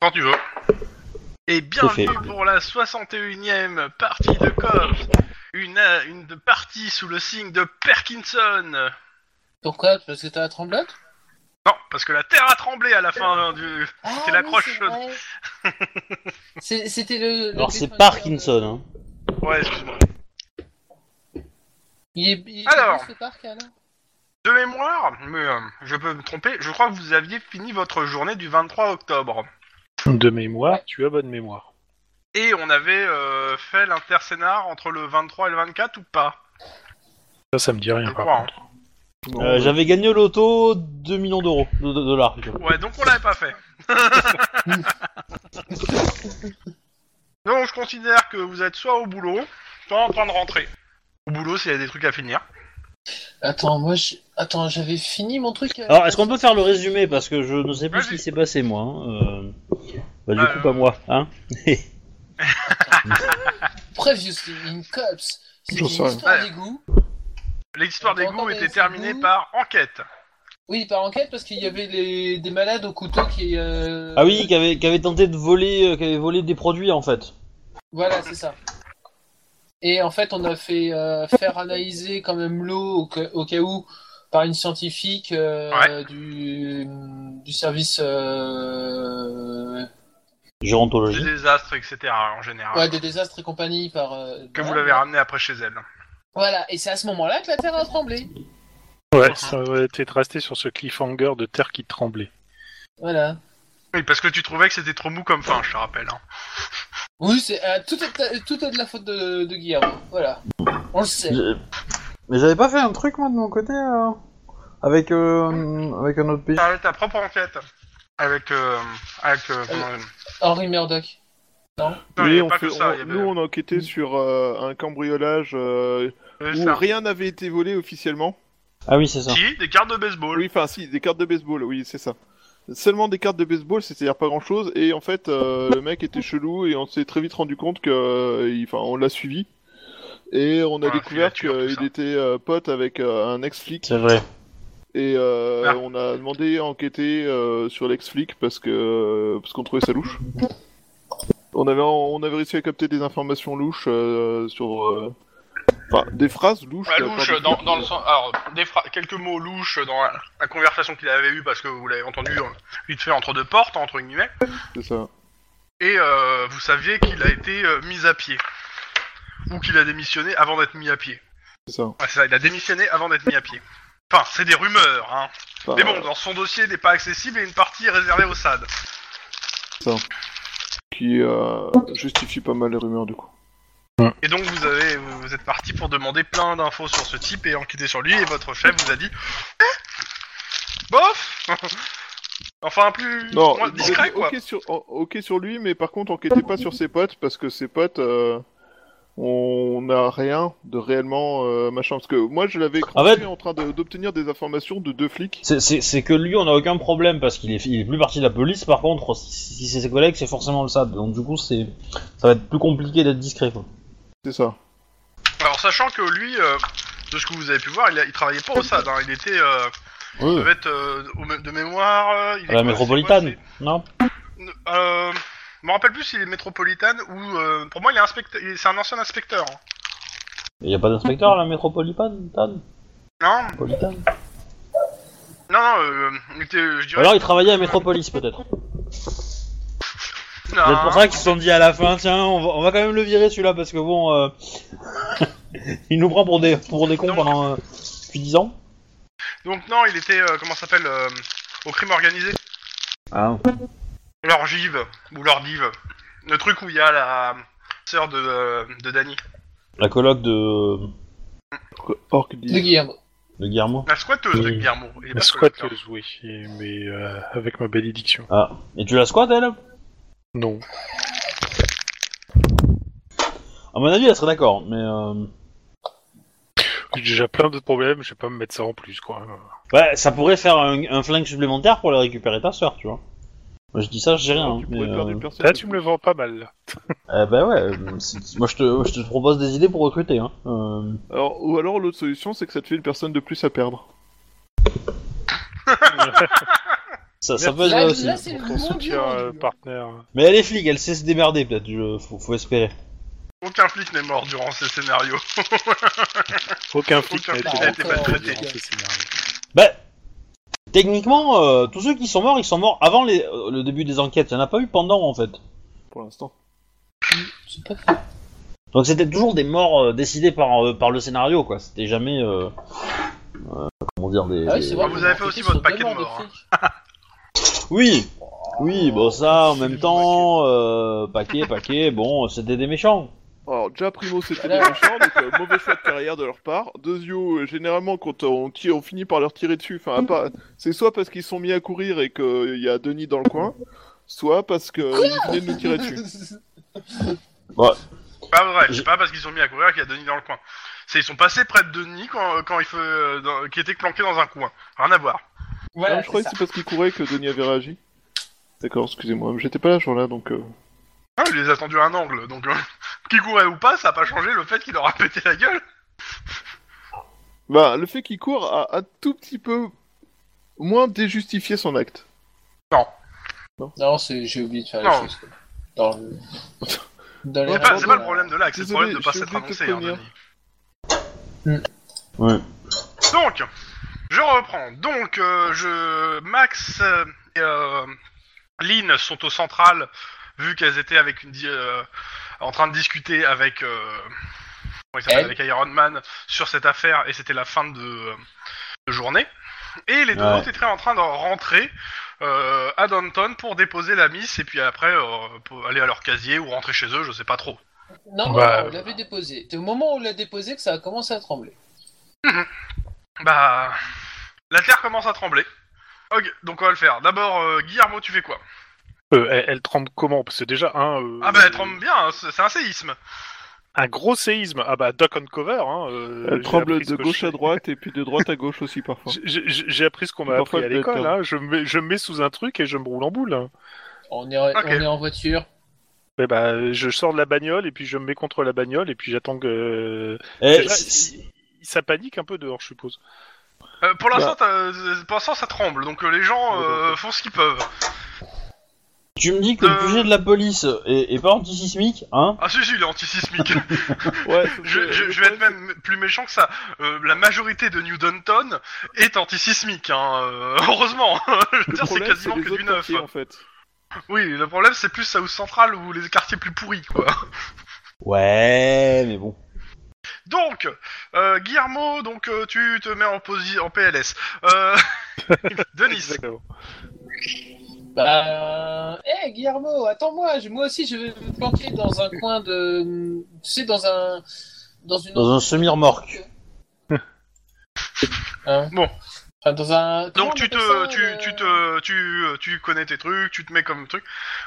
Quand tu veux. Et bienvenue fait. pour la 61ème partie de Cops. Une, euh, une de- partie sous le signe de Perkinson. Pourquoi Parce que t'as la tremblote Non, parce que la terre a tremblé à la fin du... ah, C'est l'accroche oui, c'est vrai. C'est- C'était le. le Alors c'est défenseur- Parkinson, hein. Ouais, excuse-moi. Il est. il est Alors. plus le parc, alors De mémoire, mais euh, je peux me tromper, je crois que vous aviez fini votre journée du 23 octobre. De mémoire, tu as bonne mémoire. Et on avait euh, fait l'intercénar entre le 23 et le 24 ou pas Ça, ça me dit rien. Je par crois, hein. contre. Euh, J'avais gagné au loto 2 millions d'euros, de, de dollars plutôt. Ouais, donc on l'avait pas fait. donc je considère que vous êtes soit au boulot, soit en train de rentrer. Au boulot, s'il y a des trucs à finir. Attends, moi, je... attends, j'avais fini mon truc. euh, Alors est-ce qu'on peut faire le résumé parce que je ne sais plus ce Vas-y. qui s'est passé moi. hein. Euh, Bah du Bah, coup euh, pas moi, hein. Previously in Cops. C'est une J'en sais rien. histoire Ouais. d'égout. L'histoire des Encore goûts des était terminée goûts. par enquête. Oui, par enquête, parce qu'il y avait les... des malades au couteau qui. euh, Ah oui, qui avait, qui avait tenté de voler, euh, qui avait volé des produits en fait. Voilà, c'est ça. Et en fait, on a fait euh, faire analyser quand même l'eau au, ca- au cas où par une scientifique euh, Ouais. du, du service euh, Des Gérontologie. désastres, etc. en général. ouais, des désastres et compagnie. Par, euh, Que vous voilà. l'avez ramené après chez elle. Voilà, et c'est à ce moment-là que la Terre a tremblé. hein. Ouais, ça aurait été resté sur ce cliffhanger de terre qui tremblait. Voilà. Oui, parce que tu trouvais que c'était trop mou comme fin, je te rappelle. hein. Oui, c'est euh, tout, est, euh, tout est de la faute de, de Guillermo. Voilà. On le sait. Euh, Mais j'avais pas fait un truc moi de mon côté euh, avec euh, avec un autre pays. T'as ta propre enquête. Avec. euh, avec. euh, comment- Henri Murdoch. Non, Ah, il y Oui, avait on pas fait- que ça. on- il y avait- nous on enquêtait sur euh, un cambriolage euh, il y avait où ça. rien n'avait été volé officiellement. Ah oui c'est ça. Si, des cartes de baseball. Oui, enfin si, des cartes de baseball, oui c'est ça. Seulement des cartes de baseball, c'est-à-dire pas grand-chose. Et en fait, euh, le mec était chelou et on s'est très vite rendu compte que, euh, il- enfin, on l'a suivi et on a Ouais, découvert filature, tout qu'il ça. était euh, pote avec euh, un ex-flic C'est vrai. Et euh, Ah. on a demandé à enquêter euh, sur l'ex-flic parce que euh, parce qu'on trouvait ça louche. On avait on avait réussi à capter des informations louches euh, sur euh, enfin des phrases louches. Ouais, de la part louche, Euh, du dans, flic. dans le sens. Alors, des phra- quelques mots louches dans la, la conversation qu'il avait eue parce que vous l'avez entendu euh, vite fait entre deux portes, entre guillemets. C'est ça. Et euh, vous saviez qu'il a été euh, mis à pied. Ou qu'il a démissionné avant d'être mis à pied. C'est ça. Ouais, c'est ça, il a démissionné avant d'être mis à pied. Enfin, c'est des rumeurs, hein. Enfin, Mais bon, dans son dossier n'est pas accessible et une partie est réservée au SAD. Qui euh, justifie pas mal les rumeurs du coup. Et donc vous avez, vous vous êtes parti pour demander plein d'infos sur ce type et enquêter sur lui. Et votre chef vous a dit, Eh bof. enfin plus Non. moins il discret était quoi. Ok sur o- ok sur lui, mais par contre enquêtez pas sur ses potes parce que ses potes. euh, On n'a rien de réellement euh, machin parce que moi je l'avais En fait- crampé en train de- d'obtenir des informations de deux flics C'est- C'est c'est que lui on a aucun problème parce qu'il est, il est plus parti de la police. Par contre si, si c'est ses collègues c'est forcément le SAD. Donc du coup c'est ça va être plus compliqué d'être discret. Quoi. C'est ça. Alors sachant que lui, euh, de ce que vous avez pu voir, il, a- il travaillait pas au SAD. hein. Il était, euh, il devait être euh, au mé- de mémoire. euh, il À la est- métropolitaine. c'est quoi, Non. c'est- Euh, je me rappelle plus s'il est métropolitaine ou euh, pour moi il est inspecteur. il- C'est un ancien inspecteur. hein. Il y a pas d'inspecteur à la métropolitaine. Tan Non, Politaine non, non. euh, il était, je Ou dirais. alors il travaillait à Métropolis peut-être. Non. C'est pour ça qu'ils se sont dit à la fin, tiens, on va, on va quand même le virer celui-là parce que bon, euh, il nous prend pour des pour des cons Non. pendant euh, depuis 10 ans. Donc non, il était euh, comment ça s'appelle euh, au crime organisé. Ah. L'orgive, ou l'ordive. Le truc où il y a la sœur de, euh, de Danny. La coloc de Orc De Guillermo. de Guillermo. La squatteuse de Oui. Guillermo. Il est La pas squatteur. squatteuse, oui, et- mais euh, avec ma bénédiction. Ah. Et tu la squattes elle Non. À mon avis, elle serait d'accord, mais euh... J'ai déjà plein d'autres problèmes, je vais pas me mettre ça en plus, quoi. ouais, ça pourrait faire un, un flingue supplémentaire pour la récupérer ta soeur, tu vois. Moi je dis ça, je dis rien. hein, Ah, tu mais, pourrais te faire du euh, personnage. Là, Ah, tu me le vends pas mal. là. eh ben ouais, euh, si- moi je te, je te propose des idées pour recruter. Hein. Euh, Alors, ou alors l'autre solution, c'est que ça te fait une personne de plus à perdre. Ça, ça peut être Là, ça là, aussi. c'est le Pour bon ton soutien, dur, euh, du- partenaire. Mais elle est flic, elle sait se démerder peut-être, je- faut, faut espérer. Aucun flic n'est mort durant ces scénarios. Aucun flic Aucun n'a flic n'a été été maltraité. maltraité. durant ce scénario. Bah, techniquement, euh, tous ceux qui sont morts, ils sont morts avant les- euh, le début des enquêtes. Il n'y en a pas eu pendant en fait. pour l'instant. C'est pas faux. Donc c'était toujours des morts euh, décidées par, euh, par le scénario, quoi. C'était jamais. euh, euh, comment dire des. Ah oui, des- c'est vrai. Vous qu'on avez a fait aussi enquêté votre sur paquet deux de morts morts, flics. Oui Oh, Oui, bon, ça, en même temps, euh, paquet, paquet, bon, c'était des méchants. Alors, déjà, primo, c'était des Voilà. méchants, donc euh, mauvais choix de carrière de leur part. Deuxio, euh, généralement, quand euh, on, tire- on finit par leur tirer dessus, enfin, à part- c'est soit parce qu'ils se sont mis à courir et qu'il y a Denis dans le coin, soit parce qu'ils venaient de nous tirer dessus. hein. Pas vrai, Je- c'est pas parce qu'ils sont mis à courir qu'il y a Denis dans le coin. C'est ils sont passés près de Denis quand, quand il fait, euh, dans- qui était planqué dans un coin. Rien à voir. Non, voilà, je croyais c'est ça. que c'est parce qu'ils couraient que Denis avait réagi. D'accord, excusez-moi, mais j'étais pas là ce jour-là, donc... euh, Ah, il les a tendus à un angle, donc euh, qu'ils couraient ou pas, ça a pas changé le fait qu'il leur a pété la gueule. Bah, le fait qu'il court a un tout petit peu moins déjustifié son acte. Non, c'est- j'ai oublié de faire Non. les choses. quoi. Dans le... Dans les Ouais, C'est pas, règles, c'est pas euh, le problème de l'axe, c'est le Désolé, problème de pas je suis s'être obligé de te annoncé, hein, prévenir. Denis. Ouais. Donc, je reprends. Donc, euh, je, Max euh, et euh, Lynn sont au central, vu qu'elles étaient avec une, di- euh, en train de discuter avec, euh, comment il s'appelle, Elle. avec Iron Man sur cette affaire, et c'était la fin de, euh, de journée. Et les deux Ouais. autres étaient en train de rentrer euh, à Downton pour déposer la miss, et puis après euh, pour aller à leur casier ou rentrer chez eux, je sais pas trop. Non, Bah, non, on l'avait déposé. C'est au moment où on l'a déposé que ça a commencé à trembler. Bah, la terre commence à trembler. Ok, donc on va le faire. D'abord, euh, Guillermo, tu fais quoi Euh, elle, elle tremble comment Parce que déjà, un, euh, Ah bah elle tremble bien, hein, c'est c'est un séisme. un gros séisme. Ah bah, duck on cover. Hein, euh, Elle j'ai tremble appris ce de que gauche je- à droite et puis de droite à gauche aussi parfois. J'ai- J'ai j'ai appris ce qu'on m'a Parfois, appris à je peux être l'école. perdant. Hein. Je, me mets, je me mets sous un truc et je me roule en boule. hein. On est, Ok. on est en voiture. Eh bah, je sors de la bagnole et puis je me mets contre la bagnole et puis j'attends que. Et Déjà, Eh, si- Ça panique un peu dehors, je suppose. Euh, Bah. pour l'instant, t'as- euh, pour l'instant, ça tremble, donc euh, les gens euh, font ce qu'ils peuvent. tu me dis que Euh. le budget de la police est, est pas antisismique, hein Ah si si, il est antisismique. Ouais, sauf que je, je- le je vais être problème, même plus méchant que ça. Euh, la majorité de New Downton est antisismique, hein. euh, heureusement. je veux le dire, c'est problème, quasiment les que autres du neuf. hein. quartiers, hein. en fait. Oui, le problème, c'est plus South Central ou les quartiers plus pourris, quoi. Ouais, mais bon. Donc, euh, Guillermo, donc euh, tu te mets en, posi- en PLS. Euh, Denis, Exactement. Bah, hé Guillermo, attends-moi, je- moi aussi je vais me planquer dans un coin de, tu sais, dans un, dans une, Dans un semi-remorque. Hein Bon. Enfin, dans un. Comment Donc tu on te, appelle ça, euh, tu, euh, le- tu te, tu, euh, tu connais tes trucs, tu te mets comme truc.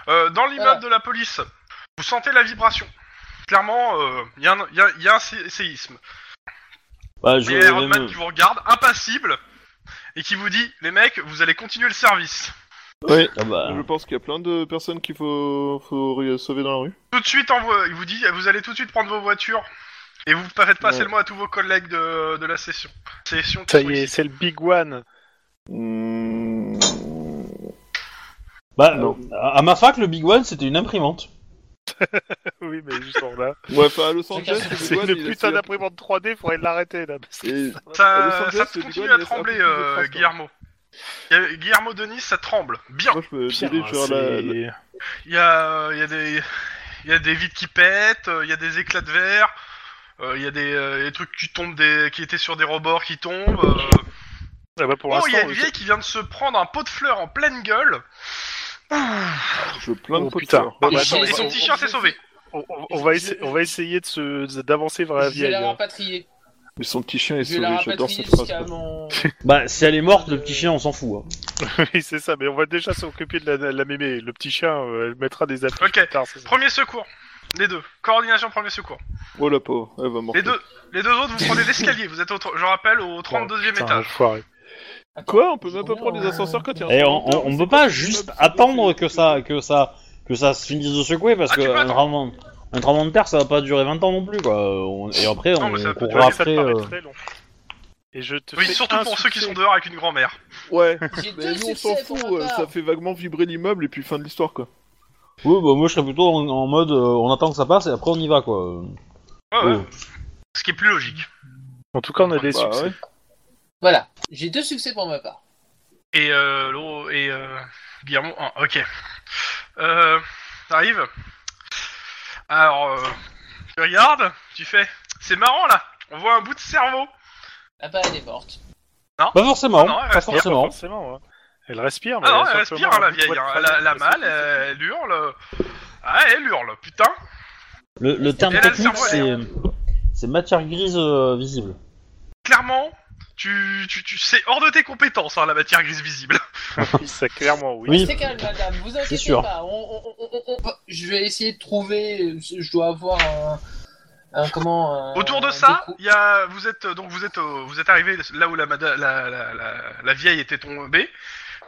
Euh, dans l'immeuble Voilà. de la police, vous sentez la vibration. Clairement, il y, a un- y a- y a un sé- séisme. Bah, je Il y a Iron vais Man me- qui vous regarde, impassible, et qui vous dit, les mecs, vous allez continuer le service. Ouais, Ah bah, je pense qu'il y a plein de personnes qu'il faut, faut ré- sauver dans la rue. Tout de suite, envoie- il vous dit, vous allez tout de suite prendre vos voitures, et vous faites passer Ouais. le mot à tous vos collègues de, de la session. Session qui Ça sont y est, ici. c'est le big one. Hmm. bah, Non. euh, à à ma fac, le Big One, c'était une imprimante. oui, mais juste en là. Ouais, enfin, à Los Angeles, C'est Big C'est One, une il a putain su- d'imprimante 3D, faudrait l'arrêter là. parce que Et- Ah, À Los Ça, Angeles, ça le continue Big One à laisse un peu trembler, plus de euh, traces, hein. Guillermo. Gu- Guillermo Denis, ça tremble. Bien. Moi, je me Putain, dirige vers la- la- c'est- Il y a, euh, il y a des, il y a des vitres qui pètent, euh, il y a des éclats de verre, euh, il y a des, euh, des trucs qui tombent, des, qui étaient sur des rebords qui tombent. euh. Ah bah, pour Oh, il y a l'instant, une le- vieille qui vient de se prendre un pot de fleurs en pleine gueule. Je plains de Oh, pot de putain. fleurs. Ah bah, et, attends, son- on et va- son on- petit chien s'est sauvé. on- on- on va essa- on va essayer de se- d'avancer vers la Je vais vieille. la hein. rapatrier. Mais son petit chien est Je vais sauvé, la j'adore rapatrier cette phrase. jusqu'à quoi. mon. Bah, si elle est morte, le petit chien, on s'en fout. hein. Oui, c'est ça, mais on va déjà s'occuper de la, de la mémé. Le petit chien, euh, elle mettra des appuis Ok. plus tard. c'est ça. Premier secours. Les deux. Coordination premier secours. Oh la pauvre, elle va morfler. Les deux, les deux autres, vous prenez l'escalier. Vous êtes, au, je rappelle, au 32e Putain, étage. enfoiré. Quoi On peut même pas prendre les ascenseurs quand il y a un hein. Et on, on- ordinateur, on c'est peut quoi pas ce juste immeuble, c'est attendre quoi, que c'est- ça, que ça, que ça se finisse de secouer parce Ah, tu que peux un attendre. tremblement, un tremblement de terre, ça va pas durer 20 ans non plus, quoi. On- et après, Non, on, mais ça peut courra durer, Ouais, mais ça après. te paraît euh, très long. euh, Et je te Oui, fais surtout un pour ceux qui succès. sont dehors avec une grand-mère. Ouais, J'ai mais deux nous on s'en succès pour fout, ma euh, part. ça fait vaguement vibrer l'immeuble et puis fin de l'histoire quoi. Oui, bah moi je serais plutôt en, en mode euh, on attend que ça passe et après on y va quoi. Ouais, ouais. Oh. Ce qui est plus logique. En tout cas, on a des Bah, succès. ouais. Voilà, j'ai deux succès pour ma part. Et euh, l'eau- et euh, Guillermo, ah, ok. Euh, T'arrives. Alors, euh, tu regardes, tu fais. C'est marrant là. On voit un bout de cerveau. Ah bah, elle est morte. Pas forcément, Ah non, elle pas reste- Ouais, pas forcément. forcément, ouais. Elle respire, mais Ah non, elle a respire simplement hein, la euh. un bout de vieille. boîte hein. crâne. Elle, a- elle a mal, elle, elle hurle. Ah, elle hurle, putain. Le, le terme Et là, le technique c'est euh, cerveau, c'est matière grise euh, visible. Clairement, tu, tu, tu c'est hors de tes compétences hein, la matière grise visible. Ça, clairement, oui. Oui. C'est calme, madame, vous inquiétez sûr. pas. on- on- on- on- on- Je vais essayer de trouver. euh, Je dois avoir un. un comment un- Autour de un ça, décou- il y a, vous êtes donc vous êtes au- vous êtes arrivé là où la, mada- la, la, la- la vieille était tombée.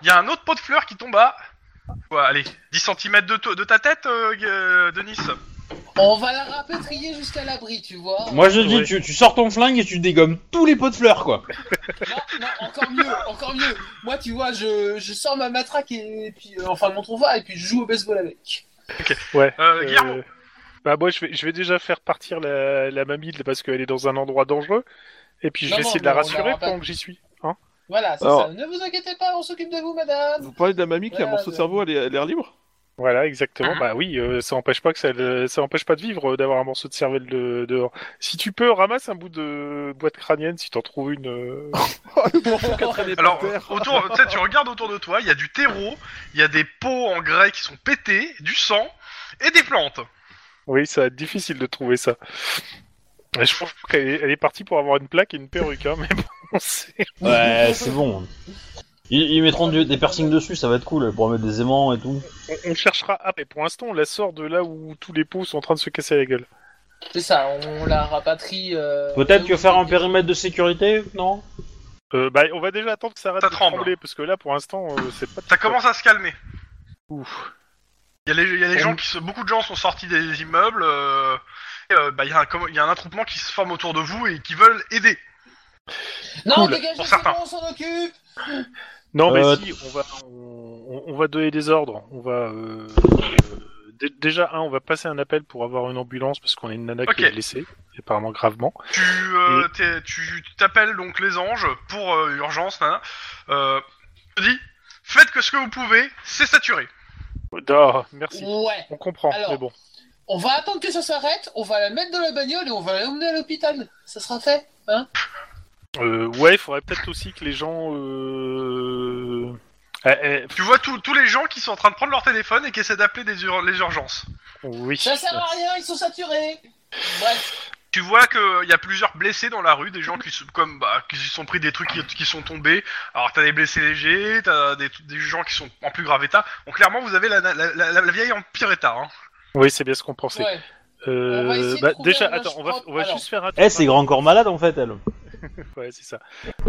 Il y a un autre pot de fleurs qui tombe à quoi, allez, 10 cm de, to- de ta tête, euh, euh, Denis. On va la rapatrier jusqu'à l'abri, tu vois. Moi je dis Ouais. tu, tu sors ton flingue et tu dégommes tous les pots de fleurs quoi. Non, non, encore mieux, encore mieux. Moi, tu vois, je, je sors ma matraque et, puis euh, enfin mon trouva et puis je joue au baseball avec. Ouais. Euh, Guillermo. Bah moi, je vais, je vais déjà faire partir la, la mamie de- parce qu'elle est dans un endroit dangereux. Et puis je Non, vais non, essayer de la mais on la rassurer rend pas. pendant que j'y suis. Hein Voilà, c'est Alors- ça. Ne vous inquiétez pas, on s'occupe de vous, madame. Vous parlez de la mamie qui a un Ouais, morceau de ouais. cerveau elle est- elle est l'air libre voilà, exactement. Mhm. Bah oui, euh, ça empêche pas que ça, le- ça empêche pas de vivre euh, d'avoir un morceau de cervelle de, dehors. Si tu peux, ramasse un bout de boîte crânienne si t'en trouves une. euh. Oh, le morceau qui a traîné par Alors terre. autour, tu sais, tu regardes autour de toi, il y a du terreau, il y a des pots en grès qui sont pétés, du sang et des plantes. Oui, ça va être difficile de trouver ça. Et je pense qu'elle est, elle est partie pour avoir une plaque et une perruque, hein, mais bon, c'est... Ouais c'est bon. Ils, ils mettront du- des piercings dessus, ça va être cool, pour mettre des aimants et tout. On, on cherchera après. Pour l'instant, on la sort de là où tous les pots sont en train de se casser la gueule. C'est ça, on la rapatrie. euh, Peut-être là que où- faire un périmètre de sécurité, non Euh, bah, on va déjà attendre que ça arrête Ça de tremble. trembler, parce que là, pour l'instant, euh, c'est pas... Ça commence à se calmer. Ouf. Il y a les, il y a les On- gens qui se, beaucoup de gens sont sortis des immeubles. euh, et, euh, bah, il y, a un comm- il y a un attroupement qui se forme autour de vous et qui veulent aider. Non, Cool, dégagez, pour c'est certains. bon, on s'en occupe. Non, mais Euh, si, on va, on, on va donner des ordres. On va... euh, euh, dé- déjà, un, on va passer un appel pour avoir une ambulance, parce qu'on a une nana Ok. qui est blessée, et apparemment gravement. Tu Mm. euh, t'es- tu t'appelles donc les anges pour euh, urgence, nana. Euh, je te dis, faites que ce que vous pouvez, c'est saturé. Ah, merci. Ouais. On comprend, Euh, Alors, mais bon. On va attendre que ça s'arrête, on va la mettre dans la bagnole et on va l'emmener à l'hôpital. Ça sera fait, hein Euh, ouais, il faudrait peut-être aussi que les gens... Euh... eh, eh, Tu vois tous tous les gens qui sont en train de prendre leur téléphone et qui essaient d'appeler des ur- les urgences. oui. Ça sert à rien, ils sont saturés. Bref, Tu vois qu'il y a plusieurs blessés dans la rue, des gens qui se, comme, bah, qui se sont pris des trucs qui, qui sont tombés. Alors t'as des blessés légers, t'as des, des gens qui sont en plus grave état. Donc clairement vous avez la, la, la- la vieille en pire état. Hein. Oui, c'est bien ce qu'on pensait. ouais. Euh, On va essayer de bah, trouver déjà, un linge attends, on va, propre. on va Alors. juste faire un. Eh, c'est grand corps malade en fait, elle. Ouais, c'est ça.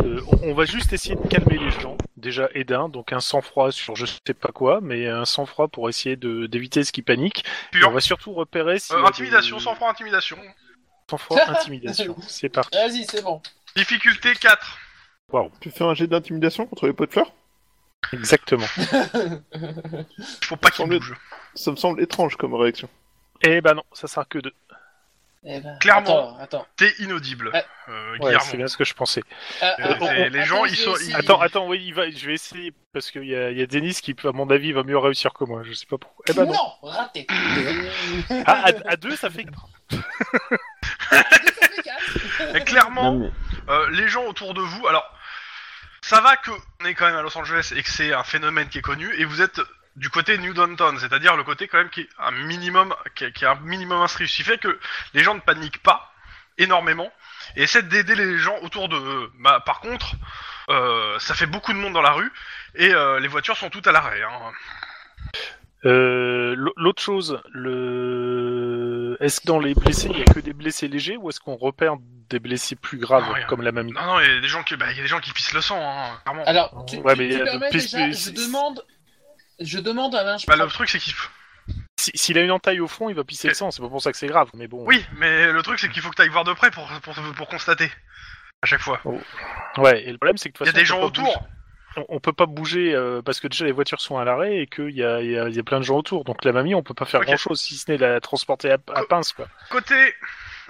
Euh, on, on va juste essayer de calmer les gens. Déjà, et d'un, donc un sang-froid sur je sais pas quoi, mais un sang-froid pour essayer de d'éviter ce qui panique. Et Pur. on va surtout repérer si. Euh, intimidation, sans franc intimidation. Sang-froid, intimidation. C'est parti. Vas-y, c'est bon. Difficulté 4. Tu fais un jet d'intimidation contre les pots de fleurs Exactement. Faut pas qu'il Sans doute. bouge. Ça me semble étrange comme réaction. Eh ben non, ça sert que de. Eh ben, Clairement. Attends, attends. T'es inaudible. Ouais. Euh, Ouais, Guillermo. c'est bien ce que je pensais. Ah, Euh, ah, les- ah, les attends, gens, je ils vais sont- essayer. ils- Attends, attends, oui, il va, je vais essayer parce qu'il y a, il y a Denis qui, à mon avis, va mieux réussir que moi. Je sais pas pourquoi. Eh ben non. non, raté. Euh, Ah, à, à deux, ça fait. ça fait quatre. Et clairement, Non, mais- euh, les gens autour de vous, alors, ça va que on est quand même à Los Angeles et que c'est un phénomène qui est connu, et vous êtes du côté New Downtown, c'est-à-dire le côté quand même qui est un minimum, qui est, qui est un minimum instruit, ce qui fait que les gens ne paniquent pas énormément et essaient d'aider les gens autour de. eux. Bah, par contre, euh, ça fait beaucoup de monde dans la rue et euh, les voitures sont toutes à l'arrêt. hein. Euh, l'au- L'autre chose, le... est-ce que dans les blessés, il n'y a que des blessés légers ou est-ce qu'on repère des blessés plus graves Non, rien. comme la mamie Ah Non, non, il y a des gens qui, bah, il y a des gens qui pissent le sang, hein, clairement. Ah, Alors, tu, Ouais, tu- mais tu il y a permets le piste- déjà, je c'est- demande, je demande un linge Bah, le propre. truc c'est qu'il Si- S'il a une entaille au front, il va pisser le sang, c'est pas pour ça que c'est grave, mais bon. Oui, mais le truc c'est qu'il faut que t'ailles voir de près pour, pour, pour constater. à chaque fois. Ouais, et le problème, c'est que de toute Il y a façon, des on gens peut pas autour. bouger- On, on peut pas bouger euh, parce que déjà les voitures sont à l'arrêt et qu'il y a, il y, a, il y a plein de gens autour. Donc la mamie, on peut pas faire Ok. grand chose si ce n'est la transporter à, à pince. Quoi. Côté.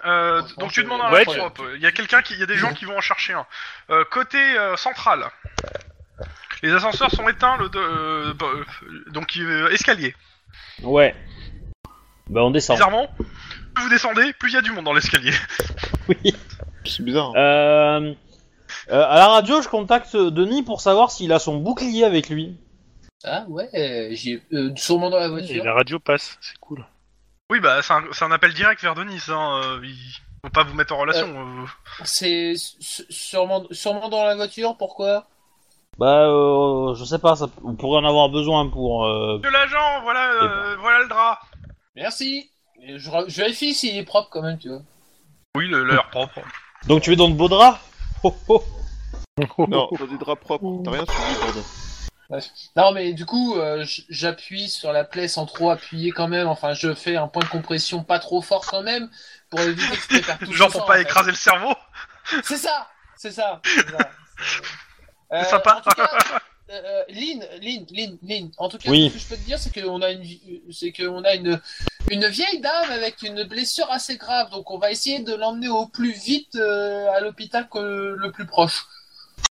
euh, Franchement, donc tu c'est- demandes un Ouais, drop. Il y a quelqu'un qui, il y a des gens qui vont en chercher un. Euh, côté euh, central, les ascenseurs sont éteints. Le de- euh, bah, euh, donc euh, escalier. Ouais. Bah on descend. Bizarrement, plus vous descendez, plus il y a du monde dans l'escalier. Oui. C'est bizarre. hein. Euh, euh, à la radio, je contacte Denis pour savoir s'il a son bouclier avec lui. Ah ouais, j'ai euh, sûrement dans la Et voiture. la radio passe, c'est cool. Oui, bah c'est un, c'est un appel direct vers Denis. Hein. euh, ils vont pas vous mettre en relation. euh. C'est s- sûrement, sûrement dans la voiture, pourquoi Bah, euh, je sais pas, ça, on pourrait en avoir besoin pour. euh, Monsieur l'agent, voilà, euh, voilà le drap. Merci Et je, re- je vérifie s'il est propre quand même, tu vois. Oui, le, leur propre. Donc tu es dans de beaux draps Oh, oh. Non, t'as Ah, des draps propres, t'as rien suivi, pardon. Non mais du coup, euh, j- j'appuie sur la plaie sans trop appuyer quand même. Enfin, je fais un point de compression pas trop fort quand même pour éviter que je prépare tout Genre le sang, pour en pas fait. écraser le cerveau. C'est ça, c'est ça. C'est ça. Euh, C'est sympa. en tout cas, euh, euh, Lynn, Lynn, Lynn, Lynn. En tout cas, Oui. ce que je peux te dire, c'est qu'on a une, vie- c'est qu'on a une, une vieille dame avec une blessure assez grave. Donc, on va essayer de l'emmener au plus vite euh, à l'hôpital que le plus proche.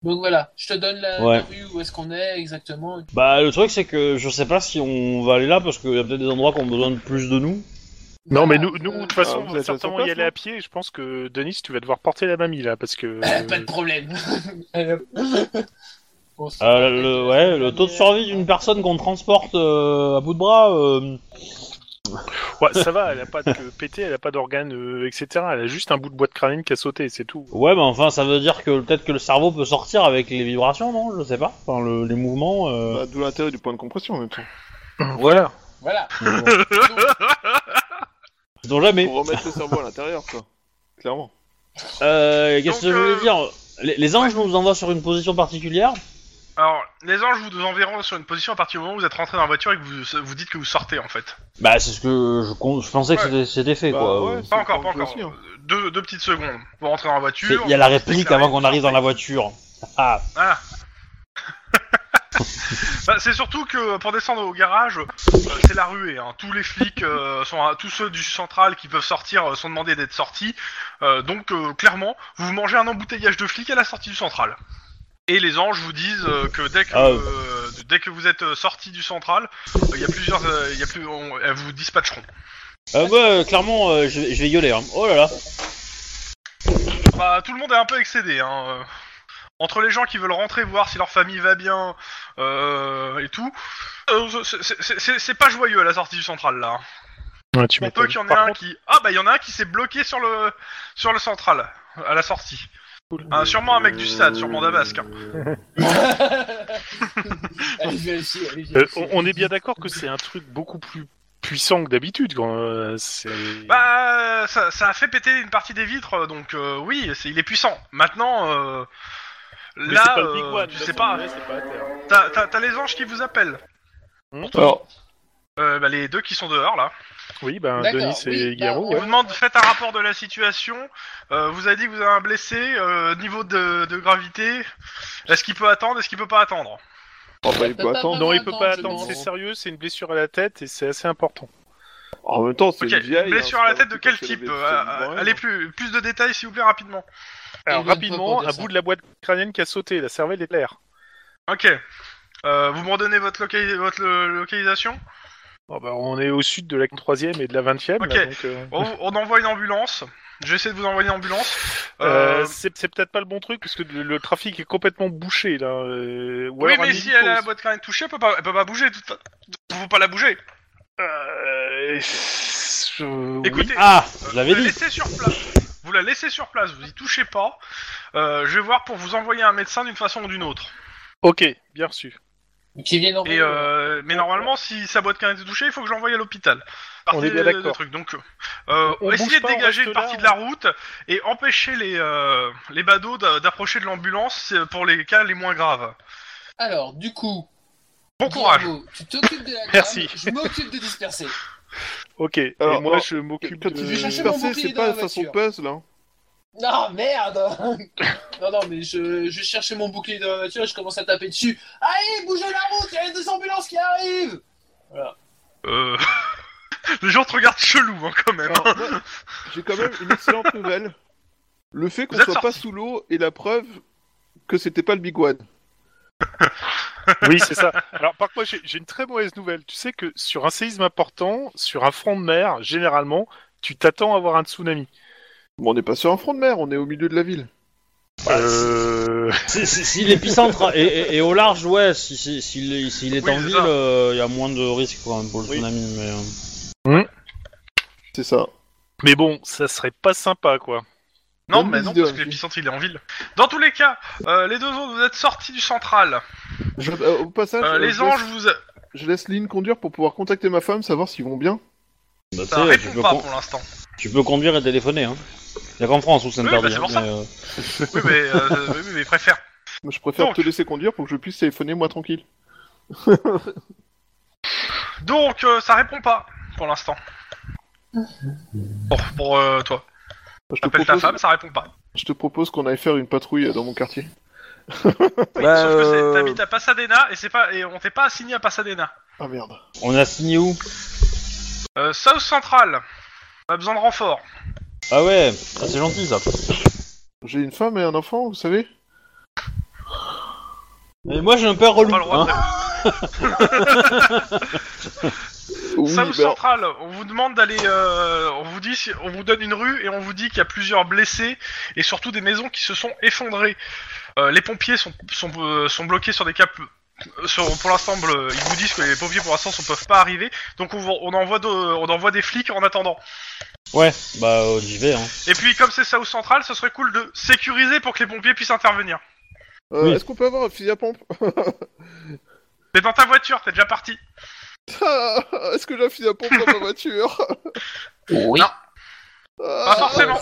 Donc voilà, je te donne la, Ouais. la rue où est-ce qu'on est exactement. Bah, le truc, c'est que je sais pas si on va aller là parce qu'il y a peut-être des endroits qui ont besoin de plus de nous. Non, mais Voilà, nous, nous, de euh, toute façon, Ah, vous on va êtes certainement sur y place, aller non à pied. Je pense que Denis, tu vas devoir porter la mamie là parce que. euh, Pas de problème. Bon, c'est- Euh, le, ouais, le taux de survie d'une personne qu'on transporte euh, à bout de bras. euh, Ouais, ça va, elle a pas de pété, elle a pas d'organes, euh, etc. Elle a juste un bout de boîte crânienne qui a sauté, c'est tout. Ouais, mais enfin, ça veut dire que peut-être que le cerveau peut sortir avec les vibrations, non Je sais pas. Enfin, le- les mouvements. euh, Bah, D'où l'intérêt du point de compression en même temps. Voilà. Voilà. mais bon. Sait-on jamais. Pour remettre le cerveau à l'intérieur, quoi. Clairement. Euh, Donc, Qu'est-ce que je voulais euh, dire les, les anges nous envoient sur une position particulière. Alors, les anges vous enverront sur une position à partir du moment où vous êtes rentré dans la voiture et que vous vous dites que vous sortez en fait. Bah, c'est ce que je, con- je pensais que Ouais. c'était- c'était fait, Bah, quoi. ouais, Pas c'est encore, le pas point de encore. compression. Deux, deux petites secondes. Vous rentrez dans la C'est- voiture. Il y a la réplique vous avant qu'on arrive dans la voiture. Ah, Ah. Bah, c'est surtout que pour descendre au garage, euh, c'est la ruée. hein. Tous les flics, euh, sont à- tous ceux du central qui peuvent sortir euh, sont demandés d'être sortis. Euh, donc euh, clairement, vous mangez un embouteillage de flics à la sortie du central. Et les anges vous disent euh, que dès que Ah. euh, dès que vous êtes euh, sorti du central, euh, il y a plusieurs, euh, il y a plus, on- elles vous dispatcheront. Euh, bah, euh, clairement, euh, je, vais- je vais gueuler. Hein. Oh là là. Bah, tout le monde est un peu excédé. Hein. euh. Entre les gens qui veulent rentrer voir si leur famille va bien euh, et tout, euh, c'est- c'est- c'est c'est- c'est pas joyeux à la sortie du central là. hein. Ouais, tu Pour peu m'étonnes. qu'il y en ait Par un contre, qui. Ah bah il y en a un qui s'est bloqué sur le sur le central à la sortie. Ah, sûrement un mec du stade, sûrement Dabasque. hein. Allez, vérifier, allez, euh, vérifier. on, on est bien d'accord que c'est un truc beaucoup plus puissant que d'habitude. quand, euh, c'est- Bah ça, ça a fait péter une partie des vitres donc euh, oui c'est- il est puissant. Maintenant euh, Mais là c'est pas le Big euh, One, tu là, sais on pas est, c'est pas à terre. t'as t'as- t'as les anges qui vous appellent. Alors, Euh, bah, les deux qui sont dehors là. Oui, ben D'accord, Denis et oui, bah, Guéraud, On ouais. vous demande, faites un rapport de la situation. Euh, vous avez dit que vous avez un blessé, euh, niveau de, de gravité. Est-ce qu'il peut attendre, est-ce qu'il peut pas attendre oh, bah, il peut Attends, attendre. Non, il peut pas je attendre, pense. c'est sérieux, c'est une blessure à la tête et c'est assez important. En même temps, c'est Ok, une vieille. blessure hein, à la c'est tête de pas quel parce qu'elle type avait Euh, absolument rien. Allez, plus, plus de détails s'il vous plaît, rapidement. Alors vient de pas pour rapidement, dire un ça. bout de la boîte crânienne qui a sauté, la cervelle est l'air. Ok. Euh, vous me redonnez votre, locali- votre lo- localisation Bon, bah, on est au sud de la 3ème et de la 20ème. Ok. là, donc, euh, on, on envoie une ambulance. J'essaie de vous envoyer une ambulance. euh, Euh, c'est c'est peut-être pas le bon truc parce que le, le trafic est complètement bouché là. euh, ou oui, alors un mais si elle a la hélico, boîte crânienne touchée, elle peut pas, elle peut pas bouger. Tout... Faut pas la bouger. Euh, je- oui. Écoutez, Ah, Euh, je l'avais Vous la dit. laissez sur place. Vous la laissez sur place. Vous y touchez pas. Euh, je vais voir pour vous envoyer un médecin d'une façon ou d'une autre. Ok, bien reçu. Qui vient d'envoyer. Et euh, mais normalement, si sa boîte canne est touchée, il faut que je l'envoie à l'hôpital. Partie On est bien de- de d'accord. truc. Donc, euh, On essayez bouge de pas, on dégager reste une partie là, de la route et empêcher les euh, les badauds d'a- d'approcher de l'ambulance euh, pour les cas les moins graves. Alors, du coup, Bon courage. Guillermo, tu t'occupes de la dame, Merci. je m'occupe de disperser. Ok, et Alors, moi alors, je m'occupe Quand de... il vais dit chercher disperser, mon bouclier c'est dans la pas façon voiture. puzzle, hein. Non, merde Non, non, mais je, je cherchais mon bouclier dans la voiture et je commence à taper dessus. Allez, bougez la route, il y a des ambulances qui arrivent Euh... Les gens te regardent chelou, hein, quand même. Ah, hein. Alors, moi, J'ai quand même une excellente nouvelle. Le fait qu'on Vous êtes soit pas sous l'eau est la preuve que c'était pas le Big One. Oui, c'est ça. Alors, par contre, j'ai j'ai une très mauvaise nouvelle. Tu sais que sur un séisme important, sur un front de mer, généralement, tu t'attends à avoir un tsunami. Bon, on n'est pas sur un front de mer, on est au milieu de la ville. Bah, Euh... Si, si- si l'épicentre est, est- est au large, ouais, si, si, s'il est- s'il est Oui, en c'est ville, euh, ça. il y a moins de risques quand même pour le Oui. tsunami. Mais, euh, C'est ça. Mais bon, ça serait pas sympa, quoi. Non, Bonne mais non, idée, parce que aussi. l'épicentre, il est en ville. Dans tous les cas, euh, les deux autres, vous êtes sortis du central. Je- euh, au Ah, passage, Euh, euh, les je, anges, laisse, vous... a- je laisse Lynn conduire pour pouvoir contacter ma femme, savoir s'ils vont bien. bah, Ça tu sais, tu, répond peux pas con- pour l'instant. tu peux conduire et téléphoner. Hein. Y a qu'en France où c'est Oui, interdit. bah, c'est hein, pour ça. mais, euh, Oui, mais, euh, oui, mais il préfère. Mais Je préfère Donc. te laisser conduire pour que je puisse téléphoner moi tranquille. Donc, euh, ça répond pas pour l'instant. Pour, pour euh, toi. Je te, Appelle ta propose, femme, ça répond pas. je te propose qu'on aille faire une patrouille euh, dans mon quartier. bah, Sauf que c'est- euh, t'habites à Pasadena et, c'est pas, et on t'est pas assigné à Pasadena. Ah merde. On a signé où Euh, South Central, on a besoin de renfort. Ah ouais, ah, c'est gentil ça. J'ai une femme et un enfant, vous savez Et moi j'ai un père relou. Pas le droit hein. de- Oui, South bah, Central, on vous demande d'aller, euh, on vous dit, si- on vous donne une rue et on vous dit qu'il y a plusieurs blessés et surtout des maisons qui se sont effondrées. Euh, les pompiers sont sont, euh, sont bloqués sur des caps. Sont, pour l'instant, bleu- ils vous disent que les pompiers pour l'instant ne peuvent pas arriver, donc on, vous- on envoie de- on envoie des flics en attendant. Ouais, bah euh, j'y vais. Hein. Et puis comme c'est South Central, ce serait cool de sécuriser pour que les pompiers puissent intervenir. euh, Oui. Est-ce qu'on peut avoir un fusil à pompe T'es dans ta voiture, t'es déjà parti. Ah, Est-ce que j'ai un fusil à pompe dans ma voiture Oui. Ah, forcément.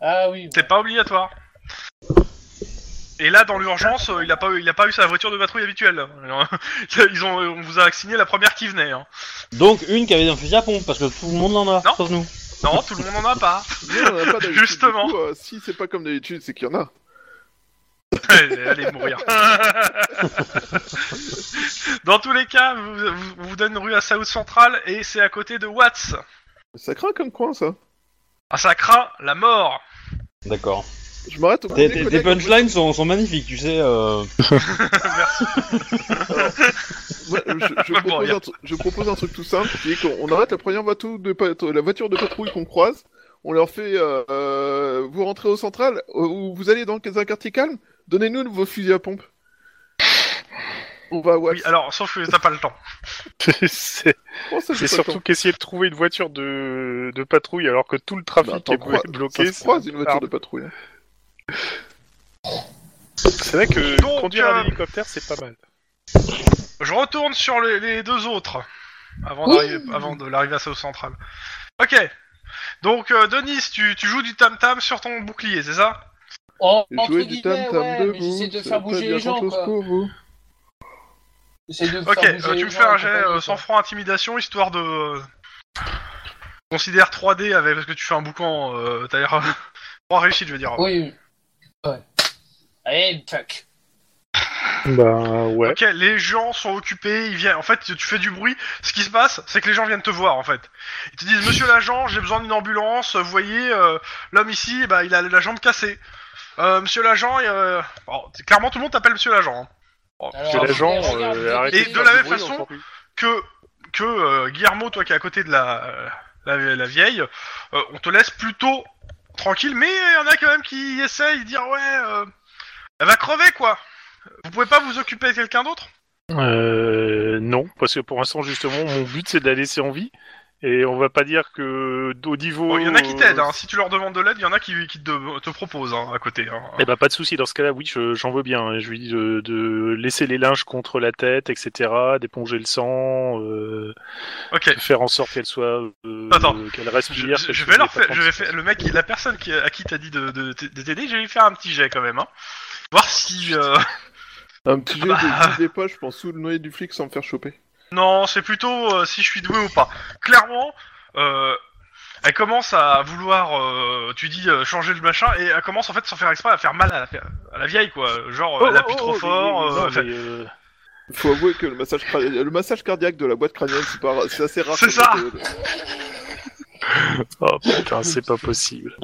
Ah oui. C'est pas obligatoire. Et là, dans l'urgence, euh, il a pas, eu- il a pas eu sa voiture de patrouille habituelle. Alors, Ils ont, on vous a signé la première qui venait. hein. Donc une qui avait un fusil à pompe parce que tout le monde en a, Non. sauf nous. Non, tout le monde en a pas. non, on en a pas d'habitude. Justement. Du coup, euh, si c'est pas comme d'habitude, c'est qu'il y en a. Allez, allez mourir. dans tous les cas, vous, vous- on vous donne une rue à South Central et c'est à côté de Watts. Ça craint comme coin, ça. Ah, ça craint la mort. D'accord. Je m'arrête Bah, au Tes tes- premier tes collègue. punchlines sont, sont magnifiques, tu sais. euh. Ouais, je, je Pas pour propose rien. un, tru- je propose un truc tout simple, qui est qu'on on arrête la première bateau de pat- la voiture de patrouille qu'on croise, on leur fait euh, euh, vous rentrez au central, euh, ou vous allez dans un quartier calme, donnez-nous vos fusils à pompe. On va à Watts. Oui, alors, sauf que t'as pas le temps. c'est Oh, c'est ça, j'ai pas le surtout temps. qu'essayer de trouver une voiture de, de patrouille alors que tout le trafic Bah, attends, est croi- bloqué. ça se croise une voiture Ah, de patrouille. hein. C'est vrai que Donc, conduire euh, un hélicoptère, c'est pas mal. Je retourne sur les, les deux autres avant, Oui. d'arriver- avant de l'arrivée à South Central. Ok. Donc, euh, Denis, tu, tu joues du tam-tam sur ton bouclier, c'est ça En- entre Jouer du guillemets, tam ouais, tam mais j'essaie debout, de ça faire veut bouger pas les dire gens, grand-chose quoi. pour vous. J'essaie de Ok, faire bouger euh, les tu me gens fais un en jet compagnie, euh, quoi. sans froid intimidation, histoire de... euh, Considère 3D avec... Parce que tu fais un boucan, euh, t'as l'air... 3 réussites, je veux dire. Oui, oui. Ouais. Allez, fuck. Bah ouais. Ok, les gens sont occupés, ils viennent. En fait, tu fais du bruit. Ce qui se passe, c'est que les gens viennent te voir, en fait. Ils te disent, Monsieur l'agent, j'ai besoin d'une ambulance. Vous voyez, euh, l'homme ici, bah, il a la jambe cassée. Euh, monsieur l'agent, et, euh... bon, c'est- clairement, tout le monde t'appelle Monsieur l'agent. hein. Bon, Alors, C'est c'est- l'agent, regarde, euh, vous arrêtez Et avez- de faire la du même bruit, façon- encore plus. que que euh, Guillermo, toi qui est à côté de la euh, la, la vieille, euh, on te laisse plutôt tranquille. Mais il y en a quand même qui essayent de dire, ouais, euh, elle va crever quoi. Vous pouvez pas vous occuper de quelqu'un d'autre Euh, non, parce que pour l'instant, justement, mon but c'est de la laisser en vie. Et on va pas dire que au niveau. Bon, Il y en a qui t'aident, Oh. hein. si tu leur demandes de l'aide, il y en a qui, qui te, te proposent hein, à côté. hein. Eh ben, pas de souci. Dans ce cas-là, oui, je- j'en veux bien. hein. Je lui dis de, de laisser les linges contre la tête, etc., d'éponger le sang, euh, Ok, de faire en sorte qu'elle soit, euh, Attends. qu'elle je, respire. je- qu'elle je se vais leur dépasse faire, je vais en- faire, le mec, la personne qui, à qui t'as dit de, de, de t'aider, je vais lui faire un petit jet quand même, hein. voir si. euh, Un petit jet Bah. de de des poches, je pense, sous le noyer du flic sans me faire choper. Non, c'est plutôt euh, si je suis doué ou pas. Clairement, euh, elle commence à vouloir, euh, tu dis, euh, changer le machin, et elle commence en fait sans faire exprès à faire mal à la, à la vieille, quoi. Genre, euh, Oh, elle appuie oh, trop oh, fort. mais- mais euh, non, enfin, mais, euh, Faut avouer que le massage, cra- le massage cardiaque de la boîte crânienne, c'est pas- c'est assez rare. C'est ça. Oh putain, c'est pas possible.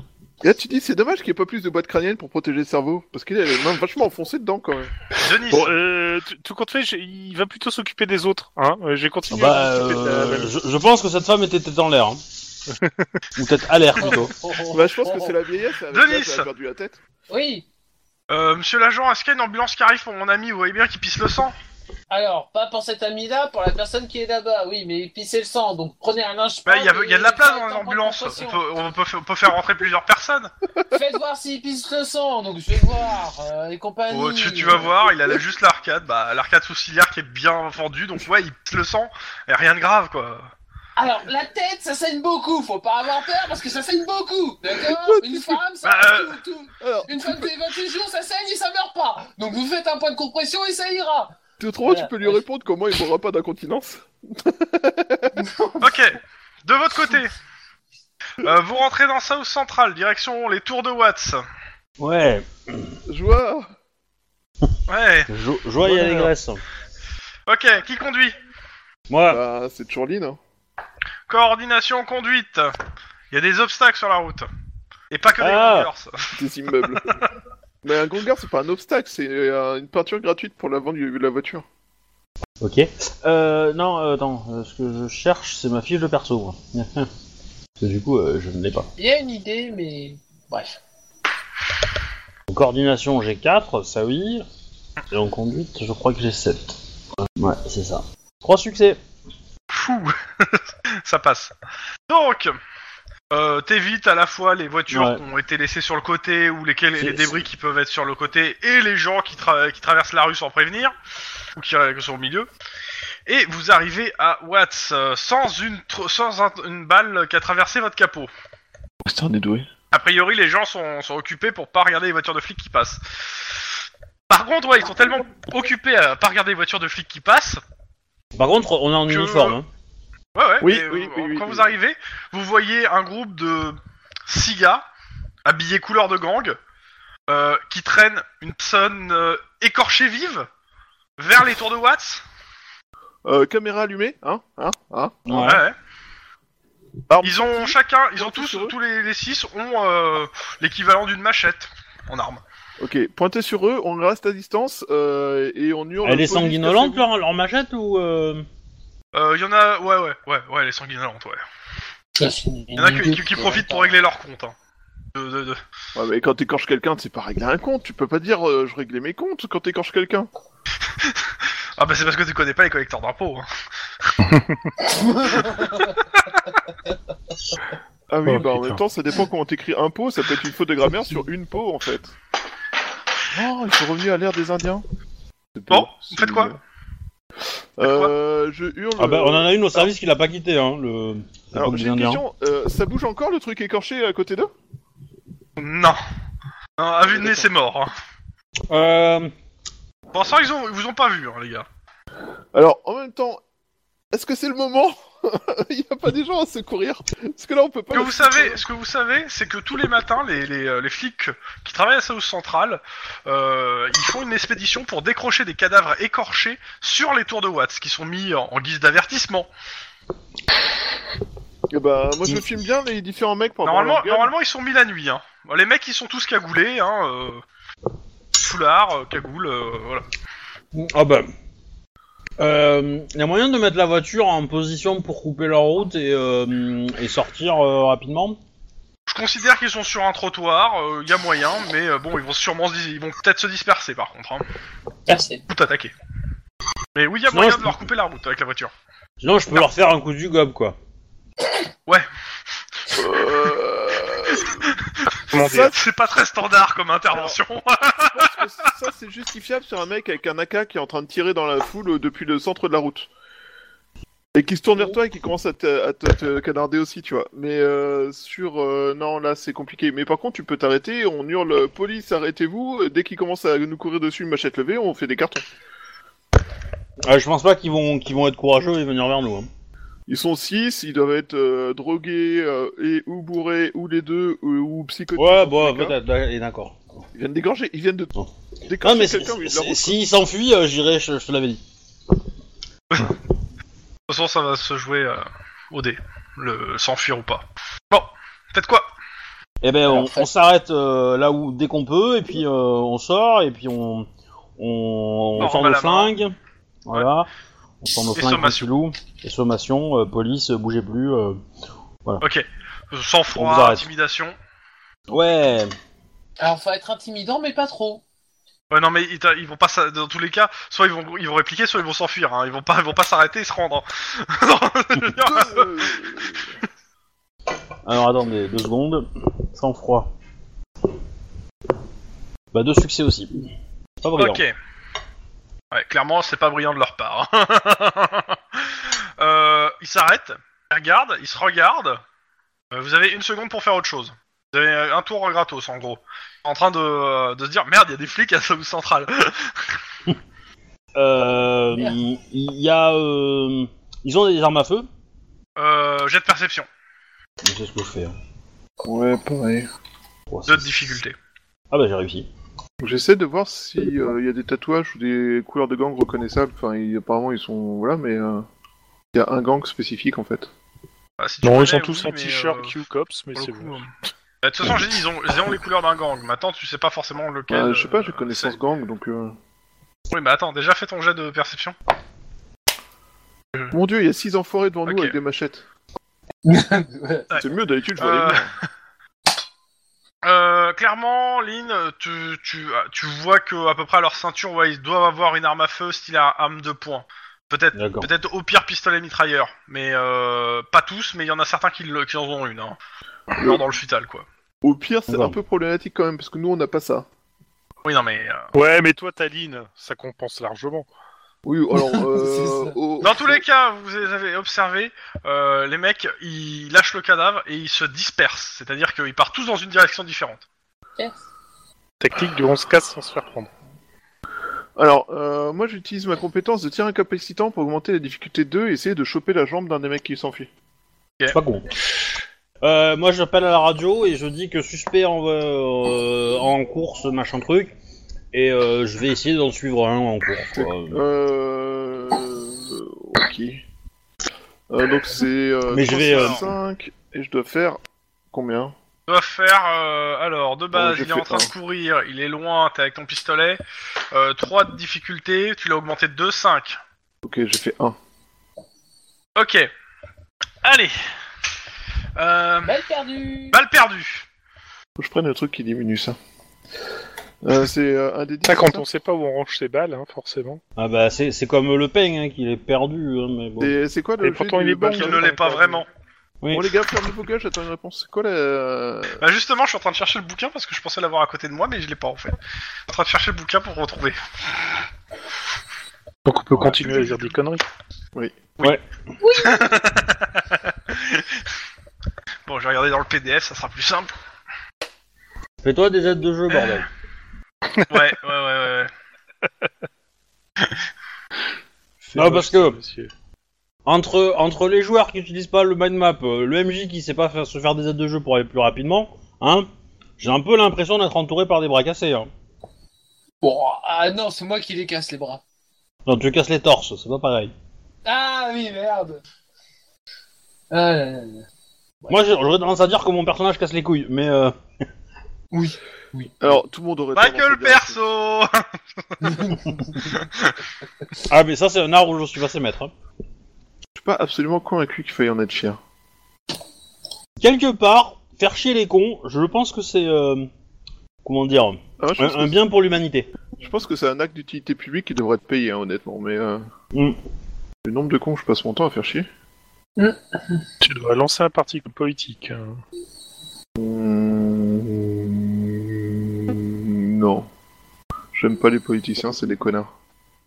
Et là, tu dis, c'est dommage qu'il n'y ait pas plus de boîte crânienne pour protéger le cerveau. Parce qu'il a les mains vachement enfoncées dedans, quand même. Denis, Bon, euh, t- tout compte fait, j'ai- il va plutôt s'occuper des autres. Hein Euh, je vais Ah continuer bah, à m'occuper de la- euh, la- je, je pense que cette femme était tête en l'air. hein. Ou tête à l'air Oh, plutôt. Bah, je pense que c'est la vieillesse. Avec Denis l'âge, elle a perdu la tête. oh. Oui, euh, monsieur l'agent, est-ce qu'il y a une ambulance qui arrive pour mon ami ou bien qui pisse le sang alors, pas pour cet ami-là, pour la personne qui est là-bas, oui, mais pissez le sang, donc prenez un linge. Bah, il y a, propre il y a et de la place dans faites les en ambulances. précaution. On peut, on peut- on peut faire rentrer plusieurs personnes. Faites voir s'il pisse le sang, donc je vais voir, euh, et compagnie. Oh, tu, tu vas voir, il a juste l'arcade, bah, l'arcade sourcilière qui est bien fendue, donc ouais, il pisse le sang, et rien de grave, quoi. Alors, la tête, ça saigne beaucoup, faut pas avoir peur parce que ça saigne beaucoup, d'accord Une femme, ça Bah, euh, tout, tout. Alors, Une femme des 28 jours, ça saigne et ça meurt pas Donc vous faites un point de compression et ça ira autrement, tu Voilà. peux lui répondre comment il mourra pas d'incontinence. Ok, de votre côté. Euh, vous rentrez dans South Central, direction les tours de Watts. Ouais, Joie Ouais, jo- joie et Voilà. allégresse. ok, qui conduit Ah. Moi, Bah, c'est toujours Lynn, hein. Coordination conduite. Il y a des obstacles sur la route. Et pas que des Ah. gangers. Des immeubles. Mais un ganger, c'est pas un obstacle, c'est euh, une peinture gratuite pour l'avant de la voiture. ok. Euh, non, euh, attends, euh, ce que je cherche, c'est ma fiche de perso. moi. Parce que du coup, euh, je ne l'ai pas. Il y a une idée, mais... Bref. En coordination, j'ai 4, ça oui. Et en conduite, je crois que j'ai 7. Ouais, c'est ça. 3 succès. Fou. Ça passe. Donc, euh, t'évites à la fois les voitures Ouais. qui ont été laissées sur le côté ou lesquelles, C'est- les débris qui peuvent être sur le côté et les gens qui, tra- qui traversent la rue sans prévenir ou qui euh, qui sont au milieu. Et vous arrivez à Watts euh, sans, une, tr- sans un- une balle qui a traversé votre capot. Putain, on est doué. A priori, les gens sont, sont occupés pour pas regarder les voitures de flics qui passent. Par contre, ouais, ils sont tellement occupés à pas regarder les voitures de flics qui passent. Par contre, on est en Que- uniforme. hein. Ouais, ouais. Oui, mais, oui, euh, oui, oui, quand oui. vous arrivez, vous voyez un groupe de six gars habillés couleur de gang euh, qui traînent une personne euh, écorchée vive vers les tours de Watts. Euh, caméra allumée, hein Hein Hein Ouais. Ah, Arme Ils ont chacun, ils ont Pointé tous, sur eux. tous les, les six ont euh, l'équivalent d'une machette en arme. Ok, pointez sur eux, on reste à distance euh, et on hurle. Elle est Police, sanguinolente, cassez-vous. leur, leur machette, ou... euh, Il y en a, ouais, ouais, ouais, ouais, les sanguinolentes, ouais. Il Il y en a qui, qui- qui profitent pour régler leur compte. Hein. De, de, de- Ouais, mais quand t'écorches quelqu'un, c'est pas régler un compte. Tu peux pas dire euh, je réglais mes comptes quand t'écorches quelqu'un. Ah bah c'est parce que tu connais pas les collecteurs d'impôts. hein. Ah oui, Oh, bah en putain. même temps, ça dépend comment t'écris un pot. Ça peut être une faute de grammaire sur une peau en fait. Oh, ils sont revenus à l'ère des Indiens. C'est Bon, beau, c'est- faites quoi Euh, je hurle. Ah bah, on en a une au service qui l'a pas quitté, hein, le... la Alors, banque j'ai des une Indiens. question. euh, ça bouge encore le truc écorché à côté d'eux Non. non à vue de nez, c'est mort. Hein. Euh... Pour l'instant, ils, ont, ils vous ont pas vu, hein, les gars. Alors, en même temps, est-ce que c'est le moment Il n'y a pas des gens à secourir Parce que là, on peut pas. Ce que vous savez, ce que vous savez, c'est que tous les matins, les, les, euh, les flics qui travaillent à South Central, euh, ils font une expédition pour décrocher des cadavres écorchés sur les tours de Watts, qui sont mis en, en guise d'avertissement. Eh bah, moi, je filme bien les différents mecs pendant Normalement, leur gueule. normalement, ils sont mis la nuit. Hein. Bon, Les mecs, ils sont tous cagoulés, hein, euh, foulard, euh, cagoule, euh, voilà. Ah bah... Euh, y a moyen de mettre la voiture en position pour couper leur route et, euh, et sortir euh, rapidement Je considère qu'ils sont sur un trottoir, il y a moyen, mais euh, bon, ils vont sûrement, se dis- ils vont peut-être se disperser par contre, hein, Merci. tout attaquer. Mais oui, il y a Sinon, moyen je- de leur couper la route avec la voiture. Sinon, je peux leur faire un coup du gobe, quoi. Euh, Comment dire Ça, C'est pas très standard comme intervention. Parce que ça, c'est justifiable sur un mec avec un AK qui est en train de tirer dans la foule euh, depuis le centre de la route. Et qui se tourne vers toi et qui commence à te, à te- te canarder aussi, tu vois. Mais euh, sur... euh, non, là, c'est compliqué. Mais par contre, tu peux t'arrêter, on hurle « Police, arrêtez-vous » Dès qu'ils commencent à nous courir dessus, machette levée, on fait des cartons. Euh, je pense pas qu'ils vont, qu'ils vont être courageux et venir vers nous. hein. Ils sont six, ils doivent être euh, drogués euh, et ou bourrés, ou les deux, ou, ou psychotiques. Ouais, dans bon, bah, tous les cas. peut-être, d'ac- et d'accord. Ils viennent d'égorger, ils viennent de. Non. Ah, D'écorcher mais c'est- quelqu'un, mais ils leur c'est- s'il s'enfuit, euh, j'irai, je, je te l'avais dit. toute façon, ça va se jouer euh, au dé, le s'enfuir ou pas. Bon, faites quoi Eh ben, Alors, on, faites- on s'arrête euh, là où, dès qu'on peut, et puis euh, on sort, et puis on. On, On on sort va nos la flingues. Voilà. On sort nos Et flingues, sommation. tranquillou. Et sommation, euh, police, euh, bougez plus. euh. Ok. Sans On vous froid, arrête. intimidation. Ouais. Alors, faut être intimidant, mais pas trop. Ouais, non, mais ils, t'a- ils vont pas s'a- dans tous les cas, soit ils vont ils vont répliquer, soit ils vont s'enfuir. hein. Ils vont pas ils vont pas s'arrêter et se rendre. hein. Je veux dire, coupent. Euh, Alors attendez, deux secondes. Sans froid. Bah deux succès aussi. Pas brillant. Ok. Ouais, clairement, c'est pas brillant de leur part. hein. Euh, ils s'arrêtent, ils regardent, ils se regardent. Euh, vous avez une seconde pour faire autre chose. Vous avez euh, un tour gratos, en gros. En train de, euh, de se dire, merde, il y a des flics à South Central. Euh, Merde. il y a, euh, ils ont des armes à feu. euh, jet de perception, Je sais ce que je fais. hein. Ouais, pareil. Trois, deux de six. difficulté. Ah bah j'ai réussi. J'essaie de voir s'il y a des tatouages ou des couleurs de gang reconnaissables. Enfin, ils- apparemment, ils sont. Voilà, mais. euh, Il y a un gang spécifique en fait. Ah, si tu Non, connais, ils sont oui, tous un mais, t-shirt euh, Q-Cops, mais pour c'est le coup, bon. euh, bah, De toute façon, j'ai dit, ils ont, ils ont les couleurs d'un gang. Maintenant, tu sais pas forcément lequel. Ah, je sais pas, j'ai euh, connaissance c'est. gang donc. euh, Oui, mais attends, déjà fais ton jet de perception. Mon dieu, il y a 6 enfoirés devant Ok. nous avec des machettes. Ouais. C'est mieux d'habitude, je vois Euh, les mecs. Euh, clairement, Lynn, tu, tu, tu vois que à peu près à leur ceinture, ouais, ils doivent avoir une arme à feu, style ar- arme de poing. Peut-être, D'accord. peut-être au pire pistolet mitrailleur, mais euh, pas tous, mais il y en a certains qui, le- qui en ont une, hein. genre dans le futal, quoi. Au pire, c'est Bon. un peu problématique quand même parce que nous on n'a pas ça. Oui, non, mais euh, Ouais, mais toi, Taline, ça compense largement. Oui, alors. C'est Euh, ça. au- dans tous les cas, vous avez observé, euh, les mecs, ils lâchent le cadavre et ils se dispersent, c'est-à-dire qu'ils partent tous dans une direction différente. Tactique du on se casse sans se faire prendre. Alors, euh, moi j'utilise ma compétence de tir incapacitant pour augmenter la difficulté 2 et essayer de choper la jambe d'un des mecs qui s'enfuit. C'est pas con. Euh, moi j'appelle à la radio et je dis que suspect en, euh, en course machin truc et euh, je vais essayer d'en suivre un en course. quoi. Euh. euh, Ok. Euh, donc c'est. Euh, Mais je vais, euh, 5 et je dois faire. Combien Ils doivent faire, euh, alors, de base, j'ai il est fait en train un. de courir, il est loin, t'es avec ton pistolet, euh, 3 de difficulté, tu l'as augmenté de 2, 5. Ok, j'ai fait 1. Ok. Allez. Euh, Balle perdue balle perdue. Faut que je prenne le truc qui diminue ça. Euh, c'est euh, un des 10. Ça, quand on sait pas où on range ses balles, hein, forcément. Ah bah c'est c'est comme Le Pen hein, qu'il est perdu. hein, mais bon. C'est c'est quoi le. Et jet pourtant, du il est bon, balcon Il ne l'est pas vraiment. Oui. Bon les gars, fermez vos gueules, j'attends une réponse. C'est quoi la... euh, Bah justement, je suis en train de chercher le bouquin parce que je pensais l'avoir à côté de moi, mais je l'ai pas en fait. Je suis en train de chercher le bouquin pour retrouver. Donc on peut continuer à dire des conneries. Bon, je vais regarder dans le PDF, ça sera plus simple. Fais-toi des aides de jeu bordel. Ouais, ouais, ouais, ouais. Non, parce que- Monsieur. Entre, entre les joueurs qui utilisent pas le mind map, euh, le MJ qui sait pas faire- se faire des aides de jeu pour aller plus rapidement, hein, j'ai un peu l'impression d'être entouré par des bras cassés. Hein. Bon, ah non, c'est moi qui les casse les bras. Non, tu casses les torses, c'est pas pareil. Ah oui, merde Ah là là là. Moi, j'ai- j'aurais tendance à dire que mon personnage casse les couilles, mais euh, Oui, oui. Alors, tout le monde aurait... Michael tendance à dire que- Perso ah, mais ça c'est un art où je suis passé maître. hein. Je suis pas absolument convaincu qu'il faille en être fier. Quelque part, faire chier les cons, je pense que c'est euh, comment dire, un, Ah, je, pense un bien pour l'humanité. que, je pense que c'est un acte d'utilité publique qui devrait être payé, hein, honnêtement, mais... euh, Mm. Le nombre de cons que je passe mon temps à faire chier. Tu dois lancer un parti politique. hein. Mm, Non. J'aime pas les politiciens, c'est des connards.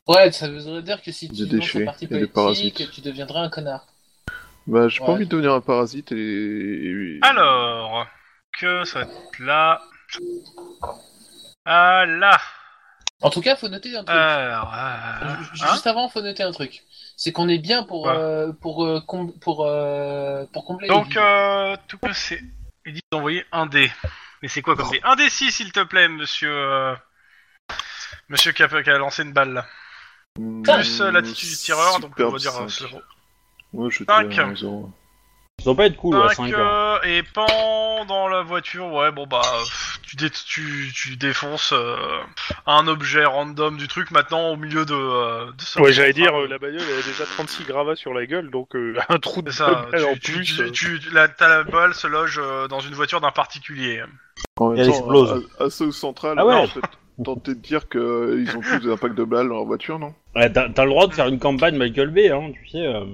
Ouais, ça voudrait dire que si Des tu déchets lances un parti et des politique, parasites. tu deviendrais un connard. Bah, j'ai pas Ouais. envie de devenir un parasite et... et- Alors, que ça va être là Ah là En tout cas, faut noter un truc. Alors, euh, Ju- hein Juste avant, faut noter un truc. C'est qu'on est bien pour Quoi euh, pour euh, com- pour euh, pour combler. le Donc, vide. euh, tout que c'est. Il dit d'envoyer un dé. Mais c'est quoi comme dé Un dé 6, s'il te plaît, monsieur. euh, Monsieur qui a, qui a lancé une balle là. Hmm, Plus euh, l'attitude du tireur, donc on va dire euh, zéro. Moi je Cinq. tire un zéro. Ça doit pas être cool, hein. à 5 5 euh, et pan dans la voiture, ouais, bon bah, pff, tu, dé- tu, tu défonces euh, un objet random du truc maintenant au milieu de. euh, de ça. Ouais, j'allais dire, euh, la bagnole elle a déjà 36 gravats sur la gueule, donc euh, un trou de C'est ça, balle en tu, tu, plus. tu- euh, tu- tu- la, ta- la balle se loge euh, dans une voiture d'un particulier. hein. En même Elle temps, euh, explose. À, à South Central, Ah ouais. en fait, tenter de dire qu'ils ont tous des impacts de balles dans leur voiture, non Ouais, t'as t'as le droit de faire une campagne Michael Bay, hein, tu sais. euh.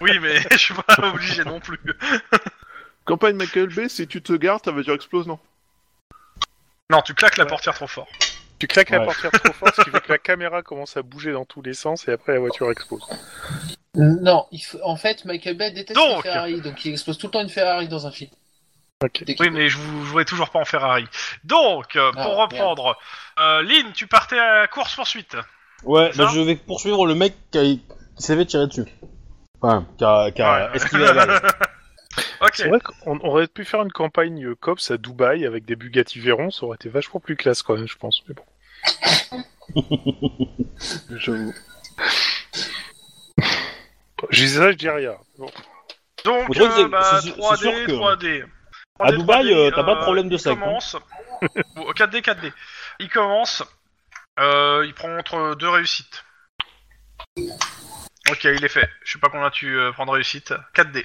Oui, mais je suis pas obligé non plus. Campagne Michael Bay, si tu te gardes, ta voiture explose, non Non, tu claques la portière trop fort. Tu claques la Ouais. portière trop fort, ce qui fait que la caméra commence à bouger dans tous les sens et après la voiture explose. Non, il faut- en fait, Michael Bay déteste Donc. les Ferrari, donc il expose tout le temps une Ferrari dans un film. Ok. Dès qu'il Oui, mais je vous jouais toujours pas en Ferrari. Donc, euh, pour Ah, reprendre, euh, Lynn, tu partais à la course poursuite. Ouais, C'est bah, ça je vais poursuivre le mec qui, a- qui s'est fait tirer dessus. Enfin, qui a, qui a Ouais. esquivé la balle. Ok. C'est vrai qu'on on aurait pu faire une campagne euh, COPS à Dubaï avec des Bugatti Veyron, ça aurait été vachement plus classe quand même, je pense. Mais bon. J'avoue. Je dis ça, je dis rien. Bon. Donc, Le truc, euh, c'est- bah, c'est- c'est 3D, sûr que- 3D. À 3D, Dubaï, 3D, euh, t'as pas de problème de il sec, hein. Commence... Bon, 4D, 4D. Il commence. euh, il prend entre deux réussites. Ok, il est fait. Je sais pas combien tu euh, prends de réussite. 4D.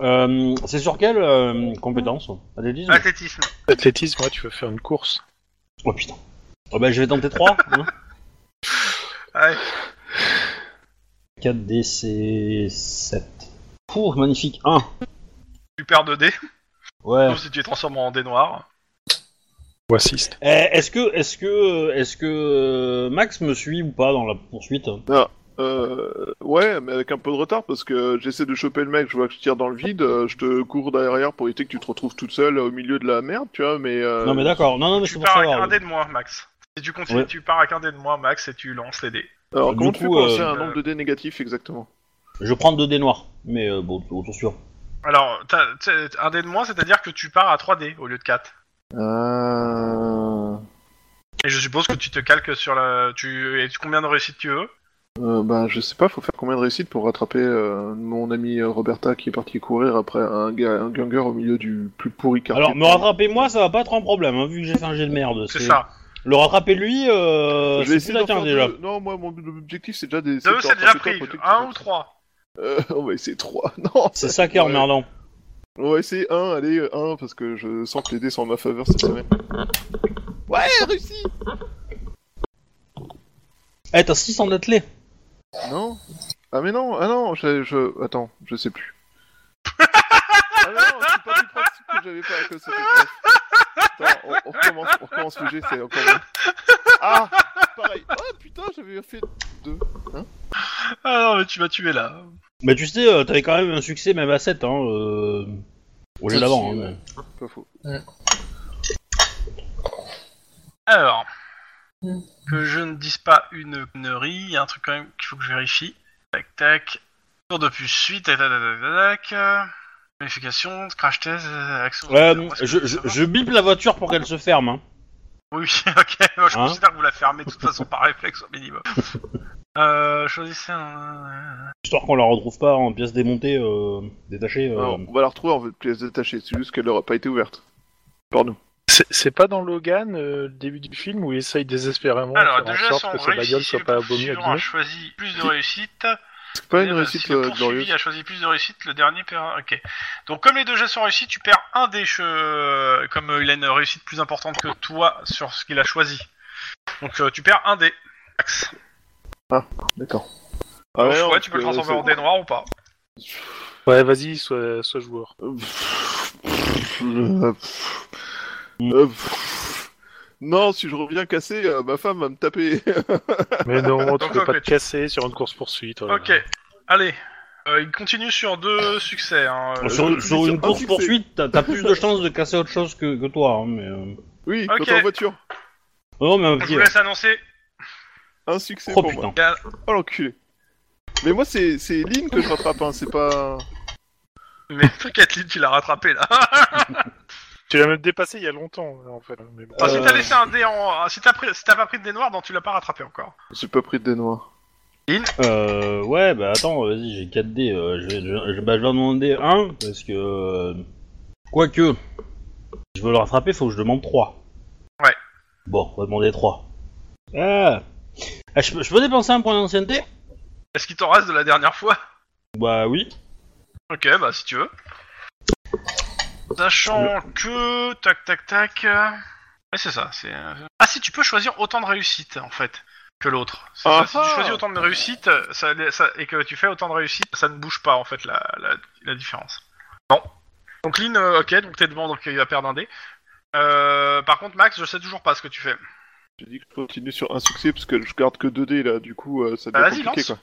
Euh, C'est sur quelle euh, compétence Athlétisme Athlétisme. Athlétisme, ouais, tu vas faire une course. Oh putain. Oh, bah, je vais tenter 3. Ouais. 4D, c'est 7. Pouh, magnifique. 1. Tu perds 2D. Ouais. Sauf si tu es transformé en dé noir. Ou assiste. Eh, est-ce que, est-ce que, est-ce que euh, Max me suit ou pas dans la poursuite hein Euh, ouais, mais avec un peu de retard, parce que j'essaie de choper le mec, je vois que je tire dans le vide, euh, je te cours derrière pour éviter que tu te retrouves toute seule au milieu de la merde, tu vois, mais... euh, Non mais d'accord. Non non mais c'est tu pour pars avec savoir. un dé de moins, Max. Si tu continues, Ouais. tu pars avec un dé de moins, Max, et tu lances les dés. Alors, Du comment tu fais coup, pour lancer euh, un nombre de dés négatif, exactement Je prends deux dés noirs. Mais euh, bon, autour sûr. Alors, t'as- t'as- un dé de moins, c'est-à-dire que tu pars à 3D au lieu de 4. Ah... Et je suppose que tu te calques sur la. Tu... Et tu- combien de réussites tu veux Euh, bah, je sais pas, faut faire combien de réussites pour rattraper euh, mon ami euh, Roberta qui est parti courir après un, ga- un ganger au milieu du plus pourri quartier. Alors me rattraper moi, ça va pas être un problème, hein, vu que j'ai fait un jet de merde. C'est ça. Le rattraper lui, euh, je vais c'est essayer plus la d'en 15 faire déjà. deux. Non, moi, mon objectif, c'est déjà des... Deux, de c'est déjà pris. rattraper toi, faut que tu Un fasses- ou trois Euh, on va essayer trois. Non C'est ça qui est Ouais. emmerdant. On va essayer un, allez, euh, un, parce que je sens que les dés sont en ma faveur cette semaine. Ouais, réussi Eh, t'as 6 en athlé. Non Ah mais non, ah non, je... je- Attends, je sais plus. ah non, c'est pas du principe que j'avais pas, que ça fait- Attends, on, on recommence, on recommence le G, c'est encore mieux. Ah Pareil Oh putain, j'avais fait deux. Ah non, mais tu vas tuer là. Mais tu sais, euh, t'avais quand même un succès même à 7 hein. Euh... Au lieu Ça, d'avant. c'est- hein, ouais. Pas faux. Alors. Hmm. Que je ne dise pas une connerie, il y a un truc quand même qu'il faut que je vérifie. Tac tac. Tour de puce suite, tac tac tac tac. tac. Vérification, crash test, euh, action. mais- Moi, Ouais, ce que je, veux je, savoir- je bip la voiture pour qu'elle se ferme. Hein. Oui, ok, moi, je Hein considère que vous la fermez de toute façon par réflexe au minimum. euh, choisissez un. Histoire qu'on la retrouve pas en pièces démontées, euh, détachées. euh. Alors, Ah, on va la retrouver en pièce détachée, c'est juste qu'elle n'aura pas été ouverte. Par nous. C'est- C'est pas dans Logan, euh, le début du film, où il essaye désespérément Alors, de déjà, faire en sans sorte que sa bagnole réussite, soit pas abominée le a choisi plus de réussite. C'est pas une Eh ben, réussite si le euh, poursuivi glorieuse. a choisi plus de réussite, le dernier perd. un. Ok. Donc comme les deux jets sont réussis, tu perds un des che- comme euh, il a une réussite plus importante que toi sur ce qu'il a choisi. Donc euh, tu perds un dé. Max. D'accord. Au Ah choix, non, parce tu peux le que transformer c'est- en dé noir ou pas. Ouais, vas-y, sois, sois joueur. Euh, pff, euh, pff. Non, si je reviens cassé, euh, ma femme va me taper. Mais non, tu Donc, peux ok, pas te tu- casser sur une euh. course-poursuite. voilà. Ok. Allez. Euh, il continue sur deux succès. hein. Euh, sur, sur sur une un course succès. poursuite, t'as t'as plus de chances de casser autre chose que, que toi. Hein, mais, euh. Oui, Ok. quand t'es en voiture. Non, mais un Je petit. vous laisse annoncer. Un succès Oh pour putain. moi. Il y a- Oh l'enculé. Mais moi, c'est c'est Lynn que je rattrape, hein, c'est pas. Mais t'inquiète, Lynn, tu l'as rattrapé là. Tu l'as même dépassé il y a longtemps, en fait. mais bon. Enfin, Si Euh. t'as laissé un dé en. euh, Si t'as pris- si t'as pas pris de dé noir, non, tu l'as pas rattrapé encore. J'ai pas pris de dé noir. Euh, ouais, bah attends, vas-y, j'ai 4 dés. euh, je, vais, je- je- bah, je vais en demander un, parce que. euh, Quoique, je veux le rattraper, faut que je demande 3. Ouais. Bon, on va demander 3. Ah, Ah, je, peux- je peux dépenser un point d'ancienneté Est-ce qu'il t'en reste de la dernière fois Bah oui. Ok, bah si tu veux. Sachant que. Tac, tac, tac. euh, Ouais, c'est ça. c'est, euh, Ah, si tu peux choisir autant de réussites en fait que l'autre. C'est Ah ça, si ah. tu choisis autant de réussites euh, ça, ça- et que tu fais autant de réussites, ça ne bouge pas en fait la, la- la différence. Non. Donc Lynn, euh, ok, donc t'es devant, donc il va perdre un dé. Euh, par contre, Max, je sais toujours pas ce que tu fais. J'ai dit que je continue sur un succès parce que je garde que 2 dés là, du coup, euh, ça Bah, devient vas-y, compliqué lance.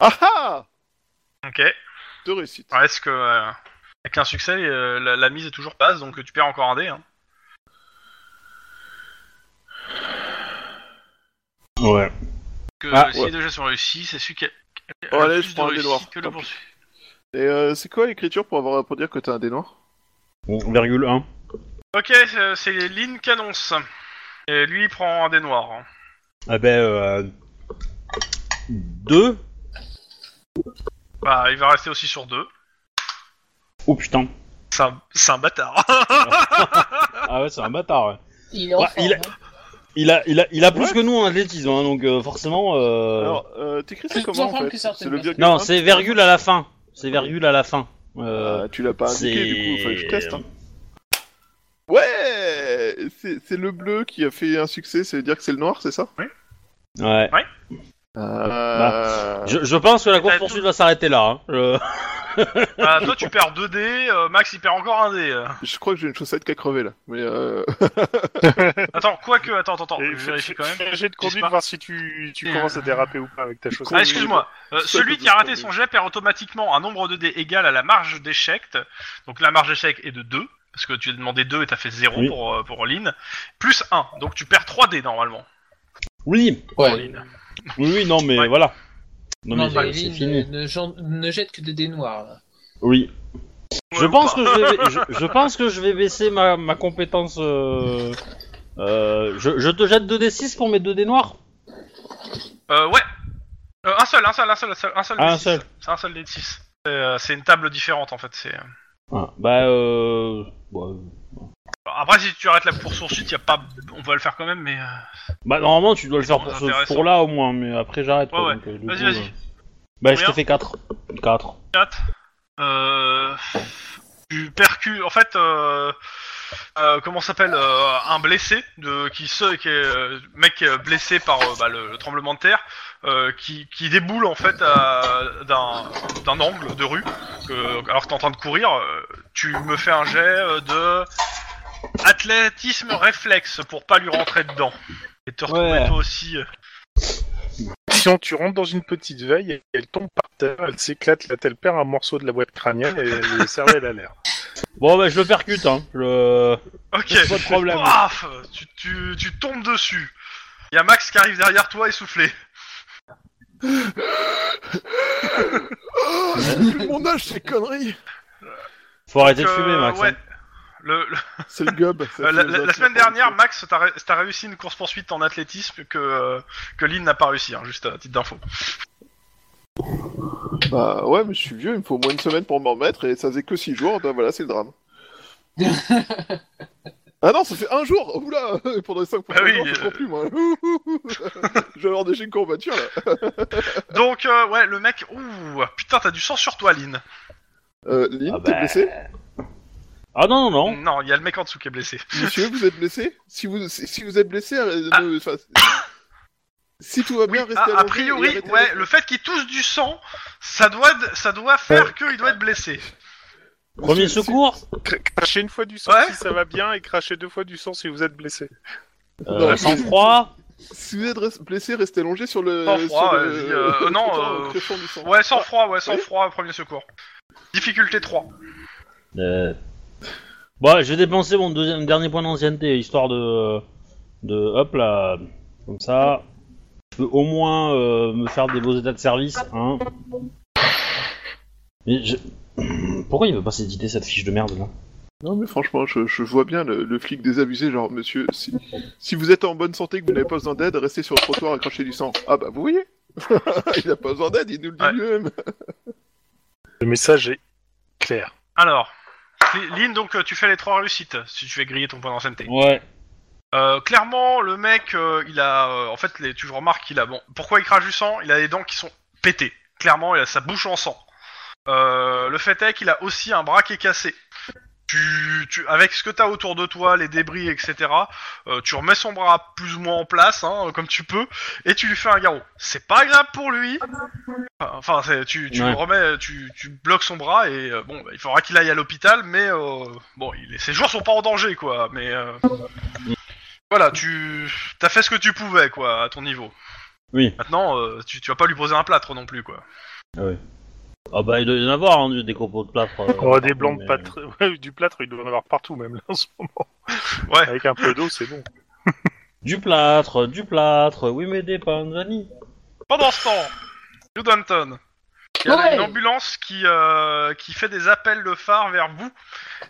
quoi. Ah ah Ok. Deux réussites. Ouais, est-ce que. euh, avec un succès, euh, la, la mise est toujours passe, donc tu perds encore un dé. hein. Ouais. que Ah, si ouais. les deux jets sont réussis, c'est celui qui a, qui a Oh, le allez, plus je prends de un dé réussite noir, que le tant pis. poursuivant. Et euh, c'est quoi l'écriture pour avoir pour dire que t'as un dé noir Bon, virgule 1. Ok, c'est- c'est Lynn qui annonce. Et lui, il prend un dé noir. hein. Ah ben, euh. 2 Bah, il va rester aussi sur deux. Oh putain. C'est un, c'est un bâtard. Ah ouais, c'est un bâtard, ouais. Il est en Ouais, forme, il a- hein. Il a, il a, il a plus Ouais. que nous en athlétisme, hein, donc euh, forcément. Euh... Alors, euh, t'écris ça Plus comment d'enfants en fait que certaines C'est le virgule non, un c'est virgule à la fin. C'est virgule à la fin. Euh, Ah, tu l'as pas indiqué du coup, fallait que je c'est- teste. hein. euh, Ouais c'est, c'est le bleu qui a fait un succès, ça veut dire que c'est le noir, c'est ça Euh, Ouais. Ah. Je, je pense que la course Bah, poursuite va s'arrêter là. hein. Je- Bah, toi, tu perds deux dés. euh, Max, il perd encore un dé. euh. Je crois que j'ai une chaussette qui a crevé là. Mais euh... Attends, quoi que. Attends, attends, attends. Et Je vérifie quand même. fais un jet de Qu'est-ce conduite, pas voir si tu, tu commences à déraper ou pas avec ta chose. Ah, excuse-moi. Euh, Ça, celui que qui a je raté savais. son jet perd automatiquement un nombre de dés égal à la marge d'échec. Donc la marge d'échec est de 2, parce que tu as demandé 2 et t'as fait 0 Oui. pour, euh, pour Lynn. Plus 1, donc tu perds 3 dés normalement Oui, pour Ouais. Lynn. oui, oui, non, mais Ouais. voilà. Non, Non, mais mais c'est- c'est Lynn, fini. ne, ne gen- ne jette que des dés noirs. là. Oui. Je Ouais, ou pense pas. que je vais, je, je pense que je vais baisser ma, ma compétence. euh, euh, je, je te jette 2d6 pour mes 2d noirs. Euh, ouais. Euh, un seul, un seul, un seul, un seul, un seul. Ah, des un six. seul. C'est un seul des 6. c'est une table différente en fait. C'est. Ah, bah euh, bon, Après, si tu arrêtes la poursuite, y a pas. On va le faire quand même, mais. euh, bah normalement tu dois le faire Oh, pour intéressant. ce pour là au moins, mais après j'arrête. quoi, Ouais, ouais. donc, euh, du Vas-y, coup, vas-y. euh, Bah je te Combien fais 4 4 4. Euh, tu percutes. En fait, euh, euh, comment ça s'appelle euh, Un blessé, de, qui se, qui est, euh, mec qui est blessé par euh, bah, le, le tremblement de terre, euh, qui, qui déboule en fait à- d'un d'un angle de rue, que- alors que t'es en train de courir. euh, tu me fais un jet euh, de athlétisme réflexe pour pas lui rentrer dedans. Et te retrouver Ouais. toi aussi. euh, Sinon, tu rentres dans une petite veille, et elle tombe par terre, elle s'éclate, là, elle perd un morceau de la boîte crânienne et le cerveau, elle a l'air. Bon bah je le percute hein. Je... Ok. Pas de problème. Paf tu, tu, tu tombes dessus. Il y a Max qui arrive derrière toi essoufflé. Oh, Plus mon âge, ces conneries Faut arrêter de Euh, fumer Max. ouais. hein. Le- le- C'est le gob. ça euh, fait la, les la- la autres. semaine dernière, Max, t'as ré- t'as réussi une course poursuite en athlétisme que euh, que Lynn n'a pas réussi, hein, juste à titre d'info. Bah ouais, mais je suis vieux, il me faut au moins une semaine pour m'en remettre et ça faisait que 6 jours, ben voilà, c'est le drame. ah non, ça fait un jour Oula Pendant les 5 Bah prochains oui, jours, je euh. cours plus, moi. Ouh, ouh, ouh. je vais avoir des gènes courbatures, là. Donc euh, ouais, le mec, ouh, putain, t'as du sang sur toi, Lynn. Euh, Lynn, Ah t'es bah. blessé Ah non non non. Non, il y a le mec en dessous qui est blessé. Monsieur, vous êtes blessé si vous, si si vous êtes blessé, euh, ne- enfin, si tout va bien, restez Ah, a allongé et priori, arrêtez ouais, de- le fait qu'il tousse du sang, ça doit ça doit faire qu'il doit être blessé. Mm. Premier Monsieur, secours. Cr- Crachez une fois du sang Ouais. si ça va bien et crachez deux fois du sang si vous êtes blessé. Euh, Non, sans mais- froid. Si, si vous êtes res- blessé, restez allongé sur le. Sans froid, sur le- vas-y, Oh, euh, euh, non, Putain, le euh, crachant du sang. Ouais, sans froid, ouais, sans Oui. froid, premier secours. Difficulté 3. Bah, Euh... Bon, je vais dépenser mon deuxième dernier point d'ancienneté histoire de de hop là, comme ça, je peux au moins euh, me faire des beaux états de service, hein. Mais je- Pourquoi il veut pas s'éditer cette fiche de merde là Non, mais franchement, je, je vois bien le, le flic désabusé, genre, monsieur, si, si vous êtes en bonne santé, que vous n'avez pas besoin d'aide, restez sur le trottoir à cracher du sang. Ah bah, vous voyez Il n'a pas besoin d'aide, il nous le dit Ouais. lui-même Le message est clair. Alors, Li- Lynn, donc euh, tu fais les trois réussites si tu fais griller ton point d'ancienneté. Ouais. Euh, clairement, le mec, euh, il a. euh, en fait, les, tu remarques qu'il a. Bon, pourquoi il crache du sang Il a les dents qui sont pétées. Clairement, il a sa bouche en sang. Euh, le fait est qu'il a aussi un bras qui est cassé. Tu, tu, avec ce que t'as autour de toi, les débris, etc., euh, tu remets son bras plus ou moins en place, hein, comme tu peux, et tu lui fais un garrot. C'est pas grave pour lui. Enfin, c'est- tu, tu Ouais. remets, tu, tu bloques son bras et euh, bon, bah, il faudra qu'il aille à l'hôpital, mais euh, bon, il, est- ses jours sont pas en danger, quoi. Mais euh, voilà, tu t'as fait ce que tu pouvais, quoi, à ton niveau. Oui. Maintenant, euh, tu, tu vas pas lui poser un plâtre non plus, quoi. Ah bah il doit y en avoir hein, des copeaux de plâtre. euh, Oh, des blancs de mais- plâtre, ouais, du plâtre, il doit en avoir partout même là, en ce moment. Ouais. Avec un peu d'eau, c'est bon. Du plâtre, du plâtre, oui mais des pains de vanille. Pendant ce temps, Newhampton, il y a Ouais. une ambulance qui euh, qui fait des appels de phare vers vous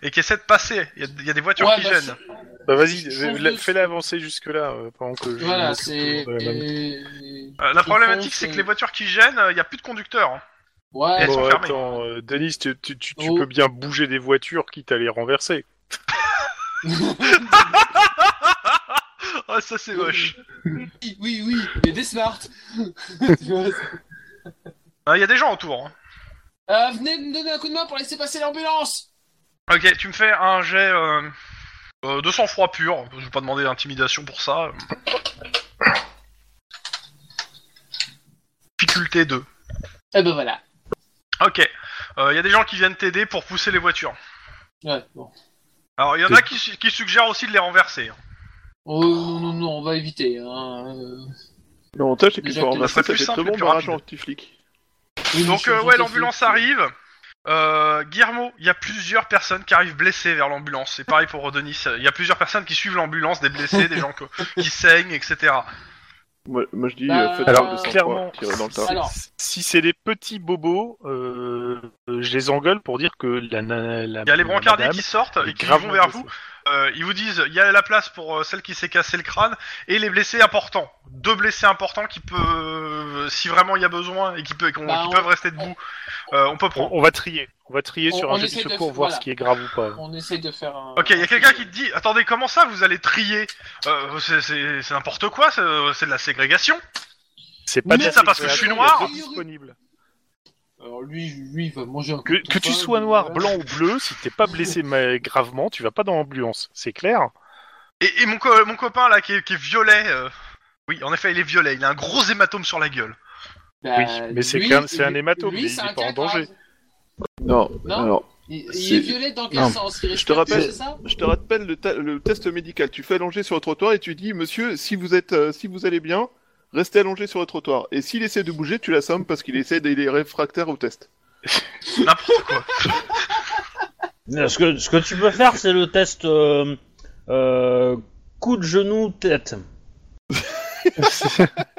et qui essaie de passer. Il y a- il y, a des voitures Ouais, qui bah, gênent. c'est- Bah vas-y, Je pense la- que- fais-la avancer jusque-là euh, pendant que je. Voilà, m'occupe c'est. de la mamie. et- Euh, la Ils problématique, font- c'est que les voitures qui gênent, euh, il y a plus de conducteurs. hein. Ouais, elles sont Bon, fermées. attends, euh, Denis, tu, tu- tu- tu Oh. peux bien bouger des voitures quitte à les renverser. Ah, ça c'est moche. oui, oui, oui, mais des smart. Euh, Tu vois, c'est- Euh, Il y a des gens autour. hein. Euh, venez me donner un coup de main pour laisser passer l'ambulance. Ok, tu me fais un jet euh, euh, de sang-froid pur. Je vais pas demander d'intimidation pour ça. Difficulté 2. Eh ben voilà. Ok. Euh, Il y a des gens qui viennent t'aider pour pousser les voitures. Ouais, bon. Alors, il y en a qui, su- qui suggèrent aussi de les renverser. hein. Oh, non, non, non, on va éviter. Hein. euh. L'avantage, c'est que Déjà tu vas que remarquer, ce serait ça plus fait simple très et bon plus barrage rapide. anti-flic. Oui, mais Donc, je euh, suis ouais, tout à l'ambulance fait- arrive. Euh, Guillermo, il y a plusieurs personnes qui arrivent blessées vers l'ambulance. C'est pareil pour Denis. Il y a plusieurs personnes qui suivent l'ambulance, des blessés, des gens que- qui saignent, etc. Moi, moi, je dis, Bah, euh, faites Alors, un Ah. peu de sang-froid, clairement, tirez dans le tas. Alors- si c'est des petits bobos, euh, euh, je les engueule pour dire que la. la, la Il y a les la brancardiers Ah, madame qui sortent est et qui gravement vont vers blessée. vous. Euh, ils vous disent il y a la place pour euh, celle qui s'est cassé le crâne et les blessés importants. Deux blessés importants qui peuvent, euh, si vraiment il y a besoin et qui, peut- qu'on- Bah, qui on- peuvent rester debout, euh, on peut On, prendre. on va trier. On va trier On- sur on un jeu essaie de de secours, f- voir voilà. ce qui est grave ou pas. On essaye de faire un. Ok, il y a quelqu'un qui te dit attendez comment ça vous allez trier Euh, c'est- C'est c'est n'importe quoi, c'est c'est de la ségrégation. C'est pas Mais bien ça, parce que je suis noir. Disponible. Alors lui, lui, il va manger un coup Que, de que tu pain, sois mais noir, voilà. blanc ou bleu, si t'es pas blessé mais gravement, tu vas pas dans l'ambulance. C'est clair. Et, et mon, co- euh, mon copain là qui est, qui est violet, euh, oui en effet il est violet, il a un gros hématome sur la gueule. Bah, Oui, mais c'est lui, quand même- c'est lui- un hématome, lui, mais il c'est est un pas en cas danger. grave. Non, Non. alors, Il, il C'est- est violet dans quel Non. sens Il Je risque te de rappelle- tuer, c'est ça Je te rappelle le, ta- le test médical. Tu fais allonger sur le trottoir et tu dis, monsieur, si vous êtes, euh, si vous allez bien, restez allongé sur le trottoir. Et s'il essaie de bouger, tu l'assommes parce qu'il essaie d'être réfractaire au test. N'importe quoi. Euh, Ce que, ce que tu peux faire c'est le test euh, euh, coup de genou tête.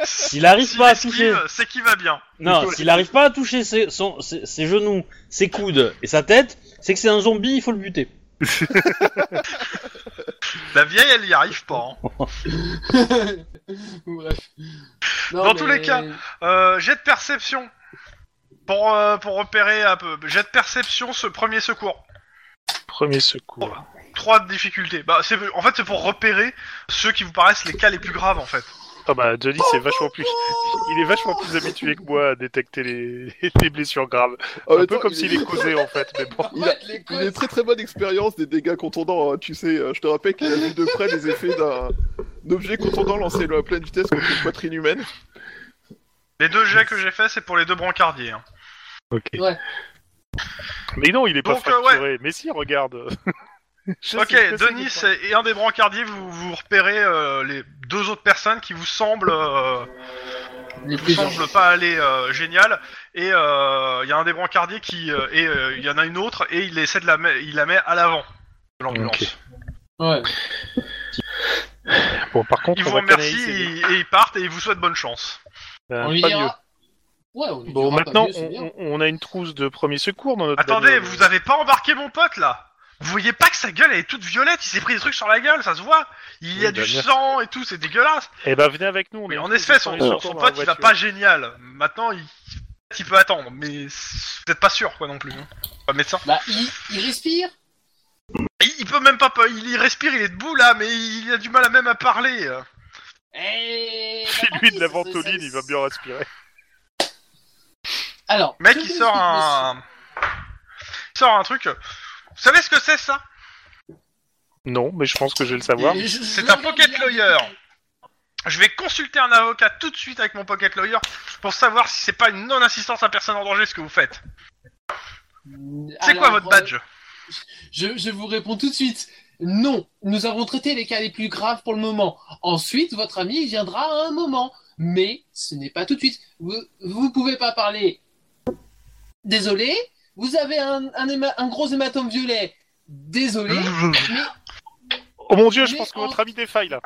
S'il arrive S'il pas à toucher, esquive, euh, c'est qui va bien. non, s'il arrive pas à toucher ses, son- ses- ses genoux, ses coudes et sa tête, c'est que c'est un zombie, il faut le buter. La vieille elle y arrive pas. hein. Bref. Non, Dans tous les cas, Euh, jet de perception. Pour, euh, pour repérer un peu. Jet de perception, ce premier secours. Premier secours. Trois de difficulté. Bah, c'est, en fait, c'est pour repérer ceux qui vous paraissent les cas les plus graves, en fait. Ah bah Johnny, c'est vachement plus. Il est vachement plus habitué que moi à détecter les, les blessures graves. En un même peu temps, comme Oh, Ah, il s'il est- est causé en fait, mais bon. il il a- les Il est codes. très très bonne expérience des dégâts contondants, hein. tu sais, euh, je te rappelle qu'il a vu de près les effets d'un d'un objet contondant lancé à pleine vitesse contre une poitrine humaine. Les deux jets que j'ai fait, c'est pour les deux brancardiers. hein. Ok. Ouais. Mais non, il est Donc, pas euh, ouais. fracturé. Mais si, regarde. Je Ok, sais que c'est Denis des- et et un des brancardiers, vous, vous repérez euh, les deux autres personnes qui vous semblent, euh, Les vous plus semblent pas aller euh, génial. Et euh, il y a un des brancardiers qui. euh, et euh, il y en a une autre, et il essaie de la, met- il la met à l'avant de l'ambulance. Ok. Ouais. Bon, par contre, Ils on vous va remercient canaliser- et, et ils partent et ils vous souhaitent bonne chance. Euh, on lui pas dira. mieux. Ouais, on lui Bon, dira, maintenant, tant mieux, c'est bien. on, on- on a une trousse de premier secours dans notre. hein. Attendez, bagnole. vous avez pas embarqué mon pote là Vous voyez pas que sa gueule elle est toute violette Il s'est pris des trucs sur la gueule, ça se voit. Il y a Oui, bah, du merci. sang et tout, c'est dégueulasse. Eh ben, venez avec nous. on Mais a en une trousse effet, de son, premier son- secours son dans la pote il va voiture. pas génial. Maintenant, il, il peut attendre, mais c'est peut-être pas sûr quoi non plus. hein. Pas médecin. Bah, il, il respire. Il, il peut même pas, il, il respire, il est debout là, mais il a du mal à même à parler. euh. Et... bah, Fais-lui de la ventoline, il va bien respirer. Alors, Mec, je il vous sort explique, un. Il sort un truc. Vous savez ce que c'est ça Non, mais je pense que je vais le savoir. monsieur. Je- je- C'est je un regarde pocket bien. lawyer. Je vais consulter un avocat tout de suite avec mon pocket lawyer pour savoir si c'est pas une non-assistance à personne en danger ce que vous faites. C'est Alors, quoi votre euh, badge je, je vous réponds tout de suite. Non, nous avons traité les cas les plus graves pour le moment. Ensuite, votre ami viendra à un moment. Mais ce n'est pas tout de suite. Vous ne pouvez pas parler. Désolé. Vous avez un, un, héma- un gros hématome violet. Désolé. Mmh. Mais Oh mon dieu, je Mais pense que en- votre ami défaille là.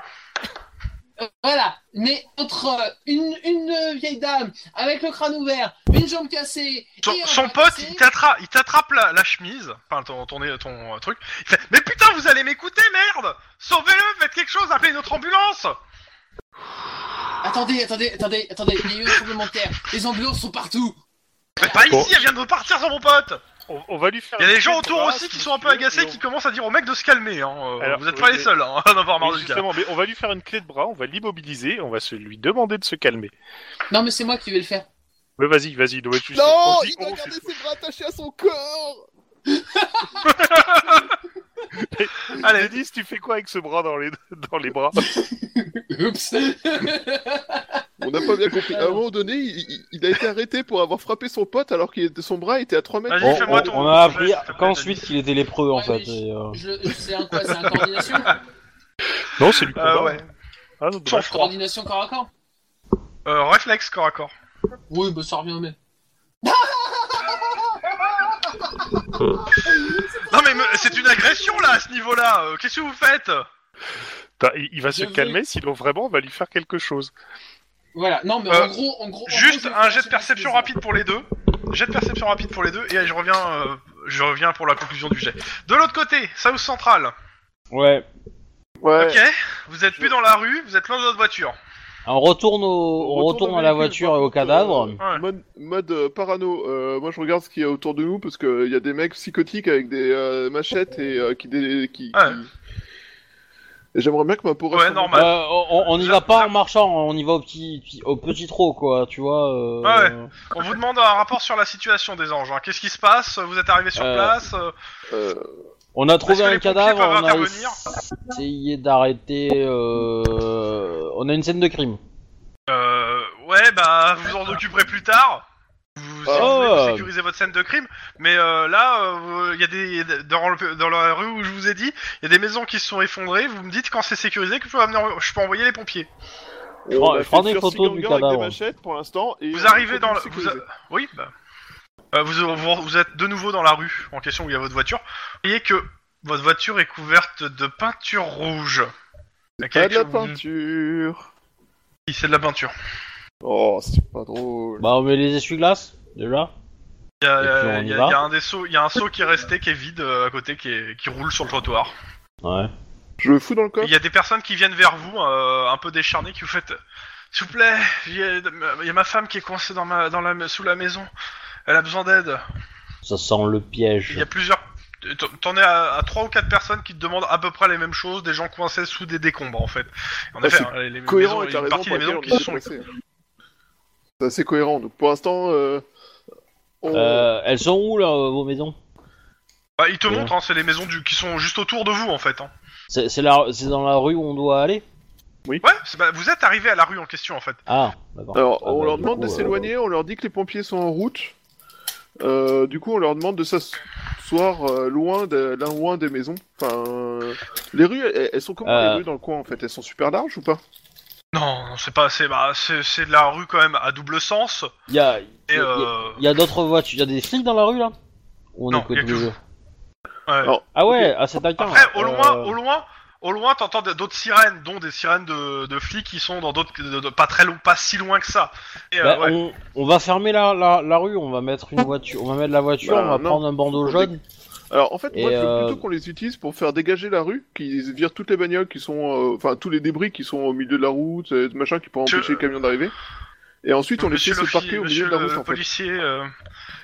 Euh, Voilà, mais entre euh, une, une euh, vieille dame avec le crâne ouvert, une jambe cassée, Son, et un son bras pote, cassé, il t'attrape, il t'attrape la, la chemise, enfin ton, ton, ton, euh, truc. Il fait, mais putain, vous allez m'écouter, merde Sauvez-le, faites quelque chose, appelez notre ambulance Attendez, attendez, attendez, attendez, il y a eu un tremblement de terre, les ambulances sont partout. Mais pas Bon. ici, elle vient de repartir sur mon pote On, on va lui faire. Il y a une des gens enquête, on autour verra aussi si qui vous sont un peu suivez, agacés, et on- qui commencent à dire au mec de se calmer. Hein. euh, Alors, vous êtes oui, pas les mais- seuls hein, à en avoir marre Oui, du cas. justement, mais on va lui faire une clé de bras, on va l'immobiliser, on va se lui demander de se calmer. Non, mais c'est moi qui vais le faire. Mais vas-y, vas-y, Noé, tu sais, Oh, Non, on dit- on il va refuse. garder ses bras attachés à son corps Allez, Denis, tu fais quoi avec ce bras dans les, dans les bras Oups On n'a pas bien compris. À un Alors. moment donné, il, il- il a été arrêté pour avoir frappé son pote alors que son bras était à 3 mètres. Vas-y, On, fais-moi on- ton- on a ton appris geste, s'il te plaît, qu'ensuite il était lépreux en Ouais, fait. mais et, euh, je, je- C'est un quoi, c'est un coordination Non, c'est lui Euh, ouais. Ah, non, Sans dommage. froid. Coordination corps à corps Euh, réflexe corps à corps. Oui, bah ça revient au même. Non mais me- c'est une agression là à ce niveau-là. euh, Qu'est-ce que vous faites Putain, Bah, il, il va se Je vais- calmer, sinon vraiment on va lui faire quelque chose. Voilà, non, mais Euh, en gros, en gros. en Juste gros, je vais un faire jet de perception chose. rapide pour les deux. Jet de perception rapide pour les deux et je reviens, euh, je reviens pour la conclusion du jet. De l'autre côté, South Central. Ouais. Ouais. Ok. Vous êtes plus dans la rue, vous êtes loin de votre voiture. On retourne, au- on On retourne retourne au à la véhicule, voiture par et au contre, euh, cadavre. Ouais. Mode, mode, euh, parano. Euh, moi, je regarde ce qu'il y a autour de nous parce qu'il y a des mecs psychotiques avec des euh, machettes et euh, qui. Des, qui, Ouais. qui- Et J'aimerais bien que ma peau Ouais, ressemble- normal. Euh, on, on y va pas en marchant, on y va au petit, petit- au petit trot quoi, tu vois. euh, Ah ouais. On vous demande un rapport sur la situation des anges. hein. Qu'est-ce qui se passe Vous êtes arrivé sur Euh, place euh, Euh, On a trouvé Est-ce que un les pompiers cadavre, peuvent on a intervenir essayé d'arrêter. euh, On a une scène de crime. Euh, ouais, bah, vous en occuperez plus tard. Vous, si vous Ah. voulez, vous sécurisez votre scène de crime. Mais euh, là, il y a des dans, le- dans la rue où je vous ai dit, il y a des maisons qui se sont effondrées. Vous me dites quand c'est sécurisé que je peux, amener, je peux envoyer les pompiers. on prends- a je fait prends des le photos First du Gang cadavre. Avec des machettes pour l'instant. et Vous on arrivez fait dans tout la... Vous, sécuriser. oui, bah. Euh, vous, vous- vous êtes de nouveau dans la rue en question où il y a votre voiture. Vous voyez que votre voiture est couverte de peinture rouge. Il y a Pas de la quelque- peinture. Oui, C'est de la peinture. Oh, c'est pas drôle. Bah on met les essuie-glaces déjà. Il y a, Et puis on euh, il y a- y va. il y a un des seaux- il y a un seau qui est resté, qui est vide euh, à côté, qui, est- qui roule sur le trottoir. Ouais. Je le fous dans le coffre. Il y a des personnes qui viennent vers vous, euh, un peu décharnées, qui vous faites S'il vous plaît, il y, a- il y a ma femme qui est coincée dans ma, dans la, sous la maison. Elle a besoin d'aide. Ça sent le Il y piège. a plusieurs. t'en- T'en es à, à trois ou quatre personnes qui te demandent à peu près les mêmes choses, des gens coincés sous des décombres en fait. En Ah, effet, c'est hein, les, les cohérent maisons, avec la une raison partie pour des laquelle maisons on qui est sont. déplacé. C'est assez cohérent. Donc pour l'instant, euh, on- Euh, elles sont où là vos maisons Bah, ils te Ouais. montrent, hein, c'est les maisons du, qui sont juste autour de vous en fait. hein. C'est c'est la- c'est dans la rue où on doit aller Ouais, c'est- bah, vous êtes arrivé à la rue en question en fait. Ah, d'accord. alors Ah, on bah, leur du demande coup, de euh, s'éloigner, on leur dit que les pompiers sont en route. Euh, du coup, on leur demande de s'asseoir euh, loin de l'un loin des maisons. Enfin, euh, les rues, elles, elles sont comment Euh. les rues dans le coin en fait Elles sont super larges ou pas Non, non, c'est pas c'est bah, c'est c'est de la rue quand même à double sens. Il y a, il Et y a- euh, il y a d'autres voitures, il y a des flics dans la rue là Ou on Non, est que il y a tous les que- deux ouais. Alors, Ah ouais, à cet accueil. euh. Après, au loin, au loin, Au loin, t'entends d'autres sirènes, dont des sirènes de, de flics qui sont dans d'autres, de- de- pas très long, pas si loin que ça. Et, euh, Bah, ouais. on, on va fermer la, la, la rue, on va mettre une voiture, on va mettre la voiture, Bah, on va non. prendre un bandeau jaune. Alors en fait, Et moi, je veux euh, plutôt qu'on les utilise pour faire dégager la rue, qu'ils virent toutes les bagnoles qui sont, euh, enfin tous les débris qui sont au milieu de la route, euh, machin qui pourraient Monsieur- empêcher les camions d'arriver. Et ensuite, on les Monsieur fait se le fi- parquer au milieu monsieur de la le route. En fait. policier, euh,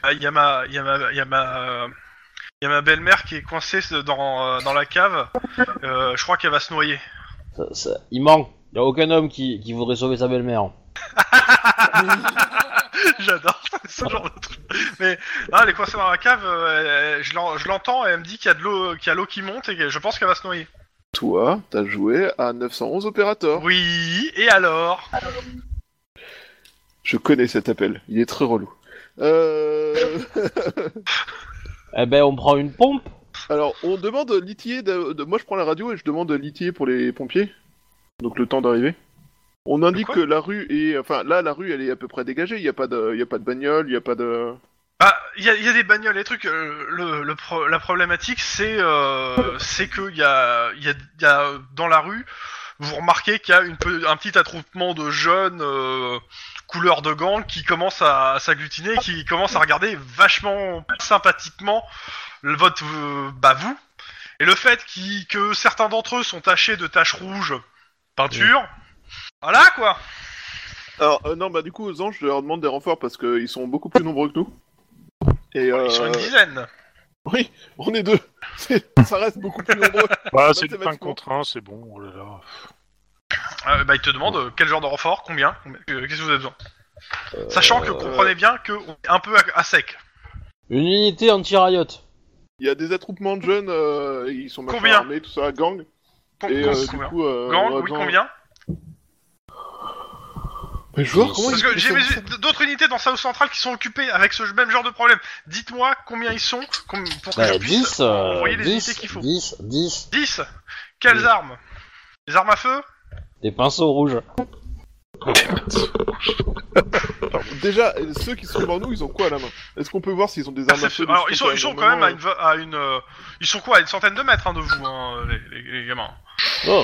ah, il y a ma, il y a ma, il y a ma, euh, il y a ma belle-mère qui est coincée dans, euh, dans la cave. Euh, je crois qu'elle va se noyer. Ça- ça- il manque. Y a aucun homme qui, qui voudrait sauver sa belle-mère. J'adore ce genre de truc. Mais non, elle est coincée dans la cave. euh, elle- je l'en- je l'entends et elle me dit qu'il y a de l'eau, qu'il y a l'eau qui monte et que je pense qu'elle va se noyer. Toi, t'as joué à 911 opérateur. Oui. Et alors Je connais cet appel. Il est très relou. Euh... Eh ben, on prend une pompe. Alors, on demande l'ITIE. De... de- Moi, je prends la radio et je demande l'ITIE pour les pompiers. Donc, le temps d'arriver. On indique quoi que la rue est. Enfin, là, la rue, elle est à peu près dégagée. Il n'y a, pas de... il y a pas de bagnole, il n'y a pas de. Bah, il y a, il y a des bagnoles, les trucs. euh, Le, le pro- la problématique, c'est euh, c'est que il y a, il y a- il y a, dans la rue, vous remarquez qu'il y a une, pe- un petit attroupement de jeunes euh, couleur de gang qui commencent à, à s'agglutiner, qui commencent à regarder vachement sympathiquement le vote, euh, bah vous. Et le fait qui que certains d'entre eux sont tachés de taches rouges, peinture. Voilà quoi. Alors, euh, non, bah, du coup, aux anges, je leur demande des renforts parce qu'ils sont beaucoup plus nombreux que nous. Et euh, Ils sont une dizaine. Oui, on est deux. C'est- Ça reste beaucoup plus nombreux. Bah, c'est du 5 Mathématiquement. contre 1, c'est bon. Oh là là. Euh, bah, il te demande euh, quel genre de renfort, combien, combien- euh, qu'est-ce que vous avez besoin. Euh, Sachant que comprenez bien que on est un peu à, à sec. Une unité anti-riot. Il y a des attroupements de jeunes, euh, ils sont machin Combien armés, tout ça, gang. Com- Et com- euh, du combien coup, euh, Gang, on a oui, besoin- combien Mais je vois comment Parce ils- que ils j'ai sont- vu d'autres unités dans South Central qui sont occupées avec ce même genre de problème. Dites-moi combien ils sont com- pour que Bah, je puisse 10, euh, envoyer les 10, unités qu'il faut. 10, 10, 10 Quelles Oui. armes Des armes à feu des pinceaux rouges. Déjà, euh, ceux qui sont devant nous, ils ont quoi à la main Est-ce qu'on peut voir s'ils ont des armes à Perception. feu des Alors ils trucs sont, ils sont quand même à une, va- à une euh, ils sont quoi à une centaine de mètres hein, de vous hein, les, les- les gamins. Oh,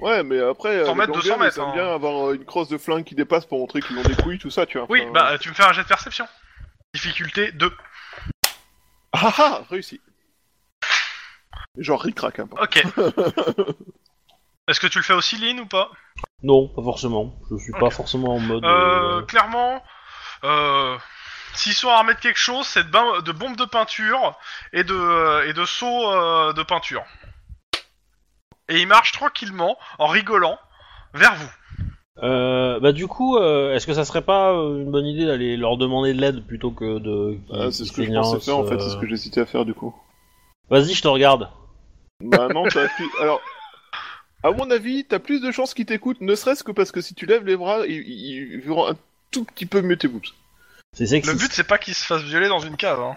Ouais, mais après, euh, 100 les mètres, 200 gangers, ils mètres, aiment hein. bien avoir euh, une crosse de flingue qui dépasse pour montrer qu'ils ont des couilles, tout ça, tu vois. Oui, Enfin, bah tu me fais un jet de perception. Difficulté 2. Ah ah, réussi. Genre ric-rac, hein. Ok. Est-ce que tu le fais aussi, Lynn, ou pas non, pas forcément. Je suis pas Ok. forcément en mode. euh, euh, Clairement, euh, s'ils sont armés de quelque chose, c'est de, bain- de bombes de peinture et de, et de seaux euh, de peinture. Et ils marchent tranquillement, en rigolant, vers vous. euh, bah, du coup, euh, est-ce que ça serait pas euh, une bonne idée d'aller leur demander de l'aide plutôt que de. Ah, c'est ce que je qu'ils pensais faire, en fait, euh, c'est ce que j'hésitais à faire, du coup. Vas-y, je te regarde. Bah non, t'as plus... Alors, à mon avis, t'as plus de chances qu'ils t'écoutent, ne serait-ce que parce que si tu lèves les bras, ils, ils ils verront un tout petit peu mieux tes boobs. C'est sexy. Le but, c'est pas qu'ils se fassent violer dans une cave. Hein.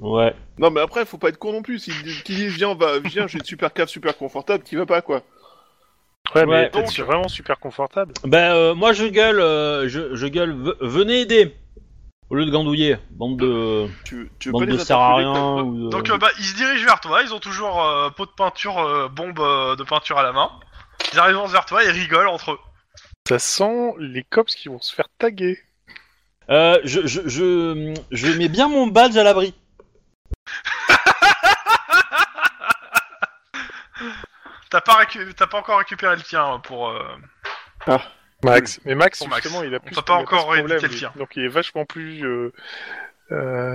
Ouais. Non, mais après, faut pas être con non plus. S'ils disent- qu'ils disent, viens, on va, viens, j'ai une super cave super confortable, t'y vas pas, quoi. Ouais, Ouais. mais t'es Donc- c'est vraiment super confortable. Bah, euh, moi, je gueule, euh, je, je gueule, ve- venez aider Au lieu de gandouiller, bande de. Tu, tu veux bande pas de les interpeller serrariens comme- ou de- Donc, euh, bah, ils se dirigent vers toi, ils ont toujours euh, pot de peinture, euh, bombe euh, de peinture à la main. Ils arrivent vers toi et rigolent entre eux. Ça sent les cops qui vont se faire taguer. Euh, je, je, je, je mets bien mon badge à l'abri. T'as pas, récu- t'as pas encore récupéré le tien euh, pour... euh, Max. Mais Max, Pour Max. justement, il a plus. t'a pas il a encore ce problème, rééduqué le lui. tir. Donc il est vachement plus euh, euh,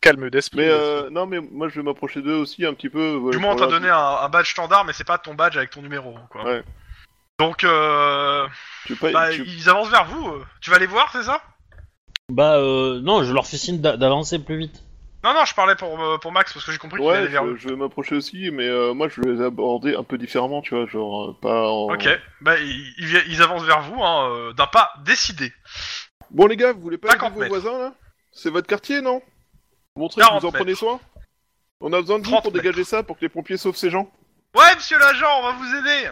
calme d'esprit. Mais euh, non, mais moi, je vais m'approcher d'eux aussi un petit peu. voilà, Du moins, on pour t'a leur donné dire, un, un badge standard, mais c'est pas ton badge avec ton numéro. Quoi. Ouais. Donc, euh, Tu veux pas, bah, tu- ils avancent vers vous. euh. Tu vas les voir, c'est ça Bah, euh, non, je leur fais signe d'a- d'avancer plus vite. Non, non, je parlais pour, euh, pour Max parce que j'ai compris qu'il Ouais, allait vers je, vous. je vais m'approcher aussi, mais euh, moi, je vais les aborder un peu différemment, tu vois, genre, euh, pas en... Ok, bah, ils, ils vi- ils avancent vers vous hein, euh, d'un pas décidé. Bon, les gars, vous voulez pas aider 50 vos mètres. voisins, là C'est votre quartier, non Montrez que vous en 40 prenez mètres. soin On a besoin de vous 30 pour dégager ça, pour que les pompiers sauvent ces gens. Ouais, monsieur l'agent, on va vous aider.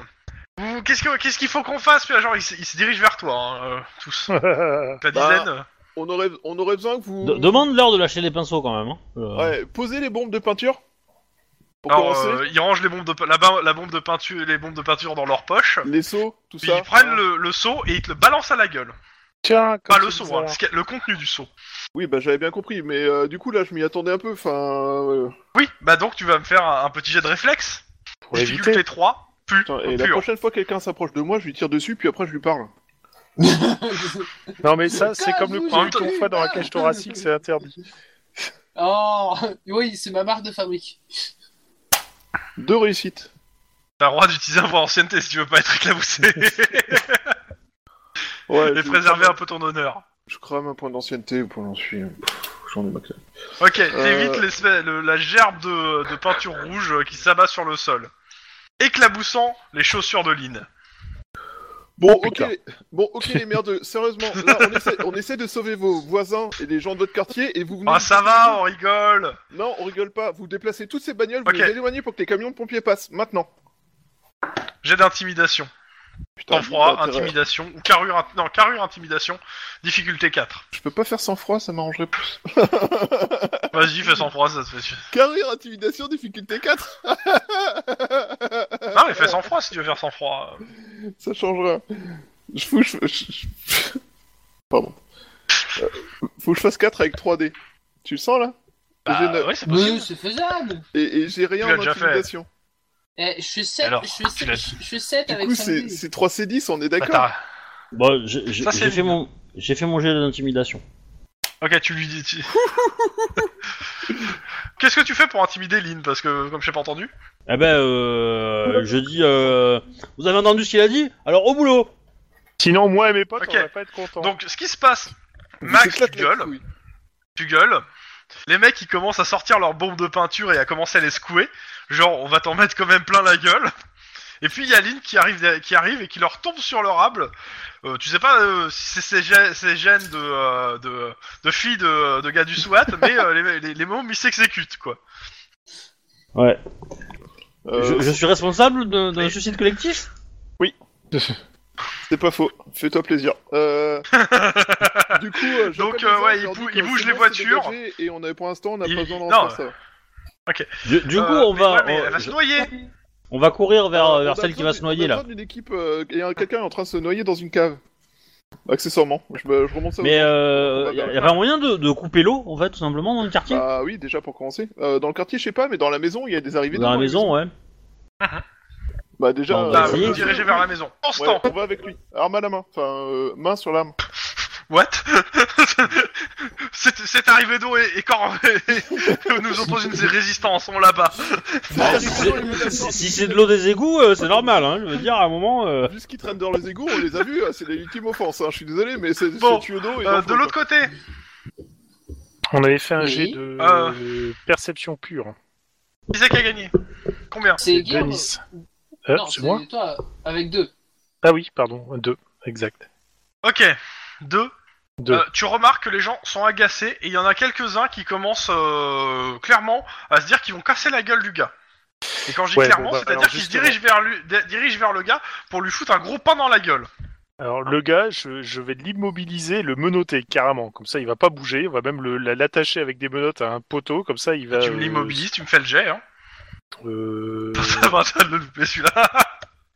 Vous- Qu'est-ce que- qu'est-ce qu'il faut qu'on fasse, monsieur l'agent ils, se- ils se dirigent vers toi, hein, euh, tous. La Bah, dizaine. On aurait, on aurait besoin que vous... De- Demande leur de lâcher les pinceaux quand même. Hein. Euh, Ouais, posez les bombes de peinture Pour Alors, commencer, euh, ils rangent les bombes de pe- la, ba- la bombe de peinture, les bombes de peinture dans leur poche. les seaux, tout Puis ça. ils prennent le, le seau et ils te le balancent à la gueule. Tiens, Pas le seau, hein, ce qu'il y a- le contenu du seau. Oui, bah j'avais bien compris, mais euh, du coup là, je m'y attendais un peu. Enfin, euh, Oui, bah donc tu vas me faire un, un petit jet de réflexe. Pour Difficulté éviter. 3, plus, putain, et la pur. prochaine fois que quelqu'un s'approche de moi, je lui tire dessus, puis après je lui parle. Non, mais ça, c'est comme le Calme-vous, produit j'ai qu'on eu fait dans la peur. cage thoracique, c'est interdit. Oh, oui, c'est ma marque de fabrique. Deux réussites. T'as le droit d'utiliser un point ancienneté si tu veux pas être éclaboussé. Ouais, et je- préserver un peu ton honneur. Je crame un point d'ancienneté ou point d'en suis. Pff, J'en ai ma claque. Ok, Euh, t'évites l'espèce- le- la gerbe de, de peinture rouge euh, qui s'abat sur le sol, éclaboussant les chaussures de Lynn. Bon, Oh, ok, putain. bon, ok, les merdeux, sérieusement, là, on essaie, on essaie de sauver vos voisins et les gens de votre quartier, et vous venez... Ah ça va, on rigole Non, on rigole pas, vous déplacez toutes ces bagnoles, Ok. vous les éloignez pour que les camions de pompiers passent, maintenant. J'ai d'intimidation. Putain, Temps froid, t'as intérêt. intimidation, ou carrure, int- non, carrure, intimidation, difficulté 4. Je peux pas faire sans froid, ça m'arrangerait plus. Vas-y, fais sans froid, ça te fait... chier. Carrière, intimidation, difficulté 4 Non mais fais sans froid si tu veux faire sans froid. Ça change rien. Je fous, je... je- je- Pardon. Euh, faut que je fasse 4 avec 3D. Tu le sens, là Bah, J'ai neuf. oui, c'est possible. Mais c'est faisable. Et, et j'ai rien Tu l'as en déjà fait. intimidation. Eh, je suis 7, Alors, je suis tu 7, l'as je suis 7 Du avec coup, 5 c'est c'est 3C10, on est d'accord Bah, Bah, j'ai j'ai- Ça, c'est j'ai fait Lynn. mon j'ai fait mon jet d'intimidation. t'as- Ok, tu lui dis... tu- Qu'est-ce que tu fais pour intimider Lynn Parce que, comme j'ai pas entendu... Eh ben, euh, je dis, euh, vous avez entendu ce qu'il a dit Alors au boulot. Sinon, moi et mes potes, Ok. on va pas être contents. Donc, ce qui se passe, Vous Max, tu éclatez la gueules, couille. tu gueules. Les mecs, ils commencent à sortir leurs bombes de peinture et à commencer à les secouer. Genre, on va t'en mettre quand même plein la gueule. Et puis, il y a Lynn qui arrive, derrière- qui arrive et qui leur tombe sur leur âble. Euh, tu sais pas euh, si c'est ces gè- ces gènes de, euh, de, de filles de, de gars du SWAT, mais euh, les, les, les mômes, ils s'exécutent, quoi. Ouais. Euh, Je, je suis responsable de- d'un suicide collectif C'est pas faux, fais-toi plaisir. Euh... du coup, euh, j'appelle Donc, les euh, gens, ouais, je ils leur dis bou- que ils bougent c'est les bon, c'est voitures. dégagé, Et on a, pour l'instant, on n'a Ils- pas besoin d'en non. faire ça. Du, du coup, Euh, on mais va ouais, mais on, elle va se noyer. on va courir vers, euh, Alors, Ah, on a vers celle qui besoin va d'une- se noyer on a là. besoin d'une équipe, euh, et un- quelqu'un est en train de se noyer dans une cave. Accessoirement, je, me- je remonte ça. Mais On va euh, y a, vers- y a pas moyen de, de couper l'eau en fait, tout simplement dans le quartier. Bah oui, déjà pour commencer. Euh, dans le quartier, je sais pas, mais dans la maison, il y a des arrivées. dans la devant, maison, ouais. Bah déjà, Bah, on euh, Là, va vous essayer. vous dirigez vers la maison. En ce ouais, temps, on va avec lui. Arme à la main, enfin, euh, main sur l'arme. what Cette cette arrivée d'eau et, et corps nous oppose une résistance, on la bat. Bah, si c'est- si si c'est de l'eau des égouts, euh, c'est normal. Hein, je veux dire, à un moment. euh, Vu ce qui traîne dans les égouts, on les a vus, euh, c'est des ultimes offenses, hein, je suis désolé, mais c'est Bon, c'est tuyau d'eau et Euh, d'en de faut, l'autre côté, On avait fait un Oui. jet de Ah. perception pure. qui c'est qui a gagné Combien C'est Guillaume. Denis. Euh, non, c'est moi c'est toi, avec 2. Ah oui, pardon, deux, exact. Ok, deux. Deux. Euh, tu remarques que les gens sont agacés et il y en a quelques-uns qui commencent euh, clairement à se dire qu'ils vont casser la gueule du gars. Et quand je dis Ouais, clairement, bon, bah, c'est-à-dire alors, qu'ils se justement. dirigent vers, lui, de- dirigent vers le gars pour lui foutre un gros pain dans la gueule. Alors le gars, je, je vais l'immobiliser, le menotter carrément. Comme ça, il va pas bouger. On va même le- la- l'attacher avec des menottes à un poteau. Comme ça, il va. tu me l'immobilises, tu me fais le jet. Hein. euh, Ça va, t'as de le louper celui-là.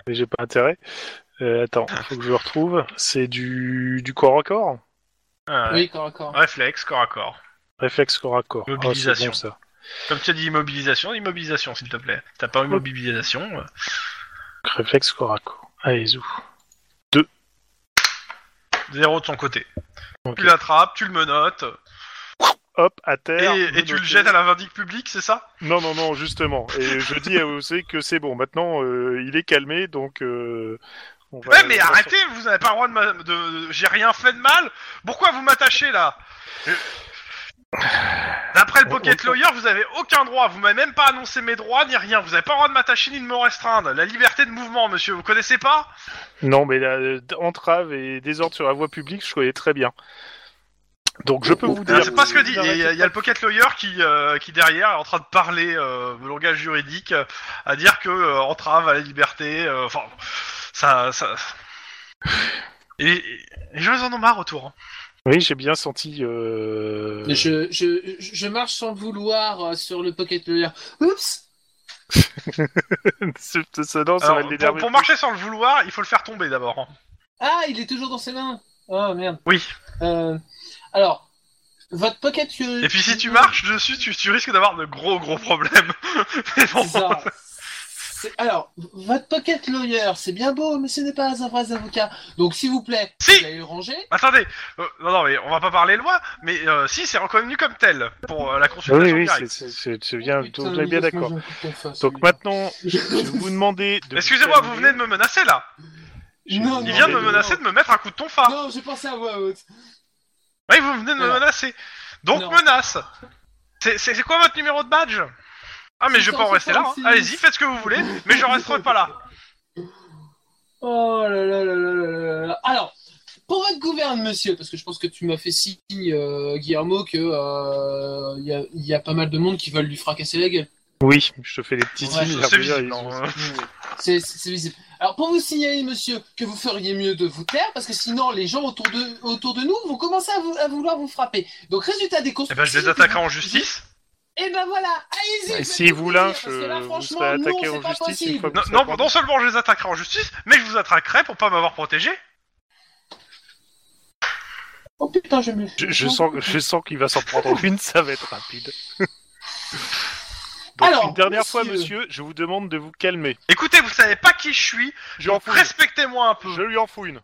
Mais j'ai pas intérêt. Euh, attends, faut que je le retrouve. C'est du, du corps à corps Ah, Oui, encore, encore. Réflexe, corps à corps. Réflexe corps à corps. Ah, c'est Mobilisation. bon, ça. Comme tu as dit immobilisation, immobilisation s'il te plaît. T'as pas immobilisation. euh. Réflexe corps à corps. Allez, zou. Zéro de son côté. Ok. Tu l'attrapes, tu le menottes Hop, à terre. et, et tu le menotté. jettes à la vindique publique, c'est ça Non, non, non, justement. Et je dis à OC que c'est bon. Maintenant, euh, il est calmé, donc. euh, on va- Ouais, mais on va arrêtez, vous n'avez pas le droit de. ma- de- de- J'ai rien fait de mal. Pourquoi vous m'attachez là Euh, D'après le On- Pocket on- Lawyer, vous avez aucun droit. Vous m'avez même pas annoncé mes droits ni rien. Vous n'avez pas le droit de m'attacher ni de me restreindre. La liberté de mouvement, monsieur, vous connaissez pas Non, mais la, euh, entrave et désordre sur la voie publique, je connais très bien. Donc je peux vous Alors, dire. C'est pas ce que dit. Il y, a- Arrêtez il y a- il y a pas. le Pocket Lawyer qui, euh, qui derrière est en train de parler euh, le langage juridique, euh, à dire que euh, entrave à la liberté. euh, Enfin, ça, ça. Et, et les gens ils en ont marre autour. hein. Oui, j'ai bien senti. euh, Je, je, je marche sans le vouloir euh, sur le pocket lawyer. Oups Ce- ce- ça, non, ça Alors, va pour- l'énerver. pour, marcher sans le vouloir, il faut le faire tomber d'abord. hein. Ah, il est toujours dans ses mains. Oh merde. Oui. Euh, alors, votre pocket. que- Et puis si tu marches dessus, tu, tu risques d'avoir de gros gros problèmes. Mais bon. C'est ça. C'est- Alors, v- votre pocket lawyer, c'est bien beau, mais ce n'est pas un vrai avocat. Donc, s'il vous plaît, Si vous allez le ranger. Attendez, euh, non, non, mais on va pas parler loi, mais euh, si, c'est reconnu comme tel pour euh, la consultation Oui, oui, directe. c'est- c'est- c'est c'est bien, Oh, Putain, on est bien Nicolas, d'accord. j'ai un coup de face, Donc lui. maintenant, je vais vous demander de. Excusez-moi, vous venez de me menacer là Non, Il non, vient de non, me menacer non. de me mettre un coup de tonfa Non, j'ai pensé à voix haute. Oui, vous venez de me Alors. menacer Donc Non. menace C'est- C'est c'est quoi votre numéro de badge Ah, mais je vais pas en rester là, hein. 666. allez-y, faites ce que vous voulez, mais je resterai pas là Oh là là là là là là là. Alors, pour votre gouverne, monsieur, parce que je pense que tu m'as fait signe, euh, Guillermo, que euh, il y, a- il y a pas mal de monde qui veulent lui fracasser la gueule. Oui, je te fais les petits Ouais, signes. C'est là, visible, ils ont- hein. C'est c'est- c'est visible. Alors, pour vous signaler, monsieur, que vous feriez mieux de vous taire, parce que sinon, les gens autour de, autour de nous vont commencer à, vou- à vouloir vous frapper. Donc, résultat des courses. Eh ben, je les attaquerai en justice Et ben voilà, allez-y. Et faites s'ils Bah, vous plaisir, lynchent, parce que là, euh, vous franchement, serez non, attaqué c'est en pas justice une possible. fois que non, Ça non, prend- non seulement je les attaquerai en justice, mais je vous attaquerai pour pas m'avoir protégé Oh putain, je me. Je, je sens, je sens qu'il va s'en prendre une, ça va être rapide. Donc, Alors, une dernière fois, monsieur- monsieur, je vous demande de vous calmer. Écoutez, vous savez pas qui je suis, Je, lui en donc fous une. respectez-moi un peu je lui en fous une.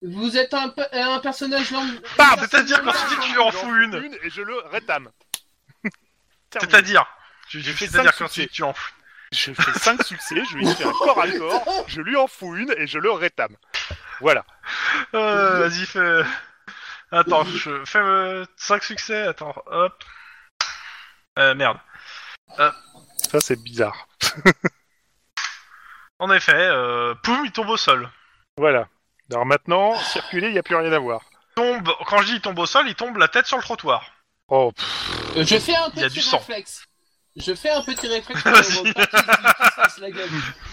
Vous êtes un, pe- un personnage lambda. Bah, un c'est-à-dire personnage quand tu dis que tu Je lui en lui fous une Et je le rétame. Terminé. C'est-à-dire tu- J'ai fait C'est-à-dire cinq quand tu, succès. tu en fous. Je fais 5 succès, je lui fais un corps à corps, je lui en fous une et je le rétame. Voilà. Euh, vas-y, fais. Attends, je fais 5 succès, attends, hop. Euh, merde. Ça, c'est bizarre. En effet, euh, poum, il tombe au sol. Voilà. Alors maintenant, circuler, il n'y a plus rien à voir. Il Tombe, quand je dis il tombe au sol, il tombe la tête sur le trottoir. Oh, pff, Euh, Je fais un Il y a petit du sang. réflexe. Je fais un petit réflexe Vas-y. pour pas qu'il- qu'il se fasse la gueule.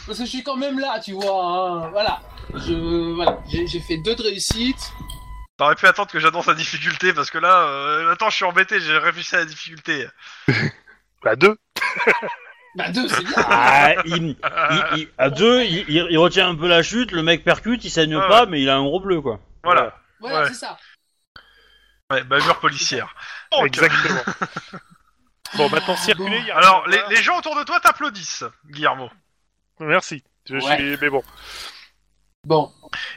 Parce que je suis quand même là, tu vois. hein. Voilà. Je voilà. J'ai j'ai fait deux de réussite. T'aurais pu attendre que j'annonce la difficulté parce que là, euh, attends, je suis embêté, j'ai réfléchi à la difficulté. bah deux. Bah deux, c'est bien. Ah, il, il- il- à deux, il, il- il retient un peu la chute, le mec percute, il saigne Ah pas, mais il a un gros bleu, quoi. Voilà, Voilà, Ouais. c'est ça. ouais, bavure policière. Donc, Exactement. bon, maintenant, circuler, il y a rien Ah, alors, à les, voir. les gens autour de toi t'applaudissent, Guillermo. Merci. Je Ouais. suis... Mais bon. Bon.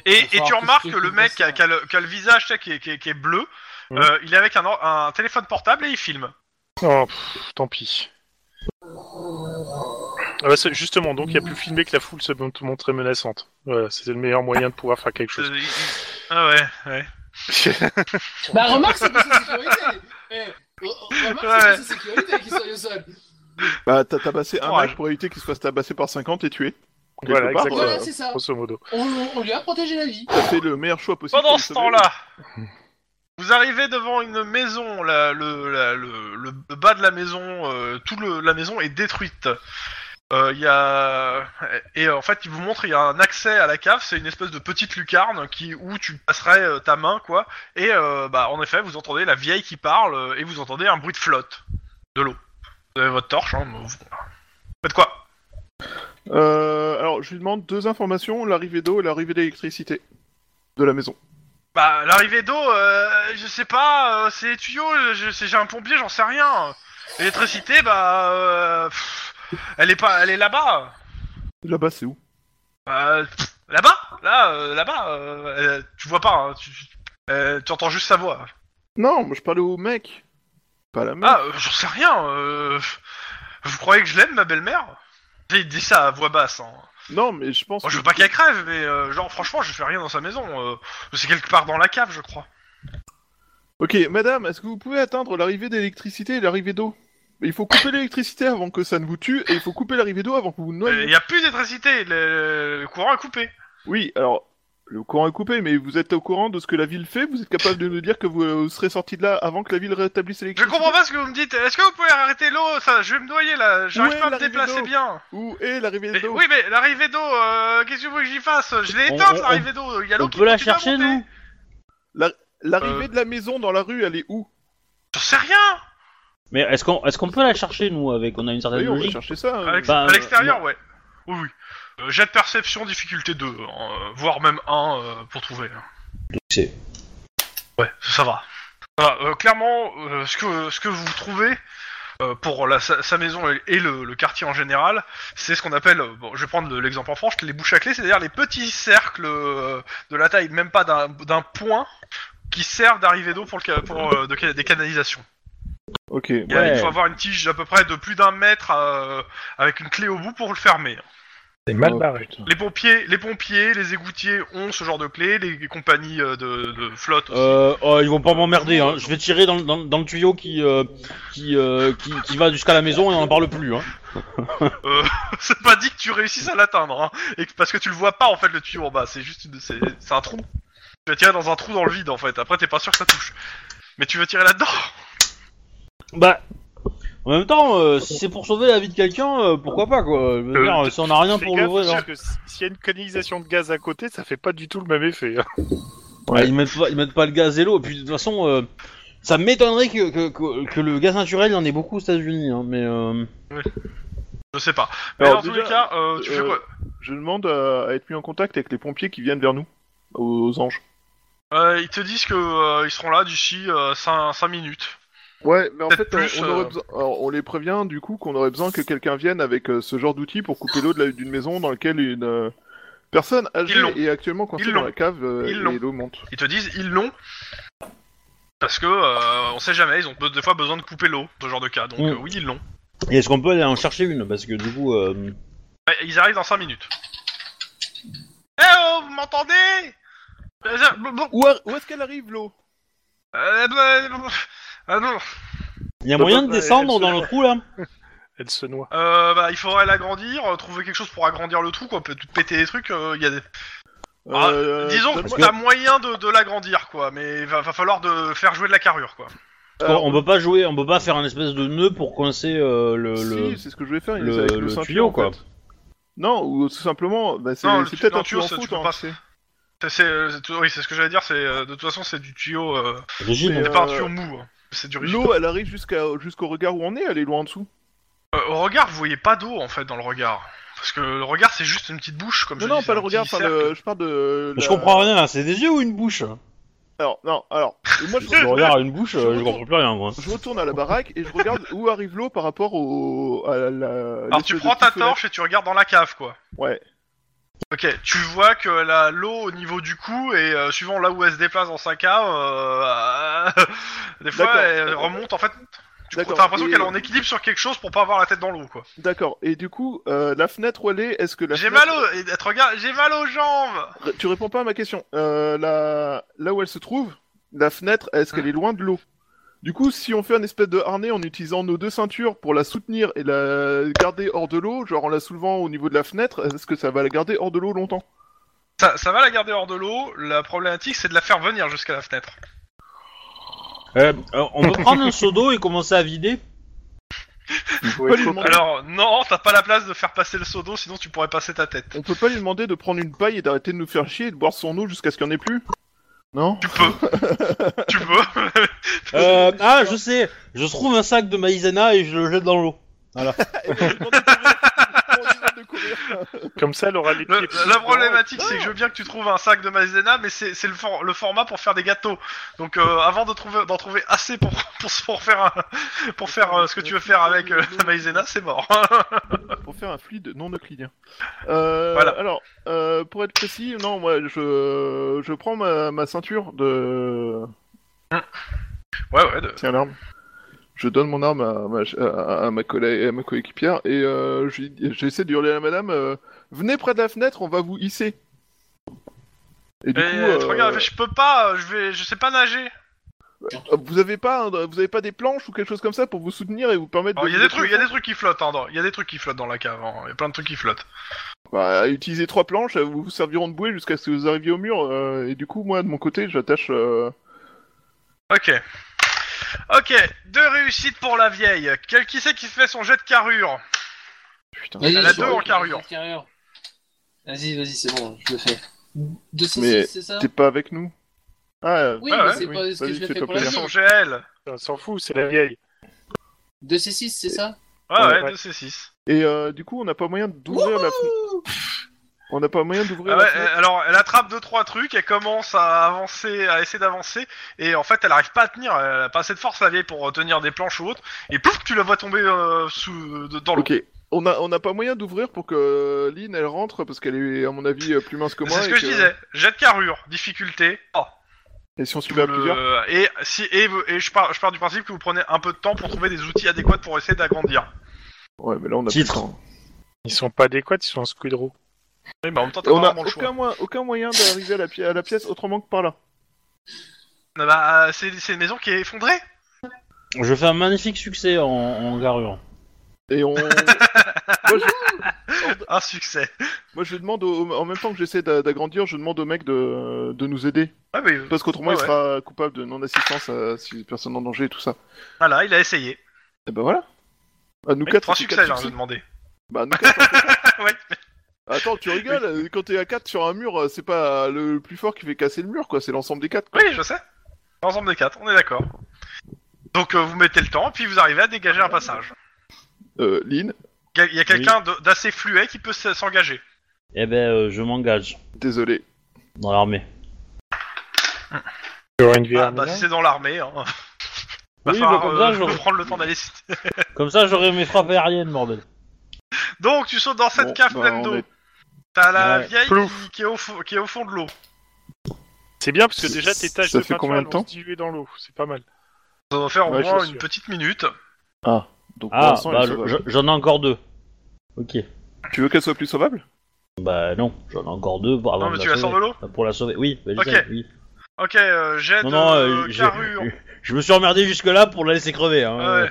Et, Il va et falloir tu que remarques je que le trouve mec qui ça. a, qui a le, qui a le visage tu sais, qui est, qui est- qui est bleu, Mhm. euh, il est avec un, or- un téléphone portable et il filme. Oh, pff, tant pis. Ah bah, c'est- justement, donc il y a plus filmé que la foule se mon- montrait menaçante. Voilà, c'était le meilleur moyen de pouvoir faire quelque chose. Euh, il- Ah ouais, ouais. Bah remarque, c'est pour sa sécurité. Eh, re- remarque, c'est pour sa sécurité qu'il soit au sol. Bah, t'as tabassé un Courage. mec pour éviter qu'il se fasse tabasser par 50 et tuer. Quelque Voilà, part, exactement. euh, Voilà, c'est ça. Grosso modo. On, on lui a protégé la vie. T'as fait le meilleur choix possible. Pendant pour ce le sauver. temps-là, vous arrivez devant une maison. la- le, la- le- le- le bas de la maison, euh, tout le, la maison est détruite. Euh, Il y a et euh, en fait, il vous montre il y a un accès à la cave. C'est une espèce de petite lucarne qui où tu passerais euh, ta main quoi. Et euh, bah en effet, vous entendez la vieille qui parle euh, et vous entendez un bruit de flotte de l'eau. Vous avez votre torche. Hein, mais vous- Faites quoi Euh, alors, je lui demande deux informations l'arrivée d'eau et l'arrivée d'électricité de la maison. Bah l'arrivée d'eau, euh, je sais pas. euh, c'est les tuyaux. Je sais, j'ai un pompier, j'en sais rien. L'électricité, bah, euh, pff, elle est pas, elle est là-bas. Là-bas, c'est où Bah, pff, là-bas, là, euh, là-bas. euh, euh, tu vois pas. hein, tu, tu- euh, tu entends juste sa voix. Non, moi, je parlais au mec. Pas à la meuf. Ah, euh, j'en sais rien. euh, vous croyez que je l'aime, ma belle-mère Il dit ça à voix basse. Hein. Non, mais je pense. Moi, je que- veux pas qu'elle crève, mais euh, genre, franchement, je fais rien dans sa maison. euh, c'est quelque part dans la cave, je crois. Ok, madame, est-ce que vous pouvez atteindre l'arrivée d'électricité et l'arrivée d'eau Il faut couper l'électricité avant que ça ne vous tue, et il faut couper l'arrivée d'eau avant que vous vous Il noyiez. Euh, y a plus d'électricité. Le, le courant est coupé. Oui, alors, le courant est coupé, mais vous êtes au courant de ce que la ville fait Vous êtes capable de nous dire que vous euh, serez sorti de là avant que la ville rétablisse Je l'électricité comprends pas ce que vous me dites. Est-ce que vous pouvez arrêter l'eau Ça, je vais me noyer là. J'arrive Ouais, pas à me l'arrivée déplacer d'eau. bien. Où est l'arrivée Mais- d'eau oui, mais l'arrivée d'eau, euh, qu'est-ce que vous voulez que j'y fasse Je l'ai On- éteinte, on- l'arrivée d'eau. Il y a l'eau On qui peut la continue à chercher, monter. nous L'arrivée Euh. de la maison dans la rue, elle est où J'en sais rien Mais est-ce qu'on est-ce qu'on peut la chercher nous avec on a une certaine Oui, on va logique chercher ça. À hein. l'ex- bah, à l'extérieur, ouais. Oui, oui. Euh, jet de perception, difficulté 2, euh, voire même 1 euh, pour trouver. hein. c'est- Ouais, ça va. Ça va. Euh, clairement, euh, ce, que, ce que vous trouvez euh, pour la, sa, sa maison et, et le, le quartier en général, c'est ce qu'on appelle, euh, bon, je vais prendre le- l'exemple en France, les bouches à clé, c'est-à-dire les petits cercles euh, de la taille même pas d'un d'un point qui servent d'arrivée d'eau pour, le ca- pour euh, de ca- des canalisations. Ok. Il y a- Ouais. Il faut avoir une tige d'à peu près de plus d'un mètre euh, avec une clé au bout pour le fermer. C'est mal Oh, barré. putain. Les pompiers, les pompiers, les égoutiers ont ce genre de clé, les, les compagnies euh, de, de flotte aussi. Euh, oh, ils vont pas m'emmerder. Hein. Je vais tirer dans, le- dans, dans le tuyau qui euh, qui, euh, qui qui va jusqu'à la maison et on en parle plus. Hein. c'est pas dit que tu réussisses à l'atteindre, hein, et que- parce que tu le vois pas en fait le tuyau en bas, c'est juste une- c'est c'est un trou. Tu vas tirer dans un trou dans le vide en fait, après t'es pas sûr que ça touche. Mais tu veux tirer là-dedans Bah. En même temps, euh, si c'est pour sauver la vie de quelqu'un, euh, pourquoi pas quoi. Je veux Euh, dire, si on a rien Fais pour gaffe, l'ouvrir, hein. parce que si- s'il y a une canalisation de gaz à côté, ça fait pas du tout le même effet. hein. Ouais, ils, mettent pas, ils mettent pas le gaz et l'eau. Et puis de toute façon, euh, ça m'étonnerait que, que, que, que le gaz naturel, il y en ait beaucoup aux États-Unis. Hein, mais euh, Je sais pas. Mais Alors, dans tous déjà, les cas, euh, tu fais euh, quoi Je demande à, à être mis en contact avec les pompiers qui viennent vers nous, aux, aux anges. Euh, Ils te disent que euh, ils seront là d'ici 5, minutes. Ouais, mais en Peut-être fait, on- plus, on, euh, aurait besoin- alors, on les prévient du coup qu'on aurait besoin que quelqu'un vienne avec euh, ce genre d'outil pour couper l'eau de la- d'une maison dans laquelle une euh, personne âgée Ils l'ont. est actuellement coincée Ils dans l'ont. la cave euh, Ils l'ont. et l'eau monte. Ils te disent ils l'ont parce que euh, on sait jamais, ils ont be- des fois besoin de couper l'eau, ce genre de cas. Donc Mm. euh, oui ils l'ont. et est-ce qu'on peut aller en chercher une Parce que du coup, euh, Ouais, Ils arrivent dans 5 minutes. Eh oh, vous m'entendez Euh, je- bon, bon, Où, a- où est-ce qu'elle arrive l'eau euh, bah, bon, Ah non, il y a Bah, moyen bah, de bah, descendre dans absolument. le trou là Elle se noie. Euh, bah, il faudrait l'agrandir, euh, trouver quelque chose pour agrandir le trou, quoi. Peut péter des trucs. euh, il y a des... Ah, Euh, Disons donne-moi- que t'as moyen de, de l'agrandir, quoi, mais va, va falloir de faire jouer de la carrure, quoi. Alors, On peut pas jouer, on peut pas faire un espèce de nœud pour coincer euh, le. le- Si, c'est ce que je vais faire, il le- est avec le le, ceinture, tuyau, en quoi. fait. Non, ou tout simplement, bah, c'est Non, le c'est tu- peut-être non, un tu- tuyau en ça, tu faute, peux hein, pas- c'est- C'est, c'est- c'est tout- oui, c'est ce que j'allais dire. C'est euh, de toute façon, c'est du tuyau. euh, Brigitte, Mais, c'est euh, pas un tuyau mou. hein, C'est du rigide. L'eau, elle arrive jusqu'à jusqu'au regard où on est, elle est loin en dessous. Euh, au regard, vous voyez pas d'eau en fait dans le regard, parce que le regard c'est juste une petite bouche, comme Non, je non, dis, pas c'est le un regard, petit enfin, le- cercle. je parle de... Je la- comprends rien, là, c'est des yeux ou une bouche Alors, non, alors, moi je, Je regarde une bouche, euh, je Je comprends plus rien moi. je retourne à la baraque et je regarde où arrive l'eau par rapport au... à la... Alors tu prends ta torche et tu regardes dans la cave, quoi. Ouais. Ok, tu vois que la- l'eau au niveau du cou et euh, suivant là où elle se déplace dans sa cave, euh, des fois D'accord. elle remonte en fait. Tu D'accord. T'as l'impression Et- qu'elle est en équilibre sur quelque chose pour pas avoir la tête dans l'eau quoi. D'accord, et du coup, euh, la fenêtre où elle est, est-ce que la J'ai fenêtre- mal au, et elle te regarde, j'ai mal aux jambes. Ré- Tu réponds pas à ma question. Euh, la... Là où elle se trouve, la fenêtre, est-ce qu'elle est loin de l'eau Du coup, si on fait un espèce de harnais en utilisant nos deux ceintures pour la soutenir et la garder hors de l'eau, genre en la soulevant au niveau de la fenêtre, est-ce que ça va la garder hors de l'eau longtemps Ça, ça va la garder hors de l'eau. La problématique c'est de la faire venir jusqu'à la fenêtre. Euh, euh, on peut prendre un seau d'eau et commencer à vider Pas lui demander- Alors non, t'as pas la place de faire passer le seau d'eau, sinon tu pourrais passer ta tête. On peut pas lui demander de prendre une paille et d'arrêter de nous faire chier et de boire son eau jusqu'à ce qu'il n'y en ait plus Non Tu peux, tu peux. euh, Ah, je sais, je trouve un sac de maïzena et je le jette dans l'eau. Comme ça, elle aura les pieds. Le- la problématique, c'est que je veux bien que tu trouves un sac de maïzena, mais c'est c'est le, for- le format pour faire des gâteaux. Donc, euh, avant de trouver d'en trouver assez pour pour, se- pour faire un- pour faire euh, ce que tu veux faire avec euh, la maïzena, c'est mort. Pour faire un fluide non euclidien. Euh, Voilà. Alors, euh, pour être précis, non, moi, je, je prends ma, ma ceinture de... ouais, ouais. de- Tiens, l'arme. Je donne mon arme à ma, à, à ma, collègue, à ma coéquipière et euh, je lui- j'essaie d'hurler à la madame euh, Venez près de la fenêtre, on va vous hisser. Et du Et, coup, euh, tu euh, regardes, je peux pas, euh, je vais, je sais pas nager. vous avez pas, un- vous avez pas des planches ou quelque chose comme ça pour vous soutenir et vous permettre Alors, de. Il y a des trucs, il y a des trucs qui flottent. hein, dans- Il y a des trucs qui flottent dans la cave. hein, Il y a plein de trucs qui flottent. Bah, utilisez trois planches, elles vous serviront de bouée jusqu'à ce que vous arriviez au mur. euh, et du coup, moi, de mon côté, j'attache. euh, Ok. Ok. Deux réussites pour la vieille. Quel qui c'est qui fait son jet de carrure Putain. Vas-y, Elle a je- deux en carrure. carrure. Vas-y, vas-y, c'est bon, je le fais. 2 Mais- c'est ça T'es pas avec nous Ah, Oui, Ah mais ouais, c'est pas ce que vas-y, je l'ai fais-toi fait pour la Elle plaisir. fait vie. son GL. On s'en fout, c'est la vieille. 2C6, c'est ça Ouais, Ouais, ouais, ouais. 2C6. Et euh, du coup, on n'a pas moyen d'ouvrir la fenêtre. On n'a pas moyen d'ouvrir Ah la ouais, fenêtre. euh, alors, elle attrape deux trois trucs, elle commence à avancer, à essayer d'avancer, et en fait, elle arrive pas à tenir, elle a pas assez de force la vieille pour euh, tenir des planches ou autre, et pouf, tu la vois tomber euh, sous, de- dans l'eau. Ok. On n'a on n'a pas moyen d'ouvrir pour que euh, Lynn elle rentre parce qu'elle est à mon avis euh, plus mince que moi. C'est ce et que, je disais. Jet de carrure, difficulté. Oh, Et si on se met à le- plusieurs Et si et, et je pars je pars du principe que vous prenez un peu de temps pour trouver des outils adéquats pour essayer d'agrandir. Ouais, mais là on a Titre. plus le temps. Ils sont pas adéquats, ils sont en squidro. Oui, mais Bah, en même temps, Et on a aucun, moyen- aucun moyen d'arriver à, la pi- à la pièce autrement que par là. Bah, c'est c'est une maison qui est effondrée. Je fais un magnifique succès en, en garure. Et on. moi, je... Un succès. moi, je demande au- en même temps que j'essaie d'a- d'agrandir, je demande au mec de, de nous aider Ouais, mais parce qu'autrement Ouais, il ouais. sera coupable de non assistance à... si personne en danger et tout ça. voilà, il a essayé. Et ben voilà. À nous Oui, quatre, Trois c'est succès, quatre j'ai envie succès. de demander. Bah, nous quatre, ouais. Attends, tu rigoles, euh, quand t'es à 4 sur un mur, euh, c'est pas le plus fort qui fait casser le mur, quoi, c'est l'ensemble des 4. Oui, je sais. L'ensemble des quatre, on est d'accord. Donc euh, vous mettez le temps, puis vous arrivez à dégager un passage. Euh, Lynn, Il y a- il y a, quelqu'un de- d'assez fluet qui peut s- s'engager. Eh ben, euh, je m'engage désolé. dans l'armée. Sur une VR Ah, bah, Mina. si c'est dans l'armée, hein. Va Oui, falloir, bah, comme ça, euh, j'aurais- prendre le temps d'aller Comme ça, j'aurai mes frappes aériennes, bordel. Donc tu sautes dans cette Bon, cave bah, pleine on d'eau. est- T'as la Ouais. vieille Plouf. qui, qui est au fo- qui est au fond de l'eau. C'est bien parce que Ça- déjà tes taches ça de fait peinture combien de elles temps vont se diluer dans l'eau, c'est pas mal. Ça doit faire au Ouais, je moins suis une sûr. petite minute. Donc, pour Ah, l'instant, bah, elle est je- sauvable. je- j'en ai encore deux. Ok. Tu veux qu'elle soit plus sauvable Bah non, j'en ai encore deux pour avant non mais de tu la la sors de sauver. l'eau Pour la sauver, oui. bah, je Ok. sais, oui. Ok, euh, jet Non, non, de euh, j'ai- carrure. je me suis emmerdé jusque-là pour la laisser crever. Hein. Ouais.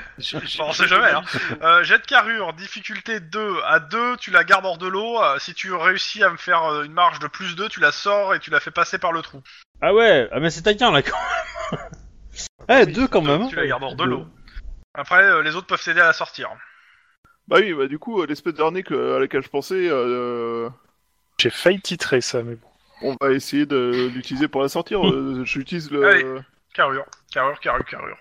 Bah, on sait jamais, hein. Euh, jet de carrure, difficulté 2. À 2, tu la gardes hors de l'eau. Euh, Si tu réussis à me faire euh, une marge de plus 2, tu la sors et tu la fais passer par le trou. Ah ouais, ah, mais c'est taquin là quand Ah, même. eh, deux quand même. Tu la gardes hors de l'eau. Après, euh, les autres peuvent t'aider à la sortir. Bah oui, bah du coup, euh, l'espèce d'arnée que- à laquelle je pensais, euh, J'ai failli titrer ça, mais bon. on va essayer de l'utiliser pour la sortir. Euh, J'utilise le. Allez. Carrure, carrure, carrure, carrure.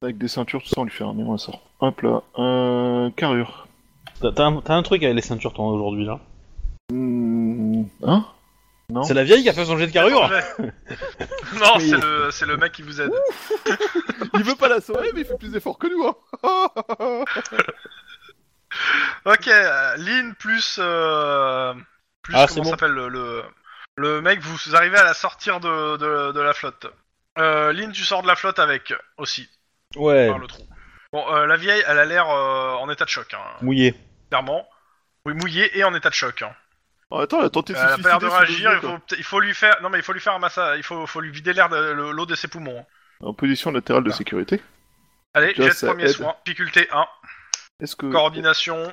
Avec des ceintures, tout ça, on lui fait un on la sort. Hop là, euh, carrure. hein. T'as- T'as un, t'as un truc avec les ceintures toi aujourd'hui là. Hmm, Hein Non. C'est la vieille qui a fait son jet de carrure. non, c'est le, c'est le mec qui vous aide. Il veut pas la sauver, mais il fait plus d'efforts que nous, hein Ok, euh, Lynn plus. euh, plus Ah, c'est comment bon. s'appelle le, le, le mec, vous arrivez à la sortir de, de, de la flotte. Euh, Lynn, tu sors de la flotte avec aussi, Ouais, par le trou. Bon, euh, la vieille, elle a l'air euh, en état de choc, hein, mouillé. clairement. Oui, mouillée et en état de choc. hein. Oh, Attends, elle a tenté de Elle se a pas l'air de suicider sous le réagir, jeu, il quoi. faut, peut- il faut lui faire. Non, mais il faut lui faire un massage, il faut, faut lui vider l'air de le- l'eau de ses poumons. hein. En position latérale de Ah. sécurité. Allez, Tu vois, jet ça premier aide. soin, difficulté 1, Est-ce que coordination.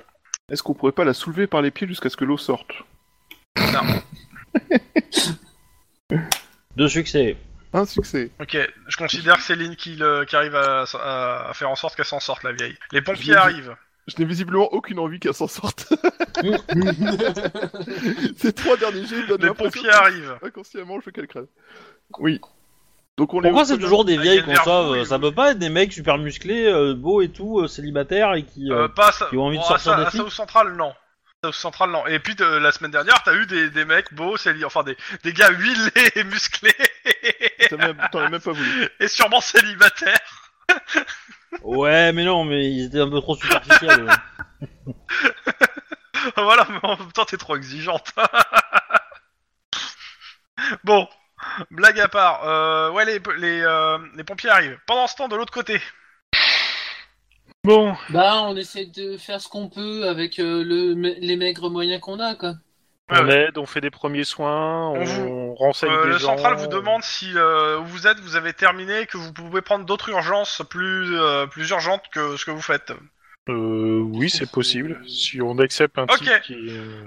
est-ce qu'on pourrait pas la soulever par les pieds jusqu'à ce que l'eau sorte Deux succès. Un succès. Ok, je considère que c'est Lynn qui, le- qui arrive à, à- à faire en sorte qu'elle s'en sorte, la vieille. Les Je l'ai pompiers dit. arrivent. Je n'ai visiblement aucune envie qu'elle s'en sorte. Ces trois derniers jets donnent Les l'impression pompiers arrivent. que, inconsciemment je veux qu'elle crève. Oui. Donc on les Pourquoi c'est toujours des Ah, il y vieilles a qu'on l'air sauve Euh, fou, il- Ça peut pas être des mecs super musclés, euh, beaux et tout, euh, célibataires et qui. euh, Euh, pas à Sa- qui ont envie de bon, à sortir Sa- des à filles. South Central, non. South Central, non. Et puis de- la semaine dernière, t'as eu des, des mecs beaux, célibataires, enfin des, des gars huilés et musclés T'en as même- t'en as même pas voulu. et sûrement célibataires. Ouais, mais non, mais ils étaient un peu trop superficiels. ouais. voilà, mais en même temps, t'es trop exigeante. bon, blague à part. Euh, ouais, les, les, euh, les pompiers arrivent. Pendant ce temps, de l'autre côté. Bon, Bah, on essaie de faire ce qu'on peut avec euh, le, les maigres moyens qu'on a, quoi. Ouais, on ouais. aide, on fait des premiers soins, on, On vous- renseigne Euh, des le gens. central vous demande si euh, où vous êtes, vous avez terminé, que vous pouvez prendre d'autres urgences plus, euh, plus urgentes que ce que vous faites. Euh, oui, c'est possible. Si on accepte un Ok. type qui... euh,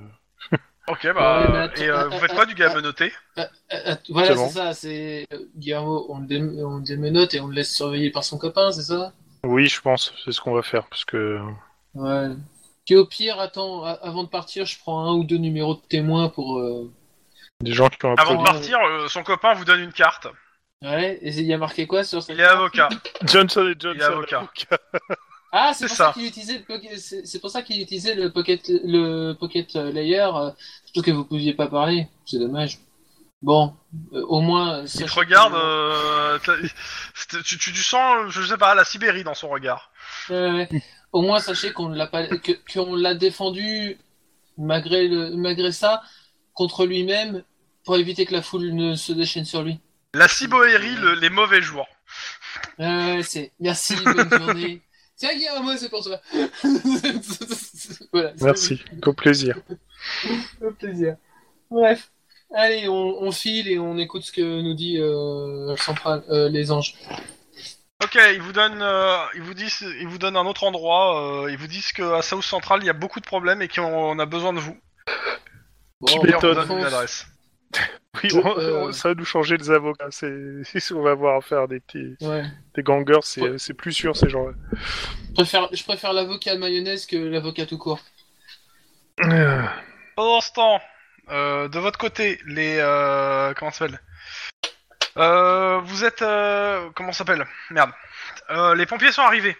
Ok, bah. Ouais, mais attends, et euh, vous faites quoi du gars menotté Euh, euh, voilà, C'est bon. c'est ça, c'est euh, Guillermo, on le, dé- on le démenote et on le laisse surveiller par son copain, c'est ça Oui, je pense, c'est ce qu'on va faire, parce que... euh, Ouais. Puis au pire, attends, a- avant de partir, je prends un ou deux numéros de témoins pour. euh, Des gens qui ont un Avant peu... de partir, euh, son copain vous donne une carte. Ouais, et il y a marqué quoi sur cette Il est avocat. Johnson et Johnson. Il est avocat. Ah, c'est C'est pour ça. ça, qu'il utilisait le pocket, c'est c'est pour ça qu'il utilisait le pocket, le pocket layer, euh, surtout que vous pouviez pas parler. C'est dommage. Bon, euh, au moins. Il te sachez regarde, que- euh, t'as- c'est- tu, tu, tu sens, je sais pas, la Sibérie dans son regard. euh. Ouais, ouais. Au moins, sachez qu'on l'a pas, que, qu'on l'a défendu malgré le, malgré ça, contre lui-même, pour éviter que la foule ne se déchaîne sur lui. La Siboérie, le- les mauvais jours. Ouais, ouais, Euh, c'est. Merci, bonne journée. Tiens, Guillermo, c'est pour toi. Voilà, c'est- Merci, au plaisir. Au plaisir. Bref. Allez, on, on file et on écoute ce que nous dit euh, Central, euh, les anges. Ok, ils vous donnent, euh, ils vous disent, ils vous donnent un autre endroit. euh, ils vous disent qu'à South Central, il y a beaucoup de problèmes et qu'on a besoin de vous. Tu Bon, Et on vous m'étonnes. donne une fonce. adresse. Oui, Je- on- euh, on- ça va nous changer les avocats. C'est, c'est- on va avoir à faire des petits, Ouais. des gangers. C'est, Ouais. c'est plus sûr ces gens-là. Je préfère, je préfère l'avocat mayonnaise que l'avocat tout court. Ah, Pendant ce temps, euh, de votre côté, les euh, comment ça s'appelle Euh, Vous êtes euh, comment ça s'appelle Merde. Euh, les pompiers sont arrivés.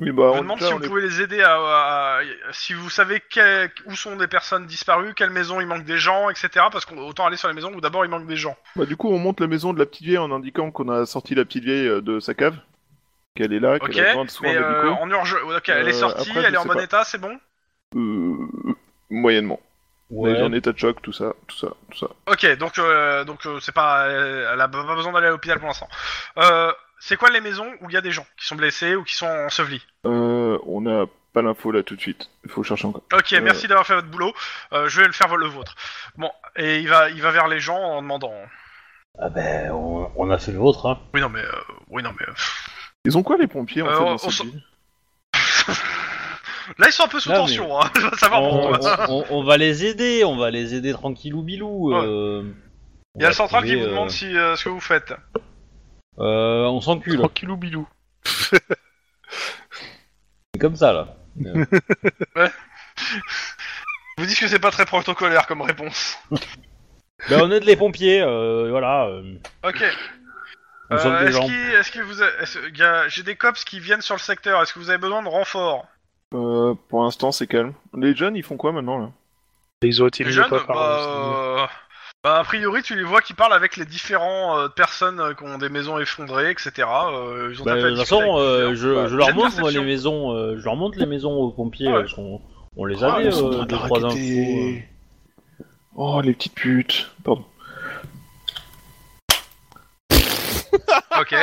Oui, bah, Je me on, demande là, si on vous est- pouvez les aider à, à- à- si vous savez que- où sont des personnes disparues, quelles maisons il manque des gens, etc. Parce qu'on autant aller sur les maisons où d'abord il manque des gens. bah, du coup, on monte la maison de la petite vieille en indiquant qu'on a sorti la petite vieille euh, de sa cave, qu'elle est là, Ok. qu'elle a besoin de soins Mais euh, médicaux. en urgence, ok, elle est Euh, sortie, après, je elle est en sais bon pas. état, c'est bon. Euh, moyennement. Elle est Ouais. en état de choc, tout ça, tout ça, tout ça. Ok, donc euh, donc euh, c'est pas, euh, elle a pas besoin d'aller à l'hôpital pour l'instant. Euh, c'est quoi les maisons où il y a des gens qui sont blessés ou qui sont ensevelis Euh, on n'a pas l'info là tout de suite. Il faut chercher encore. Ok, Euh. merci d'avoir fait votre boulot. Euh, je vais le faire le vôtre. Bon, et il va il va vers les gens en demandant. Ah ben, on, on a fait le vôtre, hein. Oui non mais euh, oui non mais. euh, Ils ont quoi les pompiers en Euh, fait on dans cette s'en- ville Là ils sont un peu sous Non, mais- tension. Hein. Je veux savoir pourquoi. On, on- on- on va les aider, on va les aider tranquillou bilou. euh, on Il y a va le central qui trouver, vous demande euh, si, euh, ce que vous faites. euh, on s'encule, Tranquillou bilou. c'est comme ça là. Ils vous dites que c'est pas très protocolaire comme réponse. ben, on aide les pompiers, euh, voilà. euh, Ok. on sauve Euh, des est-ce gens. qu'il- est-ce que vous, a- est-ce- il y a- j'ai des cops qui viennent sur le secteur. Est-ce que vous avez besoin de renforts Euh, Pour l'instant, c'est calme. Les jeunes, ils font quoi maintenant là Ils ont été Les mis jeunes, pas par bah, euh, bah, a priori tu les vois qui parlent avec les différents euh, personnes euh, qui ont des maisons effondrées, etc. Euh, ils ont Ben, tapé de à toute discuter façon, avec euh, plusieurs. je, Bah, je jet leur de montre moi, les perception. maisons, euh, je leur montre les maisons aux pompiers. Ouais. euh, parce qu'on- on les Ah, avait ils sont en euh, train de deux trois infos. raqueter. euh. Oh, les petites putes. Pardon. Ok.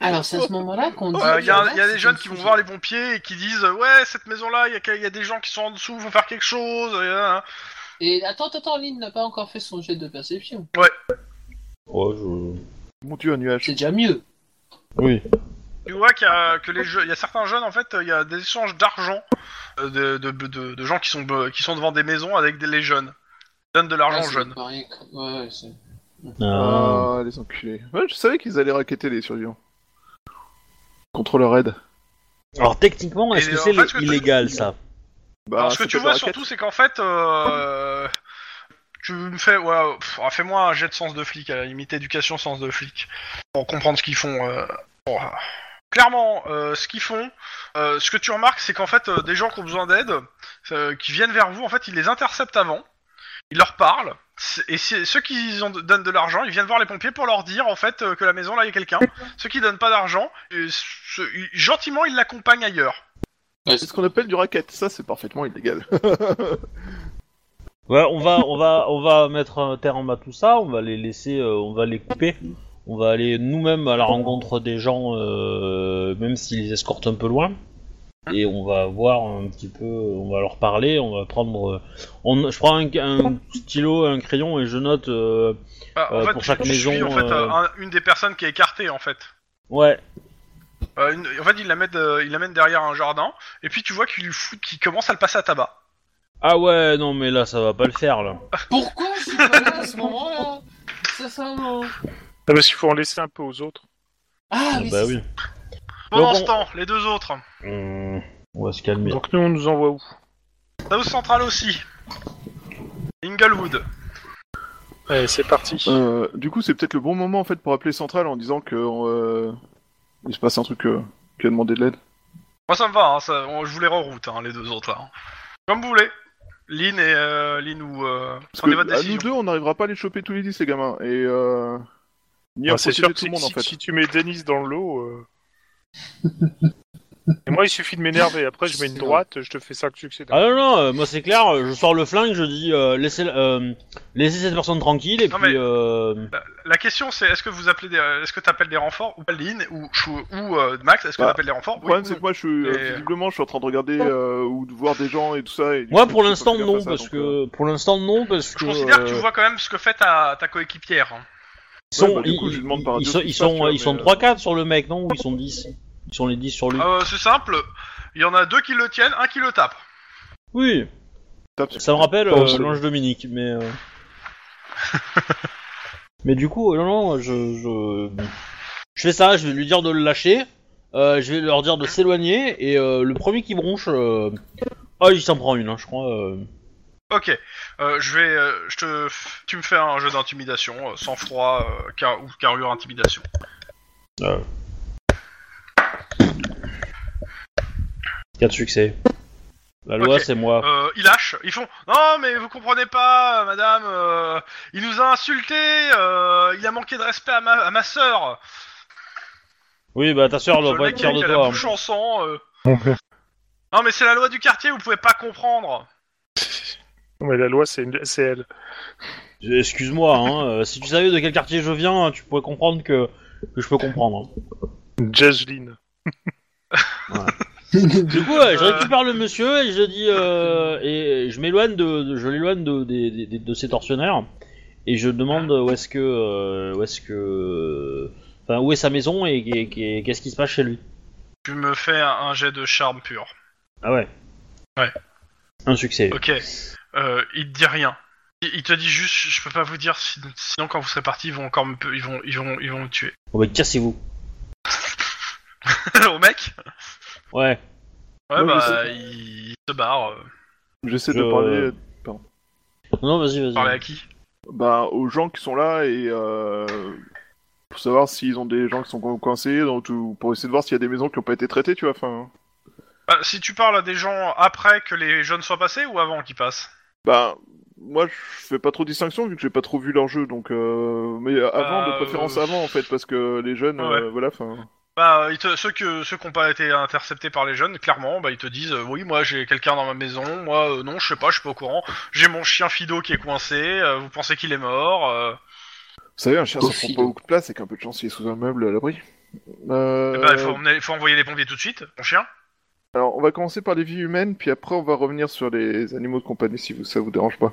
Alors, c'est à ce moment-là qu'on dit. Il Euh, y, a- y a des jeunes qui vont voir les pompiers et qui disent euh, ouais cette maison là, il y, a que- y a des gens qui sont en dessous, faut faire quelque chose. et, euh, Et attends, attends, attends, Lynn n'a pas encore fait son jet de perception. euh. Ouais, je- Mon dieu, un nuage. C'est déjà mieux. Oui. Tu vois qu'il y a que les jeux, il y a certains jeunes en fait, il y a des échanges d'argent euh, de, de, de, de gens qui sont euh, qui sont devant des maisons avec des, les jeunes. Ils donnent de l'argent Ah, aux c'est jeunes. pareil. Ouais, ouais, c'est- Euh, Ah, les enculés. Ouais, je savais qu'ils allaient raqueter les survivants. Contre leur aide. Alors techniquement, est-ce Et que en c'est fait, ce que tu- illégal ça Bah, Alors ce que c'est tu pas vois des raquettes. surtout, c'est qu'en fait, euh, tu me fais ouais, pff, ah, fais-moi un jet de sens de flic, à la limite éducation sens de flic, pour comprendre ce qu'ils font. euh, bon, ah. Clairement, euh, ce qu'ils font, euh, ce que tu remarques, c'est qu'en fait, euh, des gens qui ont besoin d'aide, euh, qui viennent vers vous, en fait, ils les interceptent avant, ils leur parlent, c- et si- ceux qui ont, donnent de l'argent, ils viennent voir les pompiers pour leur dire, en fait, euh, que la maison, là, il y a quelqu'un. Ceux qui donnent pas d'argent, euh, ceux- ils- gentiment, ils l'accompagnent ailleurs. Ouais, C'est c'est- ce qu'on appelle du racket. Ça, c'est parfaitement illégal. Ouais, on va, on va, on va mettre un terme à tout ça. On va les laisser, euh, on va les couper. On va aller nous-mêmes à la rencontre des gens, euh, même s'ils les escortent un peu loin. Et on va voir un petit peu, euh, on va leur parler, on va prendre. euh, on, je prends un, un stylo, un crayon et je note. euh, Bah, en Euh, fait, pour tu- chaque tu maison, suis, en fait, euh, un- une des personnes qui est écartée, en fait. ouais, Euh, une- en fait, il la met, euh, il l'amène derrière un jardin, et puis tu vois qu'il lui fout, qu'il commence à le passer à tabac. ah ouais, non mais là ça va pas le faire là. Pourquoi je suis pas là à ce moment-là Ça, ça, non. Ah, parce qu'il faut en laisser un peu aux autres. Ah, oui, bah c'est- oui. Pendant Donc, ce on- temps, les deux autres. Hum, on va se calmer. Donc nous, on nous envoie où South Central aussi. Inglewood. Allez, c'est parti. Euh, du coup, c'est peut-être le bon moment en fait pour appeler Central en disant que euh, il se passe un truc euh, qui a demandé de l'aide. Moi, ça me va, hein, ça- on- je vous les reroute, hein, les deux autres là. hein. Comme vous voulez. Lynn et euh, Lynn ou. Euh, Parce prenez votre que à nous décision. deux, on n'arrivera pas à les choper tous les 10 les gamins et euh, ni Enfin, Bah, à Ah, c'est profiter sûr de que tout si, le monde en si- fait. si tu mets Denis dans l'eau. euh. Et moi, il suffit de m'énerver. Après, je mets une C'est droite, je te fais 5 succès. Ah non, non, euh, moi c'est clair, euh, je sors le flingue, je dis euh, laissez, euh, laissez cette personne tranquille et Non, puis. mais- Bah, euh, La question c'est est-ce que vous appelez des, euh, est-ce que t'appelles des renforts ou pas Lynn ou Chou- ou euh, Max est-ce que Bah, t'appelles des renforts Le Oui problème, ou c'est non que moi, je suis euh, Et- visiblement, je suis en train de regarder euh, ou de voir des gens et tout ça. et du Moi coup, pour je peux l'instant pas faire non, ça, parce donc, euh, que. Pour l'instant non, parce que. Je considère que tu euh, vois quand même ce que fait ta, ta coéquipière. hein. Ils sont, Ouais, bah, du coup, ils, je lui demande par ils radio sont, ce qui ils se passe, tu sont, vois, ils sont mais, 3-4 sur le mec, non Ou ils sont 10 Ils sont les 10 sur lui. Euh, c'est simple, il y en a deux qui le tiennent, un qui le tape. Oui, Tape sur- ça me rappelle Non, euh, c'est- l'ange Dominique, mais. euh, mais du coup, euh, non, non, je, je. je fais ça, je vais lui dire de le lâcher, euh, je vais leur dire de s'éloigner, et euh, le premier qui bronche. euh, Oh, il s'en prend une, hein, je crois. euh. Ok, euh, je vais, euh, je te, f- tu me fais un jeu d'intimidation, euh, sans froid euh, car- ou carrure intimidation. Euh. 4 succès. La loi, Ok. c'est moi. Euh, ils lâchent, ils font non mais vous comprenez pas, euh, madame, euh, il nous a insulté, il a manqué de respect à ma, à ma sœur. Oui, bah ta soeur doit Le pas mec être fière qui de a la toi. hein. bouche en sang. euh. non mais c'est la loi du quartier, vous pouvez pas comprendre. Non, mais la loi, c'est une- c'est elle. Excuse-moi, hein, euh, si tu savais de quel quartier je viens, tu pourrais comprendre que, que je peux comprendre. Jaslyn. Du coup, ouais, je Euh. récupère le monsieur et je dis euh, et je m'éloigne de, de- je l'éloigne de, des- des- des- de ses tortionnaires et je demande où est-ce que euh, où est-ce que enfin où est sa maison et, et- et qu'est-ce qui se passe chez lui. Tu me fais un, un jet de charme pur. Ah ouais. Ouais. Un succès. Ok. Euh, il te dit rien. Il, il te dit juste, je peux pas vous dire, si- sinon quand vous serez parti, ils vont encore me, pe- ils vont, ils vont, ils vont me tuer. Bon bah cassez-vous. Au mec. Ouais. Ouais Ouais, je bah, sais. il, il se barre. euh, J'essaie Je- de parler Non, vas-y, vas-y. parler à qui bah, aux gens qui sont là et euh, pour savoir s'ils ont des gens qui sont co- coincés, donc, ou pour essayer de voir s'il y a des maisons qui n'ont pas été traitées, tu vois. Enfin, hein. Bah, Si tu parles à des gens après que les jeunes soient passés ou avant qu'ils passent. bah, moi, je fais pas trop distinction vu que j'ai pas trop vu leur jeu, donc. euh, Mais avant, Euh, de préférence euh, avant, en fait, parce que les jeunes, Ouais. euh, voilà, enfin. Bah, ils te- ceux que ceux qui n'ont pas été interceptés par les jeunes, clairement, bah ils te disent, euh, oui, moi j'ai quelqu'un dans ma maison, moi euh, non, je sais pas, je suis pas au courant. J'ai mon chien Fido qui est coincé. euh, vous pensez qu'il est mort euh, Vous savez, un chien, ça prend Coffee. pas beaucoup de place et qu'un peu de chance, il est sous un meuble à l'abri. Euh, eh ben, il faut, emmener- faut envoyer les pompiers tout de suite, mon chien. Alors, on va commencer par les vies humaines, puis après, on va revenir sur les animaux de compagnie si vous- ça vous dérange pas.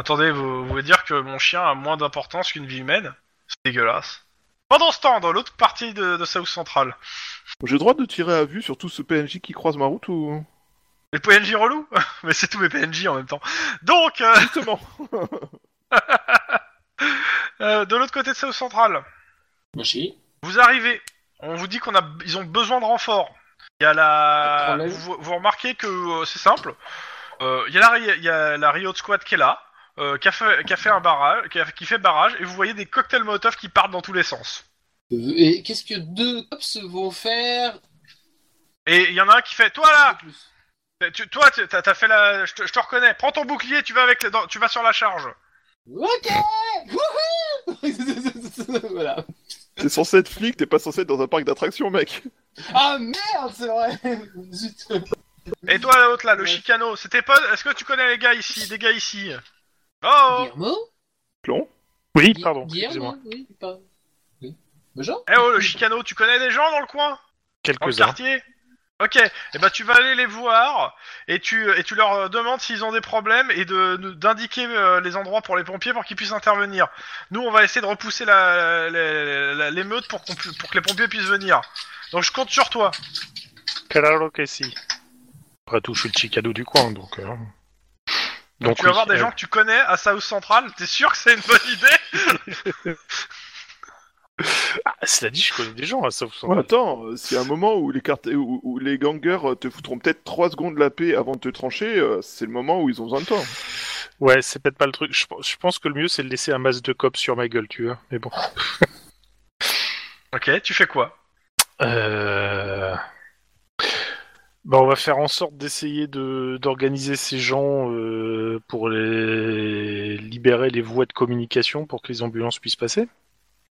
Attendez, vous, vous voulez dire que mon chien a moins d'importance qu'une vie humaine C'est dégueulasse. Pendant ce temps, dans l'autre partie de, de South Central, J'ai le droit de tirer à vue sur tout ce PNJ qui croise ma route ou. les PNJ relous Mais c'est tous mes PNJ en même temps. Donc, euh, Justement euh, de l'autre côté de South Central, Moshi. vous arrivez. On vous dit qu'on a, ils ont besoin de renforts. Il y a la, Pas de problème. vous, vous remarquez que euh, c'est simple. Euh, Il y a la, Ri- il y a la Riot Squad qui est là, euh, qui, a fait, qui a fait un barrage, qui, a- qui fait barrage, et vous voyez des cocktails Molotov qui partent dans tous les sens. Euh, Et qu'est-ce que deux cops vont faire Et il y en a un qui fait, toi là, de plus Bah, tu- toi, tu- t'as t'as fait la. Je te je te reconnais. Prends ton bouclier, tu vas avec. les- dans- Tu vas sur la charge. Ok Wouhou Voilà. T'es censé être flic, t'es pas censé être dans un parc d'attractions, mec Ah merde, c'est vrai Zut. Et toi, l'autre là, le Ouais. Chicano, c'était pas. Est-ce que tu connais les gars ici, des gars ici Oh, Guillermo Clon Oui, Gui- pardon. excusez-moi. Guillermo, oui, pas- oui. Bonjour oh. Eh oh, le Chicano, tu connais des gens dans le coin, dans le Quelques-uns. quartier Ok. Et bah, tu vas aller les voir et tu et tu leur euh, demandes s'ils ont des problèmes et de de- d'indiquer euh, les endroits pour les pompiers pour qu'ils puissent intervenir. Nous, on va essayer de repousser la la- la- l'émeute pour qu'on pu- pour que les pompiers puissent venir. Donc, je compte sur toi. Claro que si. Après tout, je suis le Chicado du coin, donc. euh. Donc, tu vas oui, voir des euh, gens que tu connais à South Central, t'es sûr que c'est une bonne idée ah, Cela dit, je connais des gens hein, à South Ouais, Central. Attends, euh, s'il y a un moment où les, carte- où, où les gangers euh, te foutront peut-être 3 secondes la paix avant de te trancher, euh, c'est le moment où ils ont besoin de toi. Ouais, c'est peut-être pas le truc. Je, pense- je pense que le mieux, c'est de laisser un masque de cop sur ma gueule, tu vois. Mais bon. Ok, tu fais quoi Euh... Bah, on va faire en sorte d'essayer de d'organiser ces gens euh, pour les libérer les voies de communication pour que les ambulances puissent passer.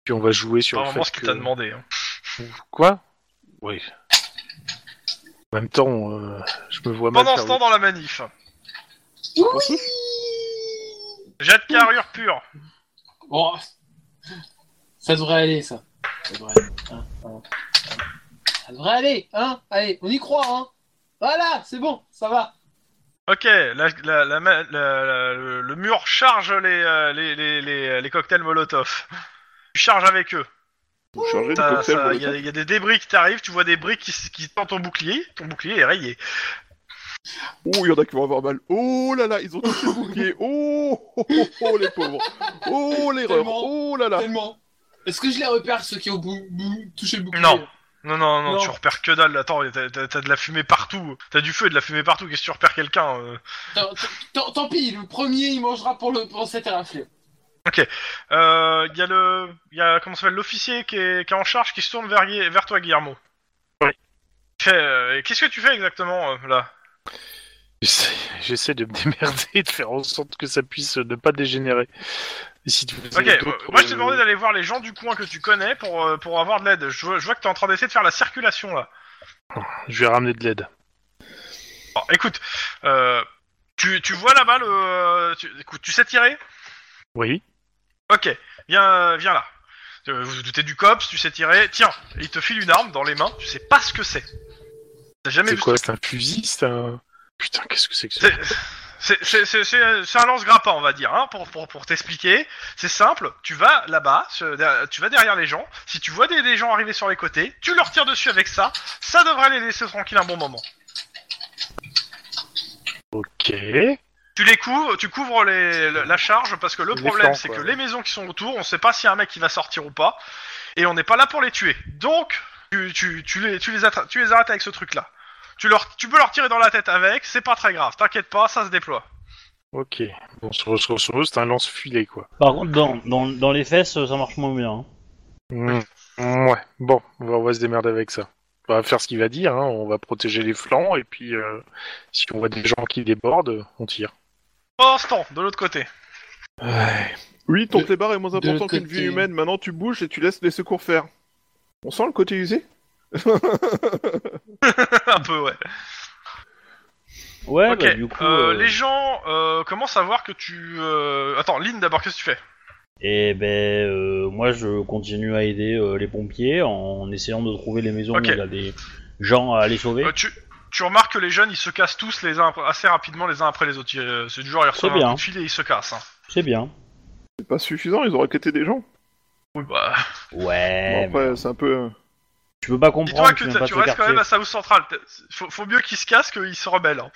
Puis on va jouer sur C'est le vraiment fait ce qu'il que- t'a demandé. hein. Quoi Oui. En même temps, euh, je me vois mal Pendant faire ce temps, dans la manif, Oui jet de carrure pure. Bon. Oh. Ça devrait aller, ça. Ça devrait aller. Hein, hein. Ça devrait aller, hein Allez, on y croit, hein Voilà, c'est bon, ça va. Ok, la- la- la ma- la- la- le, le mur charge les, euh, les, les, les- les cocktails Molotov. Tu charges avec eux. Vous chargez de Ça- cocktail ça- Il y, Molotov a- il y a des débris qui t'arrivent, tu vois des briques qui, s- qui tendent ton bouclier. Ton bouclier est rayé. Oh, il y en a qui vont avoir mal. Oh là là, ils ont touché le bouclier. Oh, oh, oh, oh, les pauvres. Oh, l'erreur. Tellement. Oh là là. Tellement. Est-ce que je les repère, ceux qui ont bou- bou- touché le bouclier Non. Non, non, non, Non. tu repères que dalle. Attends, t'as t'as- t'as de la fumée partout. T'as du feu et de la fumée partout. Qu'est-ce que tu repères quelqu'un euh Tant, tant- tant- tant pis, le premier, il mangera pour, le, pour cette éraflée. Euh, Il y a le. Il y a. Comment ça s'appelle L'officier qui est, qui est en charge qui se tourne vers, Gui- vers toi, Guillermo. Ouais. Fais, euh, Qu'est-ce que tu fais exactement euh, là J'essaie j'essaie de me démerder et de faire en sorte que ça puisse ne pas dégénérer. Et si tu Ok, faisais euh, d'autres, moi je t'ai euh, demandé d'aller voir les gens du coin que tu connais pour, euh, pour avoir de l'aide. Je, vois- je vois que t'es en train d'essayer de faire la circulation là. Je vais ramener de l'aide. Bon, écoute, euh, tu, tu vois là-bas le. euh, Tu, écoute, tu sais tirer Oui. Ok, viens, euh, viens là. Euh, Vous vous doutez du cops, tu sais tirer. Tiens, il te file une arme dans les mains, tu sais pas ce que c'est. T'as jamais C'est vu quoi C'est un fusil C'est un. Putain, qu'est-ce que c'est que ça C'est- c'est- C'est c'est- c'est- c'est un lance-grappin, on va dire, hein, pour, pour, pour t'expliquer. C'est simple, tu vas là-bas, ce- derrière- tu vas derrière les gens. Si tu vois des, des gens arriver sur les côtés, tu leur tires dessus avec ça. Ça devrait les laisser tranquilles un bon moment. Ok. Tu les couvres, tu couvres les, le- la charge parce que le Les problème flancs, c'est quoi. que les maisons qui sont autour, on sait pas si y a un mec qui va sortir ou pas, et on n'est pas là pour les tuer. Donc tu, tu, tu les tu les, attra- tu les arrêtes avec ce truc là. Tu leur tu peux leur tirer dans la tête avec, c'est pas très grave, t'inquiète pas, ça se déploie. Ok. Bon, sur, sur, sur eux, c'est un lance-filet, quoi. Par contre, dans, dans, dans les fesses, ça marche moins bien. hein. Mm. Ouais. Bon, on va, on va se démerder avec ça. On va faire ce qu'il va dire. hein. On va protéger les flancs et puis euh, si on voit des gens qui débordent, on tire. Pendant ce temps, de l'autre côté. Ouais. Oui, ton De- clébard est moins de important côté. qu'une vie humaine. Maintenant, tu bouges et tu laisses les secours faire. On sent le côté usé un peu ouais. Ouais, ok. bah, du coup. euh, euh, Les gens euh, commencent à voir que tu. euh, Attends, Lynn d'abord, qu'est-ce que tu fais Et ben, euh, moi, je continue à aider euh, les pompiers en essayant de trouver les maisons Ok. où il y a des gens à les sauver. Euh, tu, tu remarques que les jeunes ils se cassent tous les uns après- assez rapidement les uns après les autres. Ils, euh, C'est du genre ils reçoivent bien. un coup de fil et ils se cassent. hein. C'est bien. C'est pas suffisant, ils ont raquetté des gens. Oui, bah, Ouais. Eh Bon, après, ben. c'est un peu. euh, Tu peux pas comprendre. Dis-toi que tu viens t'as- pas tu de ce restes quand quartier. même à South Central. T'as- Faut, faut mieux qu'ils se cassent qu'ils se rebellent. hein.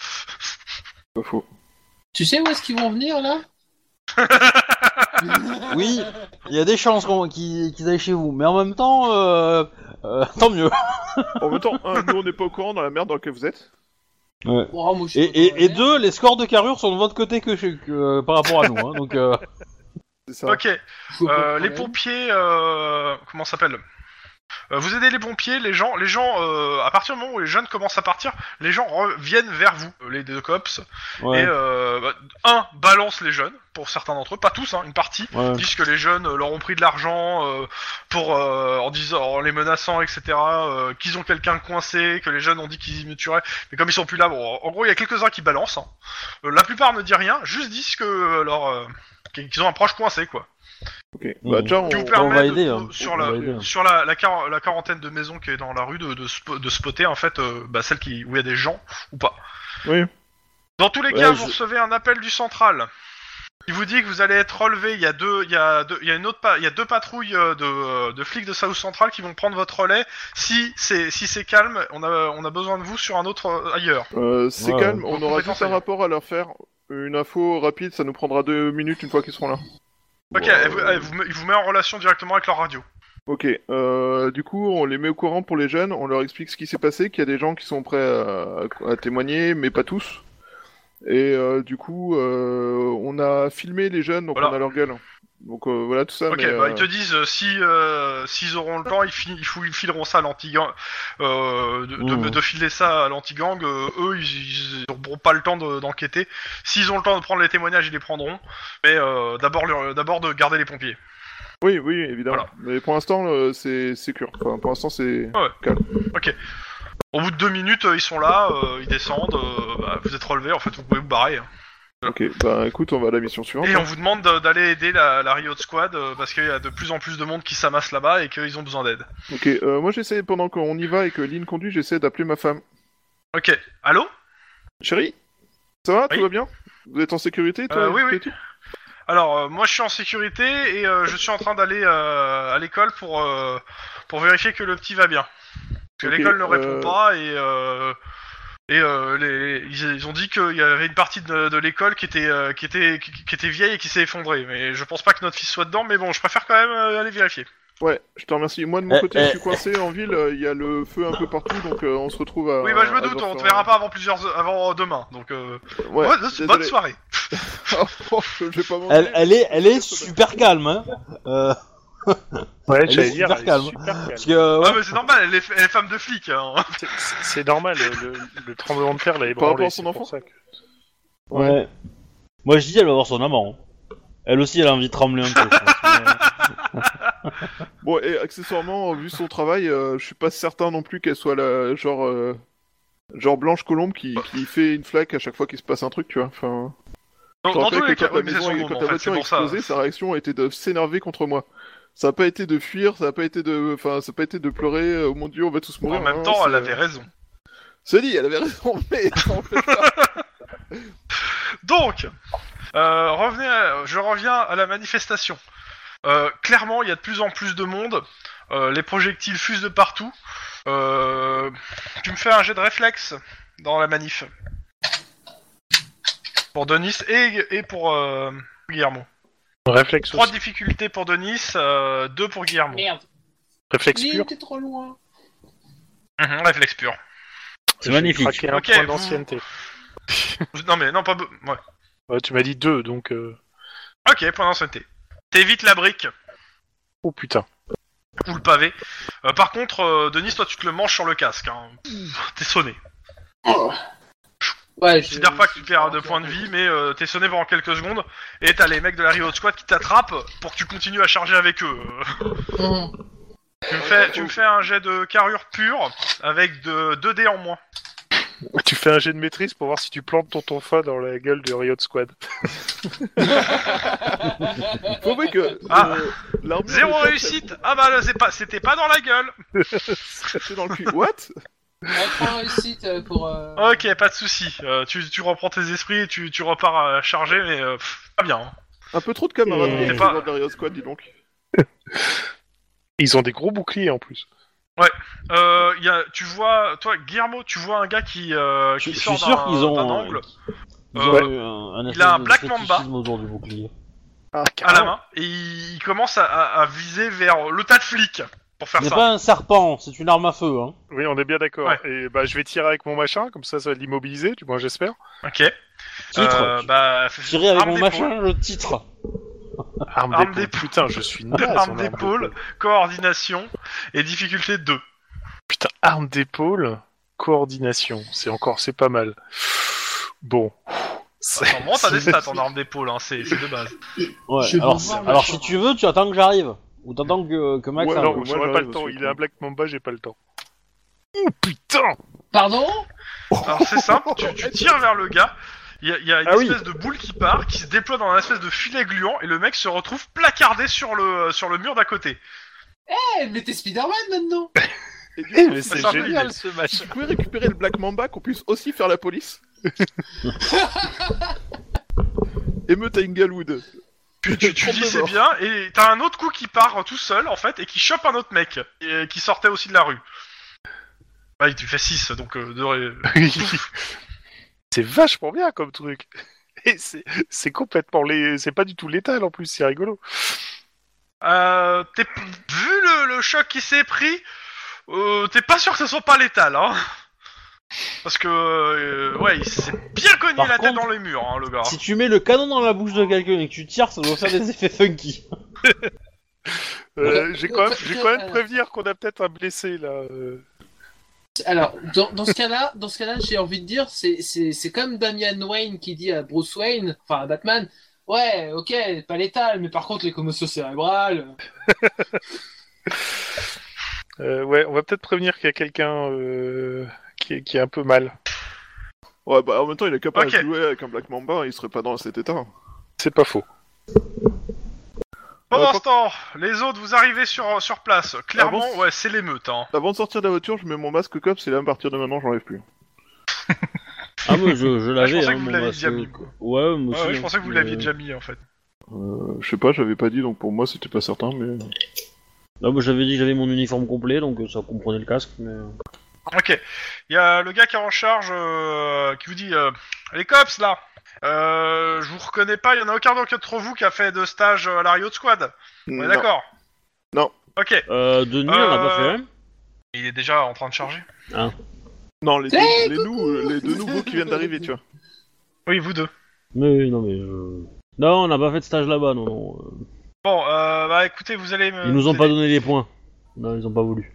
Pas faux. Tu sais où est-ce qu'ils vont venir, là Oui, il y a des chances qu'on- qu'ils qu'ils aillent chez vous, mais en même temps, euh, euh, tant mieux. En même temps, un, nous, on n'est pas au courant dans la merde dans laquelle vous êtes. Oh, moi, je suis Et, pas dans la et, et merde. deux, les scores de carrure sont de votre côté que, chez- que, euh, par rapport à nous, hein, donc euh, C'est ça. Ok. Je vois pas euh, le les problème. pompiers. euh, comment ça s'appelle Euh, Vous aidez les pompiers. Les gens, les gens. euh, à partir du moment où les jeunes commencent à partir, les gens reviennent vers vous, euh, les deux cops. ouais, Et euh, bah, un balance les jeunes pour certains d'entre eux, pas tous, hein, une partie. ouais. disent que les jeunes euh, leur ont pris de l'argent euh, pour euh, en disant en les menaçant etc euh, qu'ils ont quelqu'un coincé que les jeunes ont dit qu'ils y tueraient mais comme ils sont plus là bon en gros il y a quelques uns qui balancent hein. Euh, la plupart ne dit rien juste disent que euh, leur euh, qu'ils ont un proche coincé quoi Ok. Mm. Bah, déjà, on. qui vous on permet va de- aider, de- hein. sur On la va aider, hein. sur la, la, quar- la quarantaine de maisons qui est dans la rue de, de, spo- de spotter en fait euh, bah, celle qui où il y a des gens ou pas Oui. dans tous les Ouais, cas je- vous recevez un appel du central il vous dit que vous allez être relevé il y a deux il y a deux il y a une autre pa- il y a deux patrouilles euh, de, euh, de flics de South Central qui vont prendre votre relais si c'est si c'est calme on a on a besoin de vous sur un autre euh, ailleurs Euh, c'est Ouais, calme, ouais. on Faut aura compétent, juste un ça. rapport à leur faire. Une info rapide, ça nous prendra deux minutes une fois qu'ils seront là. ok Wow. elle vous- elle vous met- il vous met en relation directement avec leur radio Ok, euh, du coup, on les met au courant pour les jeunes, on leur explique ce qui s'est passé, qu'il y a des gens qui sont prêts à, à témoigner, mais pas tous. Et euh, du coup, euh, on a filmé les jeunes, donc Voilà. on a leur gueule. Donc euh, voilà tout ça. Ok, mais, bah, euh, ils te disent euh, si euh, s'ils auront le temps, ils, fi- ils fou- ils fileront ça à l'anti-gang. euh, de, de- Mmh. de filer ça à l'anti-gang, euh, eux, ils n'auront pas le temps de- d'enquêter. s'ils ont le temps de prendre les témoignages, ils les prendront. Mais euh, d'abord, leur- d'abord de garder les pompiers. Oui, oui, évidemment. Mais pour l'instant, euh, c'est sécure. Enfin, pour l'instant, c'est. Ah, Au bout de deux minutes, euh, ils sont là, euh, ils descendent. euh, bah, vous êtes relevés, en fait, vous pouvez vous barrer. hein. Ok, bah écoute, on va à la mission suivante. Et on vous demande de- d'aller aider la, la Riot Squad euh, parce qu'il y a de plus en plus de monde qui s'amasse là-bas et qu'ils ont besoin d'aide. Ok, euh, moi j'essaie, pendant qu'on y va et que Lynn conduit, j'essaie d'appeler ma femme. Ok, allô Chérie Ça va Oui. Tout va bien Vous êtes en sécurité toi Euh, oui, oui. Katie Alors, euh, moi je suis en sécurité et euh, je suis en train d'aller euh, à l'école pour, euh, pour vérifier que le petit va bien. Parce que Ok, l'école ne répond euh, pas et, euh, et euh, les- ils, ils ont dit qu'il y avait une partie de, de l'école qui était, euh, qui, était, qui, qui était vieille et qui s'est effondrée. Mais je pense pas que notre fils soit dedans, mais bon, je préfère quand même euh, aller vérifier. Ouais, je te remercie. Moi de mon Eh, côté, eh. je suis coincé en ville, euh, il y a le feu un peu partout, donc euh, on se retrouve à. oui, bah je me à doute, on te 12h. verra pas avant plusieurs heures- avant demain. Donc, euh, Ouais, bonne- bonne désolé. soirée. Oh, je vais pas mentir. Elle, elle est, elle est super calme, hein. Euh, Ouais, Elle j'allais est super dire, elle est calme. super calme. parce que, euh, ouais, Ah, mais c'est normal, elle est, elle est femme de flic. hein. C'est- c'est- C'est normal, le, le tremblement de terre l'avait Par rapport branlé, à son c'est pour enfant ça que- ouais. Moi, je dis, elle va voir son amant. hein. Elle aussi, elle a envie de trembler un peu. je pense, mais- Bon, et accessoirement, vu son travail, euh, je suis pas certain non plus qu'elle soit la genre. euh, Genre Blanche Colombe qui, qui fait une flaque à chaque fois qu'il se passe un truc, tu vois. Enfin, Dans, je te dans rappelle tous les que cas, quand oui, ta mais c'est maison- son quand moment, ta en fait, c'est voiture a pour ça. explosé, sa réaction a été de s'énerver contre moi. Ça a pas été de fuir, ça a pas été de, enfin, ça a pas été de pleurer. euh, Oh mon Dieu, on va tous mourir. En Non, même temps, elle c'est- avait raison. C'est dit, elle avait raison, mais en fait, Donc, euh, revenez à- je reviens à la manifestation. Euh, clairement, il y a de plus en plus de monde. Euh, les projectiles fusent de partout. Euh, tu me fais un jet de réflexe dans la manif. Pour Denis et, et pour euh, Guillermo. Réflexe, Trois aussi. difficultés pour Denis, euh, deux pour Guillermo. Merde. réflexe Lynn, pur. t'es trop loin. Mhm, réflexe pur. C'est J'ai magnifique. craqué un Ok, point vous- d'ancienneté. Non mais non pas. be- Ouais. Ouais, tu m'as dit deux, donc... euh, Ok, point d'ancienneté. T'évites la brique Oh putain. ou le pavé. Euh, par contre, euh, Denis, toi, tu te le manges sur le casque. Hein. Pff, T'es sonné. Oh. Ouais, Je considère pas que tu perds de points de vie, mais euh, t'es sonné pendant quelques secondes et t'as les mecs de la Riot Squad qui t'attrapent pour que tu continues à charger avec eux. Euh, Hum. Tu me fais, tu me fais un jet de carrure pure avec de, 2 dés en moins. Tu fais un jet de maîtrise pour voir si tu plantes ton tonfa dans la gueule du Riot Squad. faut avouer que Ah. euh, l'armure Zéro des femmes, réussite Ah bah là, c'est pas- c'était pas dans la gueule ça me fait dans le cul. What Un point réussite euh, pour. euh, Ok, pas de souci. Euh, tu, tu reprends tes esprits et tu, tu repars à charger, mais euh, pff, pas bien. hein. Un peu trop de camarades Euh, avec les pas- joueurs de la Riot Squad, dis donc. Ils ont des gros boucliers en plus. Euh, y a, tu vois, toi, Guillermo, tu vois un gars qui, euh, Je qui je sort suis sûr d'un- qu'ils ont d'un un- angle Ils Euh, eu un, un il espèce a un de Black Mamba. fétichisme autour du bouclier. Ah. à la main et il, il commence à, à- à viser vers le tas de flics pour faire Ce n'est ça. pas un serpent, c'est une arme à feu. Hein. Oui, on est bien d'accord. Et bah, je vais tirer avec mon machin, comme ça, ça va l'immobiliser, du moins j'espère. Ok. Titre. Euh, bah, Tirer avec arme mon d'épaule. machin, je titre. Arme, Arme d'épaule. d'épaule. Putain, je suis naze. en Arme d'épaule, coordination et difficulté 2. Putain, arme d'épaule, coordination. C'est encore, c'est pas mal. Bon. C'est- Enfin, bon, t'as des stats en arme d'épaule, hein, c'est c'est de base. Ouais. Je vais Alors, voir, alors machin. si tu veux, tu attends que j'arrive. Ou t'attends que, que Max Ouais, arrive. non, moi, j'aurais pas j'arrive le temps. aussi, Il a quoi. un Black Mamba, j'ai pas le temps. Oh putain Pardon Alors c'est simple, tu, tu tires vers le gars, il y a, il y a une Ah oui. espèce de boule qui part, qui se déploie dans un espèce de filet gluant et le mec se retrouve placardé sur le, sur le mur d'à côté. Eh, mais t'es Spider-Man maintenant Et du coup, Eh, mais Ça c'est sort génial ce si match. vous pouvez récupérer le Black Mamba, qu'on puisse aussi faire la police. Émeute à Inglewood. Tu, tu, tu dis c'est bien et t'as un autre coup qui part tout seul en fait et qui chope un autre mec et, qui sortait aussi de la rue. Bah, tu fais 6 donc euh, deux ré- c'est vachement bien comme truc. Et c'est- c'est complètement les, c'est pas du tout létal en plus, c'est rigolo. Euh, t'es- vu le, le choc qui s'est pris, euh, t'es pas sûr que ce soit pas létal, hein. Parce que, euh, ouais, il s'est bien cogné Par la tête contre- dans les murs, hein, le gars. Si tu mets le canon dans la bouche de quelqu'un et que tu tires, ça doit faire des effets funky. Euh, j'ai quand même, j'ai quand même prévenir qu'on a peut-être un blessé là. euh. Alors, dans, dans ce cas-là, dans ce cas-là, j'ai envie de dire, c'est- c'est c'est comme Damian Wayne qui dit à Bruce Wayne, enfin à Batman, ouais, ok, pas létal, mais par contre les commotions cérébrales. Euh, ouais, on va peut-être prévenir qu'il y a quelqu'un euh, qui, est- qui est un peu mal. Ouais, bah en même temps, il est capable Ok. de jouer avec un Black Mamba, hein, il serait pas dans cet état. C'est pas faux. Pendant euh, Ouais, ce temps, les autres, vous arrivez sur, sur place. Clairement, Ah bon ouais, c'est l'émeute, hein. Avant de sortir de la voiture, je mets mon masque cop, c'est là à partir de maintenant, j'enlève plus. Ah, moi je, je Ah, je l'avais. pensais hein, que vous mon l'aviez masque. déjà mis, quoi. Ouais, moi Ouais, aussi, ouais, je hein. pensais que vous Euh, l'aviez déjà mis, en fait. Euh, je sais pas, j'avais pas dit, donc pour moi, c'était pas certain, mais... Non, moi j'avais dit que j'avais mon uniforme complet, donc euh, ça comprenait le casque. Mais... Ok. Il y a le gars qui est en charge, euh, qui vous dit euh, Les cops, là euh, Je vous reconnais pas, il y en a aucun d'entre vous qui a fait de stage euh, à la Riot Squad. On est Non. d'accord Non. Ok. Euh, Denis, on a pas Euh, fait hein. un Il est déjà en train de charger. Non, les deux, Hey, les, nous- les deux nouveaux qui viennent d'arriver, tu vois. Oui, vous deux. Mais oui, non, mais. euh, Non, on n'a pas fait de stage là-bas, non, non. euh, Bon, euh, bah écoutez, vous allez me. Ils nous ont vous pas allez- donné les points. Non, ils ont pas voulu.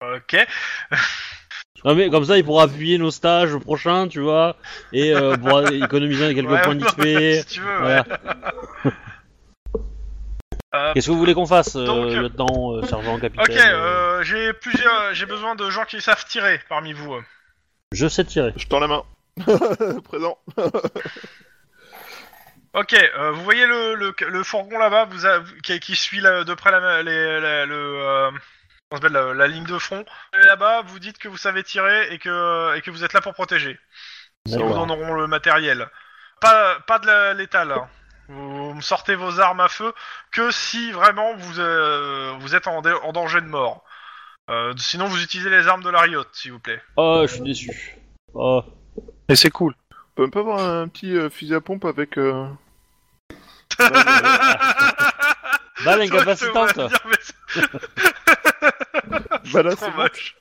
Ok. Non, mais comme ça, il pourra appuyer nos stages prochains, tu vois, et euh, pourra économiser quelques Ouais, points non, d'XP. si tu veux, ouais. voilà. Euh, Qu'est-ce que vous voulez qu'on fasse, euh, Donc, euh, lieutenant, euh, sergent, capitaine Ok, euh, euh, j'ai plusieurs, j'ai besoin de gens qui savent tirer parmi vous. euh. Je sais tirer. Je tends la main. Présent. Ok, euh, vous voyez le, le, le fourgon là-bas, vous a- qui, qui suit la- de près la, les- la- le, euh, comment s'appelle, la, la ligne de front. Vous allez Là-bas, vous dites que vous savez tirer et que et que vous êtes là pour protéger. Et vous en auront le matériel. Pas pas de la- l'étal. hein. Vous, vous sortez vos armes à feu que si vraiment vous euh, vous êtes en, dé- en danger de mort. Euh, sinon, vous utilisez les armes de la Riot, s'il vous plaît. Oh, je suis déçu. Oh. Et c'est cool. On peut même pas avoir un petit euh, fusil à pompe avec... euh, Ah, Balle Je vois ce que incapacitante vous voulez dire, mais c'est Bah là, trop c'est bon. moche.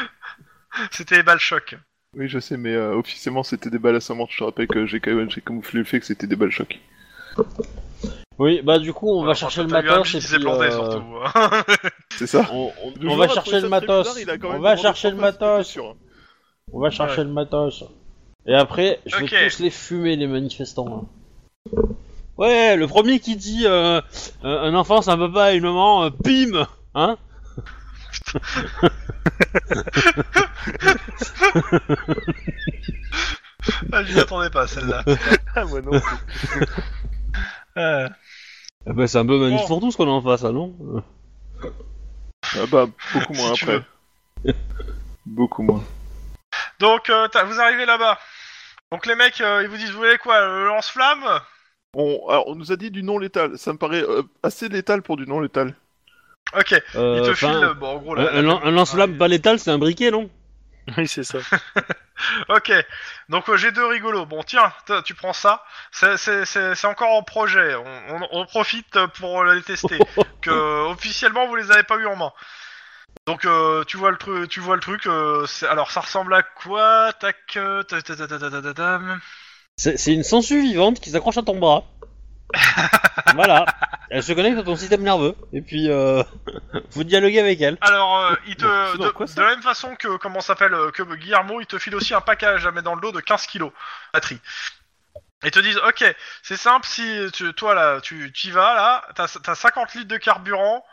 C'était les balles choc. Oui, je sais, mais euh, officiellement, c'était des balles à sa mort. Je te rappelle que j'ai quand même- j'ai camouflé le fait que c'était des balles choc. Oui, bah du coup, on va chercher le matos et s'est puis... planté euh, surtout. C'est ça On, on- Le on joueur va a trouvé chercher le ça très matos. bizarre, il a quand on même va demandé chercher le pourquoi c'était matos. sûr. On va chercher le matos. Et après, je vais Ok. tous les fumer, les manifestants. hein. Ouais, le premier qui dit euh, euh, un enfant, c'est un papa et une maman, euh, pim Hein Ah, je m'y attendais pas celle-là. Ah, moi non. Euh, Eh ben, C'est un peu manif Bon. pour tous qu'on a en face, ah non Ah bah, beaucoup moins Si tu après. beaucoup moins. Donc, euh, t'as- vous arrivez là-bas. Donc les mecs, euh, ils vous disent, vous voulez quoi Le lance-flamme On, alors, on nous a dit du non létal. Ça me paraît euh, assez létal pour du non létal. Ok, Euh, ils te enfin, filent, bon, en gros, un- là... un, lan- un lance-flamme pas létal, c'est un briquet, non Oui, c'est ça. Ok, donc euh, j'ai deux rigolos. Bon, tiens, t- tu prends ça. C'est- C'est c'est- c'est encore en projet. On, on- on profite pour les tester. que euh, officiellement, vous les avez pas eu en main. Donc euh, tu vois le truc, tu vois le truc. euh, c'est- alors ça ressemble à quoi Tac, euh, ta- ta- ta- ta- ta- ta- ta- tam. C'est c'est une sangsue vivante qui s'accroche à ton bras. voilà. Elle se connecte à ton système nerveux. Et puis, euh, vous dialoguez avec elle. Alors euh, il te, Bon, c'est dans de, quoi, ça de la même façon que comment ça s'appelle euh, que Guillermo, il te file aussi un package à mettre dans le dos de 15 kilos batterie. Ils te disent ok, c'est simple si tu, toi là, tu tu y vas là, t'as as 50 litres de carburant.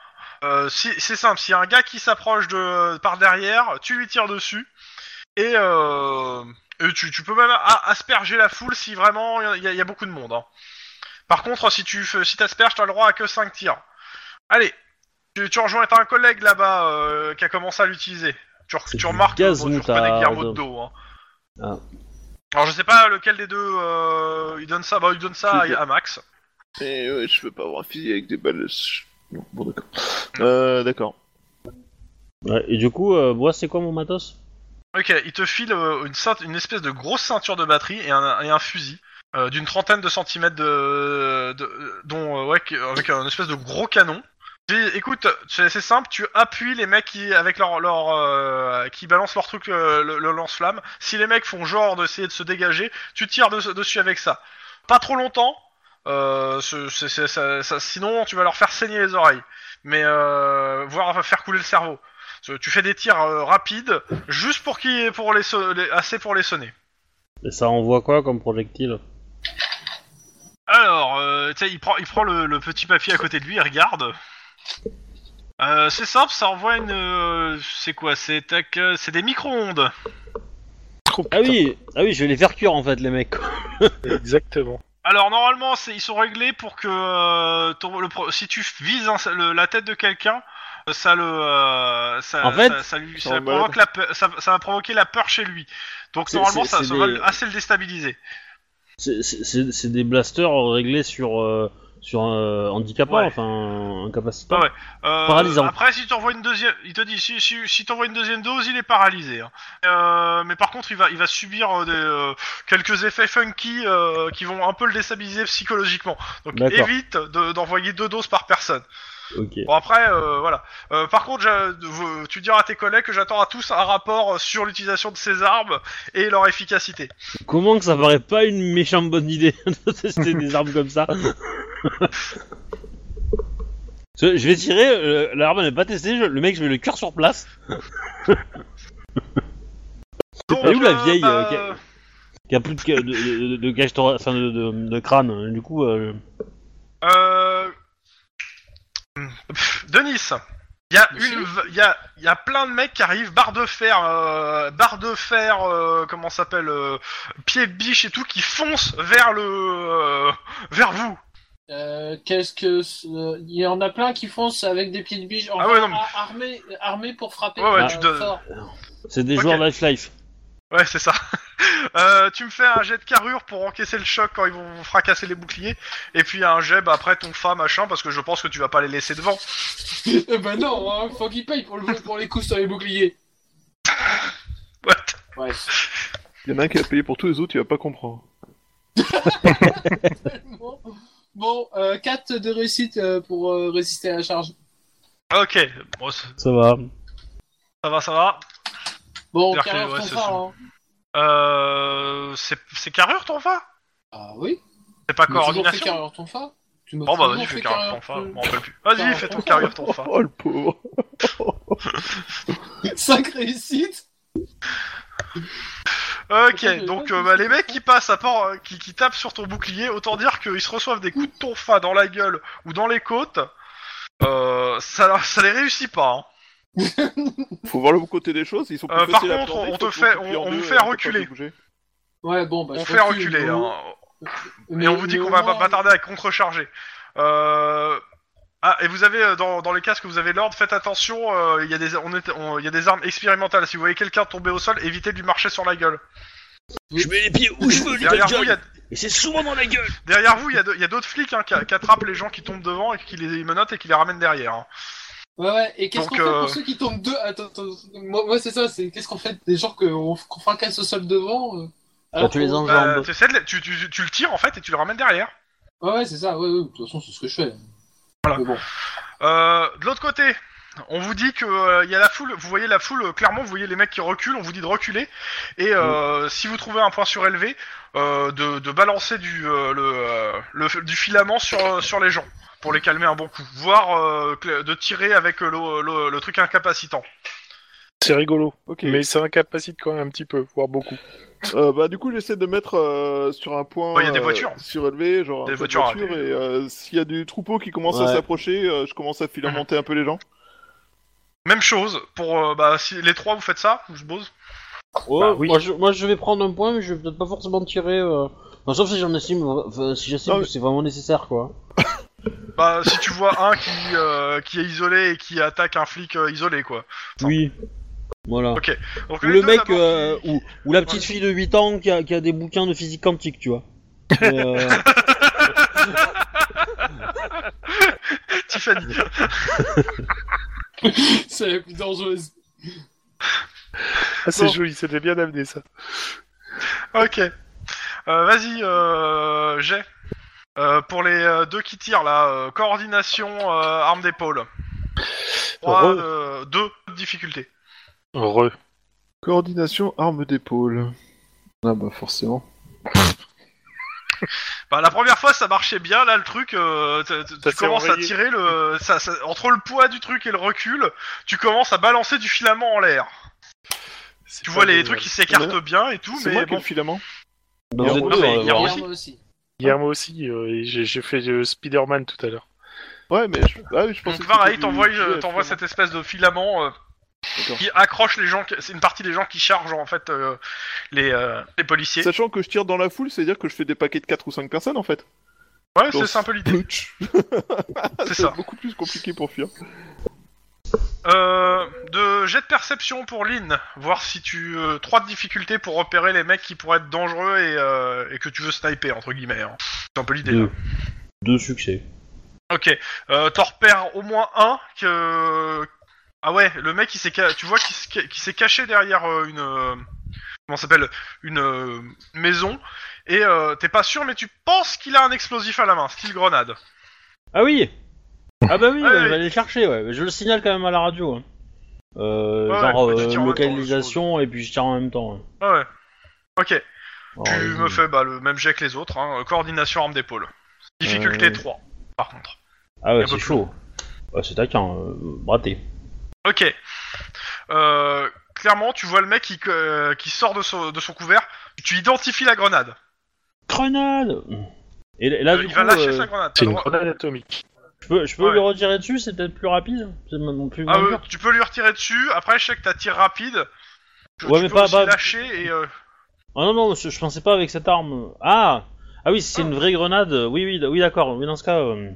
Euh, si- c'est simple, s'il y a un gars qui s'approche de par derrière, tu lui tires dessus et, euh, et tu, tu peux même a- asperger la foule si vraiment il y, a- il y a beaucoup de monde. hein. Par contre, si tu fais- si t'asperges, t'as le droit à que 5 tirs. Allez, tu, tu rejoins t'as un collègue là-bas euh, qui a commencé à l'utiliser. Tu, re- C'est tu du remarques que gaz bon, tu reconnais moutarde. Guillermo de dos. hein. Ah. Alors je sais pas lequel des deux euh, il donne ça, bah il donne ça Je- à, à Max. Et ouais, euh, je veux pas avoir un fusil avec des balles. ch- Non, bon, d'accord. Euh, d'accord. Ouais, et du coup, euh, moi, c'est quoi mon matos Ok, il te file euh, une, ceint- une espèce de grosse ceinture de batterie et un, et un fusil euh, d'une trentaine de centimètres de, de- dont euh, ouais, qui- avec un espèce de gros canon Dis, écoute, c'est c'est simple, tu appuies les mecs qui, avec leur, leur euh, qui balancent leur truc, euh, le, le lance-flamme. Si les mecs font genre d'essayer de se dégager, tu tires de- dessus avec ça. Pas trop longtemps, euh, ce- c'est- c'est- ça- ça- sinon tu vas leur faire saigner les oreilles, mais euh, voire faire couler le cerveau. Ce- Tu fais des tirs euh, rapides, juste pour qui, pour les, so- les- assez pour les sonner. Et ça envoie quoi comme projectile Alors, euh, tu sais, il prend, il prend le, le petit papier à côté de lui, il regarde. Euh, c'est simple, ça envoie une. euh, c'est quoi C'est tac, euh, c'est des micro-ondes. Oh, Ah oui, ah oui, je vais les faire cuire en fait, les mecs. quoi. putain, Exactement. Alors normalement, c'est, ils sont réglés pour que euh, ton- le pro- si tu vises un- le- la tête de quelqu'un, euh, ça le, euh, ça, En fait, ça, ça lui, ça ça rend provoque la pe- ça, ça va provoquer la peur chez lui. Donc C'est- normalement, c'est- ça, c'est ça va des- assez le déstabiliser. C'est- C'est c'est- c'est des blasters réglés sur euh, sur un handicapant, Ouais. enfin incapacitant. Ouais, ouais. Euh, Paralysant. Après, si t'envoies une deuxième, il te dit si si, si t'envoies une deuxième dose, il est paralysé. hein. Euh, mais par contre, il va il va subir euh, des, euh, quelques effets funky euh, qui vont un peu le déstabiliser psychologiquement. Donc D'accord. évite de- d'envoyer deux doses par personne. Ok. Bon après, euh, voilà. Euh, par contre, j'a- vous- tu diras à tes collègues que j'attends à tous un rapport sur l'utilisation de ces armes et leur efficacité. Comment que ça paraît pas une méchante bonne idée de tester des armes comme ça Parce que Je vais tirer, euh, l'arme n'est pas testée, je- le mec je vais le cuire sur place. Donc, Elle est où, la euh, vieille, bah, euh, Il y a plus de, de, de, de gage thora- enfin, de, de- de crâne, du coup. euh, Euh... Pff, Denis, il y a une, Monsieur il y a, y a plein de mecs qui arrivent, barre de fer, euh, barre de fer, euh, comment ça s'appelle, euh, pied de biche et tout, qui foncent vers le, euh, vers vous. Euh, Qu'est-ce que. ce- euh, Il y en a plein qui foncent avec des pieds de biche enfin, Ah ouais, non, mais- ar- armés, armés pour frapper. Ouais, ouais, euh, tu donnes- fort. c'est des Ok. joueurs life-life. Ouais, c'est ça. Euh, tu me fais un jet de carrure pour encaisser le choc quand ils vont vous fracasser les boucliers, et puis un jet bah, après ton fa machin parce que je pense que tu vas pas les laisser devant. Eh ben non, hein, faut qu'ils payent pour, le, pour les coups sur les boucliers. What Ouais. Il y en a un qui a payé pour tous les autres, il va pas comprendre. Bon, bon euh, 4 de réussite euh, pour euh, résister à la charge. Ok, bon, ça Ça va. ça va, ça va. Bon, C'est-à-dire carrière que, ouais, ton c'est phare, ça. hein. Euh, c'est c'est carrure ton fa Ah oui C'est pas Tu m'as toujours fait coordination carrière ton phare Tu m'as Bon bah toujours vas-y, fais fait carrure ton carrière fa, je ton- m'en rappelle plus. Vas-y, Carrure fais ton ton fa. carrure ton fa. Oh le pauvre Cinq réussites Ok, Pourquoi je- donc je- euh, bah, les mecs qui passent à part, euh, qui, qui tapent sur ton bouclier, autant dire qu'ils se reçoivent des coups de ton fa dans la gueule ou dans les côtes, euh, ça, leur- ça les réussit pas. hein. Faut voir le bon côté des choses, ils sont plus Euh, par faciles à contre, absorber, on faut te qu'on fait- coupe en on- on deux, vous fait capable de reculer. bouger. Ouais, bon, bah on je fait recule, reculer. bon. hein. Mais- Et on vous dit mais qu'on au va moins- pas tarder à contre-charger. Euh... Ah, et vous avez euh, dans, dans les casques, vous avez l'ordre, faites attention, euh, il y, a des- on est- on- il y a des armes expérimentales. Si vous voyez quelqu'un tomber au sol, évitez de lui marcher sur la gueule. Je mets les pieds où je veux, Derrière vous, il y a, Et c'est souvent dans la gueule derrière vous, il y a de- il y a d'autres flics hein, qui, qui attrapent les gens qui tombent devant et qui les menottent et qui les ramènent derrière. hein. Ouais, ouais, et qu'est-ce Donc, qu'on fait euh, pour ceux qui tombent deux Attends, attends, moi, moi, c'est ça, c'est qu'est-ce qu'on fait des gens qu'on qu'on fracasse au sol devant euh, alors tu les qu'on- enjambes. Euh, Jambes. t'essaies de les- tu, tu- tu le tires en fait et tu le ramènes derrière. Ouais, ouais, c'est ça, ouais, ouais, de toute façon, c'est ce que je fais. Voilà. Mais bon. Euh, de l'autre côté, on vous dit que euh, il y a la foule. Vous voyez la foule. euh, Clairement, vous voyez les mecs qui reculent. On vous dit de reculer. Et euh, si vous trouvez un point surélevé, euh, de, de balancer du euh, le, euh, le- du filament sur euh, sur les gens pour les calmer un bon coup, voire euh, cl- de tirer avec euh, le, le- le truc incapacitant. C'est rigolo. Ok. Mais ça incapacite quand même un petit peu, voire beaucoup. Euh, bah du coup j'essaie de mettre euh, sur un point Ouais, y a des euh, voitures. surélevé, genre Des un peu de voitures à voitures, et euh, s'il y a du troupeau qui commence Ouais. à s'approcher, euh, je commence à filamenter un peu les gens. Même chose pour euh, bah, si les trois vous faites ça, je suppose. Bah oui. moi, je, moi je vais prendre un point, mais je vais peut-être pas forcément tirer. euh, enfin, sauf si j'en estime, enfin, si j'estime Non, que c'est vraiment nécessaire quoi. Bah si tu vois un qui euh, qui est isolé et qui attaque un flic euh, isolé quoi. Oui. Voilà. Ok. Donc Ou les le deux, mec, d'abord, euh, qui- ou, ou la petite Ouais. fille de 8 ans qui a, qui a des bouquins de physique quantique, tu vois. Mais, euh, Tiffany. c'est la plus dangereuse. Ah, c'est Bon. joli, c'était bien amené ça. Ok. Euh, Vas-y, euh, j'ai. Euh, pour les euh, deux qui tirent là, euh, coordination, euh, arme d'épaule. Trois, Heureux. euh, deux difficultés. Heureux. Coordination arme d'épaule. Ah bah forcément. Bah, la première fois ça marchait bien, là le truc, euh, t- t- tu Ça s'est commences à enrayé. tirer le, ça, ça- entre le poids du truc et le recul, tu commences à balancer du filament en l'air. Tu vois les trucs qui euh, s'écartent bien et tout, C'est Ah, mais moi qui ai bon. le filament Bah, Non, vous êtes mais deux, il y alors, a- voilà. aussi. moi aussi. Hier, moi aussi, euh, et j'ai j'ai fait euh, Spider-Man tout à l'heure. Ouais, mais je, ah, oui, je pensais Donc que pareil, c'était t'envoies du- euh, du- t'envoies cette espèce de filament euh, D'accord. qui accroche les gens, qui- c'est une partie des gens qui chargent en fait euh, les, euh, les policiers. Sachant que je tire dans la foule, c'est-à-dire que je fais des paquets de 4 ou 5 personnes en fait. Ouais, Bon. c'est c'est un peu l'idée, Plutch. c'est C'est ça. beaucoup plus compliqué pour fuir. Euh, de jet de perception pour Lynn, voir si tu euh, trois de difficultés pour repérer les mecs qui pourraient être dangereux et, euh, et que tu veux sniper entre guillemets. hein. C'est un peu l'idée. Deux. là. Deux succès. Ok, euh, t'en repères au moins un que ah ouais, le mec il s'est ca- tu vois qui s'est qui s'est caché derrière euh, une euh, comment ça s'appelle une euh, maison et euh, t'es pas sûr mais tu penses qu'il a un explosif à la main, style grenade. Ah oui Ah bah oui, Ah oui, bah, je vais oui. aller le chercher, ouais. Mais Je le signale quand même à la radio. hein. Euh, Ouais, genre ouais, bah, tu euh, tires en même temps, localisation et puis je tire en même temps. hein. Ah ouais. Ok, Oh, tu Alors, me euh, fais bah, le même jet que les autres, hein, coordination arme d'épaule. Difficulté Euh, 3, par contre. Ah un ouais, peu c'est plus. chaud. Ouais, c'est taquin, euh, raté. Ok. Euh, clairement, tu vois le mec qui, euh, qui sort de son, de son couvert, tu identifies la grenade. Grenade Et là, Euh, du il coup, va lâcher euh, sa grenade. C'est t'as une le droit- grenade atomique. je peux, je peux Ouais. lui retirer dessus, c'est peut-être plus rapide C'est mon plus Ah, grand ouais, dur. tu peux lui retirer dessus, après je sais que t'as tir rapide. Tu, Ouais, tu mais peux pas- aussi pas- lâcher et... euh, Ah non, non, je, je pensais pas avec cette arme. Ah Ah oui, si c'est une vraie grenade, euh, oui, oui, d- oui d'accord. Oui, dans ce cas, euh,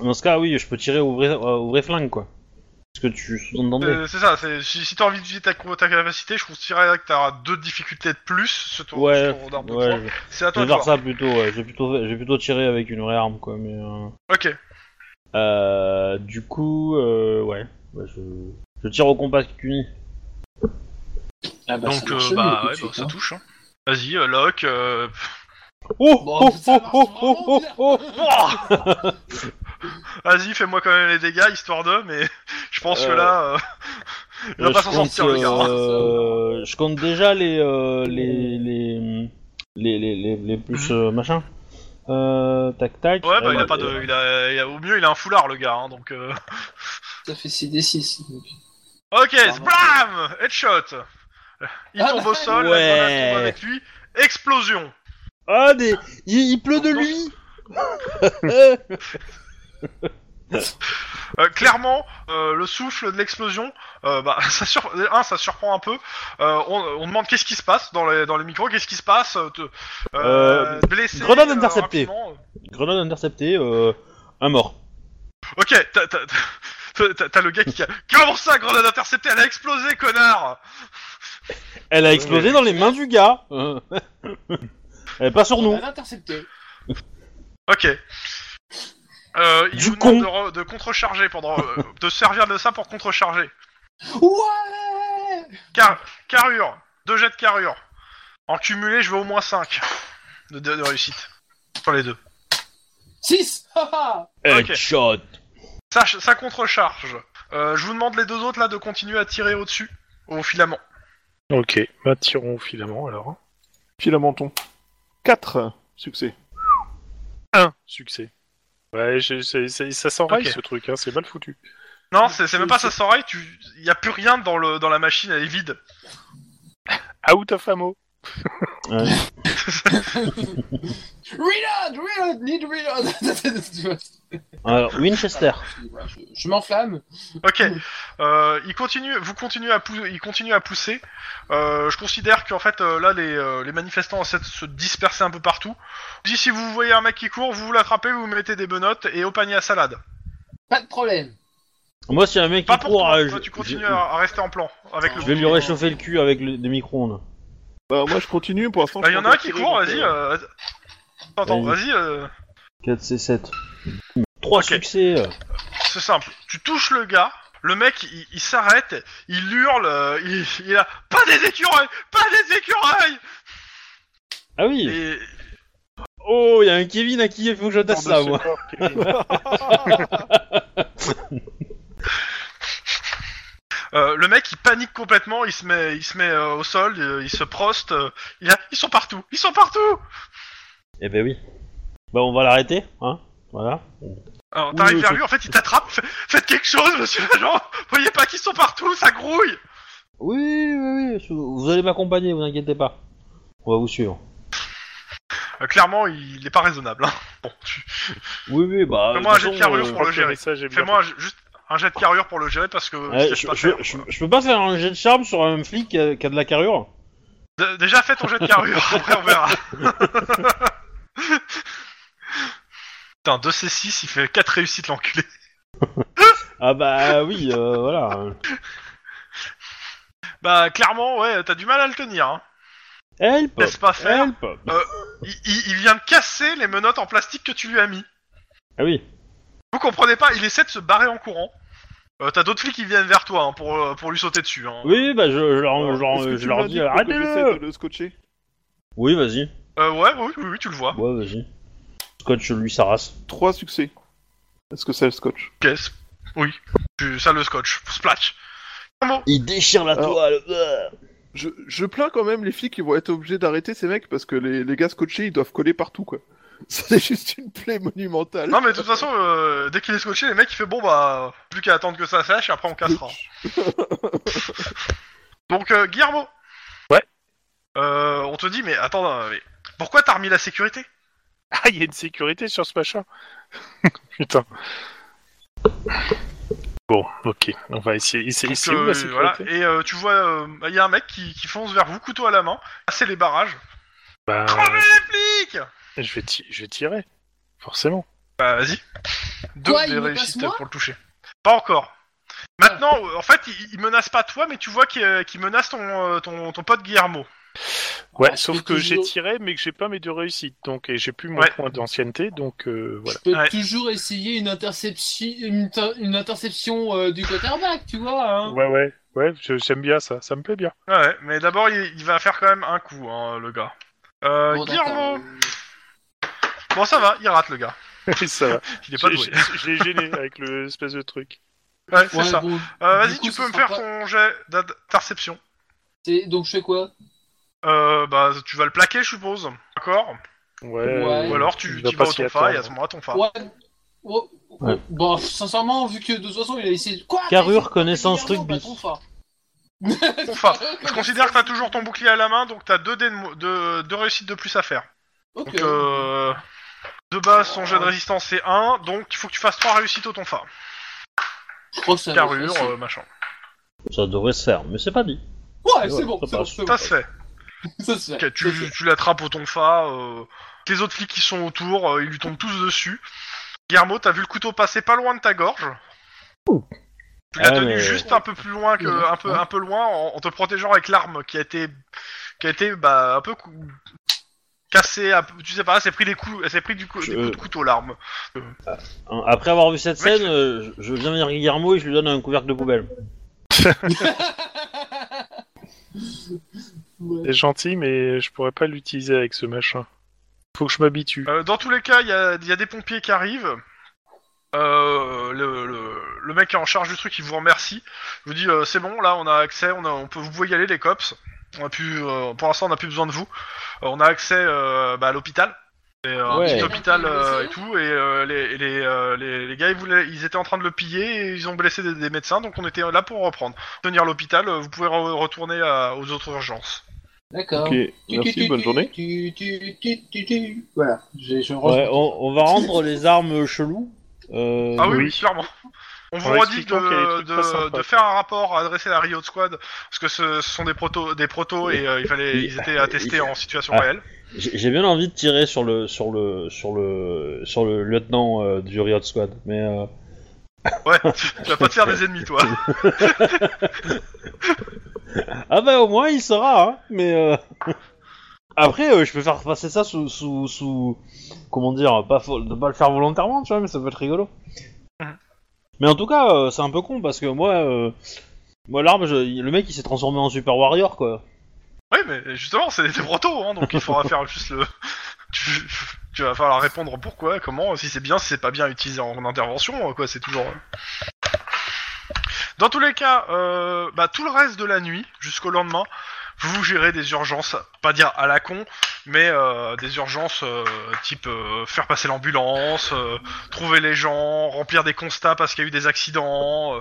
dans ce cas, oui, je peux tirer au vrai, euh, au vrai flingue, quoi. Parce que tu sous-entendais. euh, c'est ça, c'est- si, si t'as envie d'utiliser ta, ta capacité, je considérerais que t'auras deux difficultés de plus sur ton, Ouais, sur ton arme de ouais, poing. je- C'est à je toi vais de faire voir. ça plutôt, ouais. J'ai plutôt, j'ai plutôt tiré avec une vraie arme, quoi, mais... euh, Ok, euh, du coup, euh, ouais, ouais, je... je tire au compact uni. Ah bah, donc ça marche euh, mieux, bah, tout de ouais, suite, bah, ça hein. touche. hein. Vas-y, euh, lock. euh, Oh, Bon, oh, ça oh, marche oh, oh, vraiment oh, bien. oh Ouah Vas-y, fais-moi quand même les dégâts, histoire de, mais je pense que Euh, là, euh, il va Euh, pas je s'en compte, sortir, le gars. hein. euh, je compte déjà les, euh, les, les, les, les, les, les plus euh, machin. Euh, tac tac. Mhm. Ouais, bah, Euh, il a pas de. Il a, il a- au mieux, il a un foulard, le gars, hein, donc. euh. Ça fait 6d6. donc. Ok, Pardon. blam Headshot Il Ah, tombe au sol, ouais. la grenade tombe avec lui, explosion Ah, des... il, il pleut de lui. Euh, clairement, euh, le souffle de l'explosion, euh, bah, ça sur... un, ça surprend un peu. Euh, on, on demande qu'est-ce qui se passe dans les, dans les micros, qu'est-ce qui se passe euh, te- Euh, blessé, grenade euh, interceptée. rapidement, euh. Grenade interceptée, euh, un mort. Ok, t'as- t'as- t'as t'as- t'as le gars qui a... Comment ça, grenade interceptée Elle a explosé, connard Elle a explosé dans les mains du gars. Euh, Elle est pas sur On nous. va l'intercepter. Ok. Euh, il Du vous demande con. de, re- de contrecharger, pendant, euh, de servir de ça pour contrecharger. Ouais Car, carrure, deux jets de carrure. En cumulé, je veux au moins 5 de, de- de réussite. Sur les deux. 6 Ok. Headshot. Ça, ça contrecharge. Euh, je vous demande les deux autres là de continuer à tirer au-dessus, au filament. Ok, bah tirons au filament alors. hein. Filamenton. 4 succès. Un succès. Ouais, je- c'est- c'est- ça s'enraye Ok. ce truc, hein, c'est mal foutu. Non, c'est c'est même pas ça s'enraille, tu... y a plus rien dans, le, dans la machine, elle est vide. Out of ammo. Reload Reload Need reload Tu vois, Alors, Winchester. voilà, Je, je m'enflamme. Ok. Euh, il continue, vous continuez à, pou- il continue à pousser. Euh, je considère qu'en fait euh, là les, euh, les manifestants essaient de se disperser un peu partout. Je dis, si vous voyez un mec qui court, vous l'attrapez, vous mettez des benottes et au panier à salade. Pas de problème. Moi, si un mec Pas qui pour court, toi, euh, toi, je- tu continues je- à, à rester en plan avec le. Je vais lui réchauffer le cul avec le- des micro-ondes. Bah moi je continue pour l'instant. Bah, je y en compte a un pas qui tirer, court, donc, vas-y. euh, Euh... attends, Attends, Vas-y. vas-y. euh, 4 C7. 3 Ok. succès. C'est simple. Tu touches le gars. Le mec, il, il s'arrête, il hurle, euh, il, il a pas des écureuils, pas des écureuils. Ah oui. Et Oh, il y a un Kevin à qui il faut que je teste ça, moi. Euh, le mec il panique complètement, il se met, il se met euh, au sol, euh, il se proste, euh, il a- ils sont partout, ils sont partout. Eh ben oui. Bah, on va l'arrêter, hein Voilà. Alors t'arrives Oui, vers oui. lui, en fait il t'attrape, Fais- faites quelque chose monsieur l'agent, voyez pas qu'ils sont partout, ça grouille. Oui, oui, oui, vous allez m'accompagner, vous inquiétez pas. On va vous suivre. Euh, clairement il est pas raisonnable. Hein. Bon, tu- Oui, oui, bah. Fais-moi un de jet toute de façon, carrure euh, pour le gérer. Fais-moi un- juste un jet de carrure pour le gérer parce que ouais, je sais je, pas je- faire. je- je peux pas faire un jet de charme sur un flic qui a, qui a de la carrure D- Déjà fais ton jet de carrure, après on verra. Putain 2C6 il fait 4 réussites l'enculé. Ah bah oui, euh, voilà. Bah clairement ouais t'as du mal à le tenir. Hein. Help Laisse pas faire. Help il, il- il vient de casser les menottes en plastique que tu lui as mis. Ah oui. Vous comprenez pas, il essaie de se barrer en courant. Euh, T'as d'autres flics qui viennent vers toi hein, pour, euh, pour lui sauter dessus. Hein. Oui, bah je, je leur, je leur- Est-ce que je tu leur m'as dis dit pourquoi j'essaie arrêtez-le de le scotcher Oui, vas-y. Euh, ouais, oui, oui, oui, tu le vois. Ouais, vas-y. Scotch lui sa race. Trois succès. Est-ce que ça le scotch Caisse. Oui. Tu- ça le scotch. Splatch. Un mot. Il déchire la Alors- toile. je, je plains quand même les flics qui vont être obligés d'arrêter ces mecs parce que les, les gars scotchés ils doivent coller partout quoi. C'est juste une plaie monumentale. Non mais de toute façon, euh, dès qu'il est scotché, les mecs il fait bon bah plus qu'à attendre que ça sèche et après on cassera. Donc euh, Guillermo. Ouais. Euh, on te dit mais attends, euh, mais pourquoi t'as remis la sécurité Ah, il y a une sécurité sur ce machin. Putain. Bon, ok, on va essayer. C'est Donc, c'est où euh, la sécurité voilà. Et euh, tu vois, euh, il y a un mec qui, qui fonce vers vous, couteau à la main, casser les barrages. Bah, Crevez les flics je vais, ti- je vais tirer, forcément. Bah vas-y. Deux Quoi, il des me passe réussites moi Ah. pour le toucher. Pas encore. Maintenant, euh, en fait, il, il menace pas toi, mais tu vois qu'il euh, qu'il menace ton, euh, ton, ton pote Guillermo. Ouais, Ah, sauf c'est que j'ai toujours- tiré, mais que j'ai pas mes deux réussites, donc et j'ai plus mon Ouais. point d'ancienneté, donc euh, voilà. Je peux Ouais. toujours essayer une interception, une, inter- une interception euh, du quarterback, tu vois. Ah. Hein Ouais, ouais, ouais, je- j'aime bien ça, ça me plaît bien. Ouais, Ouais, mais d'abord, il, il va faire quand même un coup, hein, le gars. Euh, Bon, Guillermo d'accord. Bon, ça va, il rate, le gars. ça va. Il est pas J'ai- doué. j'ai- Je l'ai gêné avec le espèce de truc. Ouais, c'est Ouais, ça. bon, Euh, du Vas-y, coup, tu ce peux me sera faire pas- ton jet d'interception. c'est- Donc je fais quoi Euh, bah, tu vas le plaquer, je suppose. D'accord Ouais. euh, Ouais. Ou alors, tu, il va tu vas pas au s'y ton fa, et à attendre. ce moment-là, ton fa. Ouais. Ouais. Ouais. Bon, sincèrement, vu que de toute façon il a essayé. Quoi t'as Carrure, essayé de connaissance, faire des rugby. garçons, bah, Ton fa. Je considère que t'as toujours ton bouclier à la main, donc t'as deux, dés de mo- deux- deux réussites de plus à faire. trop fort. Donc, Ok. euh, de base, son jet de résistance c'est 1, donc il faut que tu fasses 3 réussites au ton fa. Je crois que ça va être Carrure, facile. euh, machin. Ça devrait se faire, mais c'est pas dit. Ouais, c'est ouais, bon, ça c'est bon, passe. c'est bon. Ça se fait. Ça se fait. Ok, ça se tu fait. tu l'attrapes au ton fa. euh, Les autres flics qui sont autour, euh, ils lui tombent tous dessus. Guillermo, t'as vu le couteau passer pas loin de ta gorge. Tu l'as Ah, tenu mais- juste un peu plus loin que Ouais. un peu un peu loin en, en te protégeant avec l'arme qui a été qui a été bah, un peu cou- cassée, un peu- tu sais pas, elle s'est pris des coups, elle s'est pris du cou- Je- des coups de couteau l'arme. Hein, Après avoir vu cette Ouais, scène, euh, je- je viens vers Guillermo et je lui donne un couvercle de poubelle. Ouais. C'est gentil, mais je pourrais pas l'utiliser avec ce machin. Faut que je m'habitue. Euh, dans tous les cas, il y a, il y a des pompiers qui arrivent. Euh, le, le- le mec qui est en charge du truc, il vous remercie. Il vous dit euh, c'est bon, là on a accès, on, a- on peut vous pouvez y aller les cops. On a pu, euh, pour l'instant, on n'a plus besoin de vous. Euh, on a accès euh, bah, à l'hôpital. C'est euh, un Ouais. petit hôpital euh, et tout. Et euh, les, et les, euh, les- les gars, ils, voulaient- ils étaient en train de le piller et ils ont blessé des, des médecins, donc on était là pour reprendre. Tenir l'hôpital, euh, vous pouvez re- retourner à- aux autres urgences. D'accord. Ok, Tu, tu, tu, merci, bonne tu, journée. tu, tu, tu, tu, tu. Voilà, je, je range. Ouais, on, on va rendre les armes cheloues. Euh, Ah oui, Oui. oui, clairement. On vous En redit expliquant qu'il y a des de, trucs pas sympas, de, de quoi. faire un rapport adressé à la Riot Squad parce que ce, ce sont des protos, des protos et euh, il fallait, ils étaient attestés en situation Ah. réelle. J'ai j'ai bien envie de tirer sur le sur le sur le sur le lieutenant euh, du Riot Squad, mais euh, Ouais, tu, tu vas pas te faire des ennemis, toi. ah bah au moins il sera, hein. Mais euh, après euh, je peux faire passer ça sous sous sous comment dire, pas fo- de pas le faire volontairement, tu vois, mais ça peut être rigolo. Mhm. Mais en tout cas euh, c'est un peu con parce que moi euh, moi l'arme, je- le mec il s'est transformé en Super Warrior quoi. Ouais, mais justement, c'est des protos, hein, donc il faudra faire juste le. Tu- tu vas falloir répondre pourquoi, comment, si c'est bien, si c'est pas bien utilisé en intervention, quoi, c'est toujours. Dans tous les cas, euh, bah, tout le reste de la nuit, jusqu'au lendemain, vous gérez des urgences, pas dire à la con, mais euh, des urgences euh, type euh, faire passer l'ambulance, euh, trouver les gens, remplir des constats parce qu'il y a eu des accidents, euh,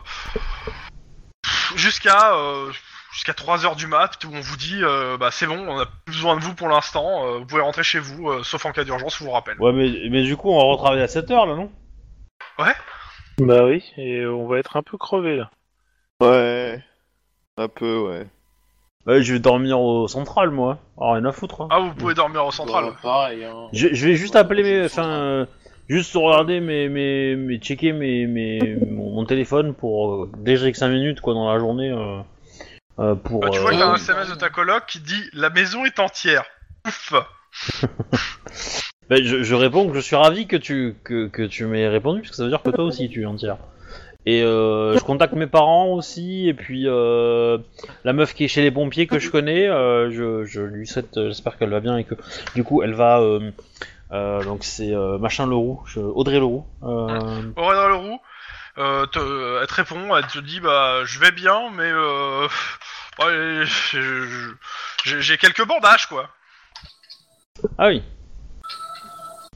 pff, jusqu'à euh, jusqu'à 3 heures du mat où on vous dit euh, bah c'est bon, on a plus besoin de vous pour l'instant, euh, vous pouvez rentrer chez vous, euh, sauf en cas d'urgence, on vous rappelle. Ouais, mais, mais du coup, on va retravailler à 7 heures là, non Bah oui, et on va être un peu crevé là. Ouais. Un peu, ouais. Ouais, Bah, je vais dormir au central, moi. Oh, rien à foutre. hein. Ah, vous pouvez dormir au central. Bah, pareil, hein. Je, je vais juste appeler mes. Enfin, euh, juste regarder mes. mes, mes checker mes, mes, mon, mon téléphone pour. Euh, dès que j'ai que 5 minutes, quoi, dans la journée. euh, euh, pour. Bah, tu vois euh, qu'il y a un ouais. SMS de ta coloc qui dit la maison est entière. Ouf. bah, je, je réponds que je suis ravi que tu, que, que tu m'aies répondu, parce que ça veut dire que toi aussi tu es entière. Et euh, je contacte mes parents aussi, et puis euh, la meuf qui est chez les pompiers que je connais, euh, je, je lui souhaite, euh, j'espère qu'elle va bien et que du coup elle va. euh, euh, donc c'est euh, machin Leroux, je- Audrey Leroux. Euh, Aurélien Leroux, euh, te, euh, elle te répond, elle te dit bah je vais bien, mais euh, ouais, je- je- j'ai j'ai quelques bandages quoi, Ah oui.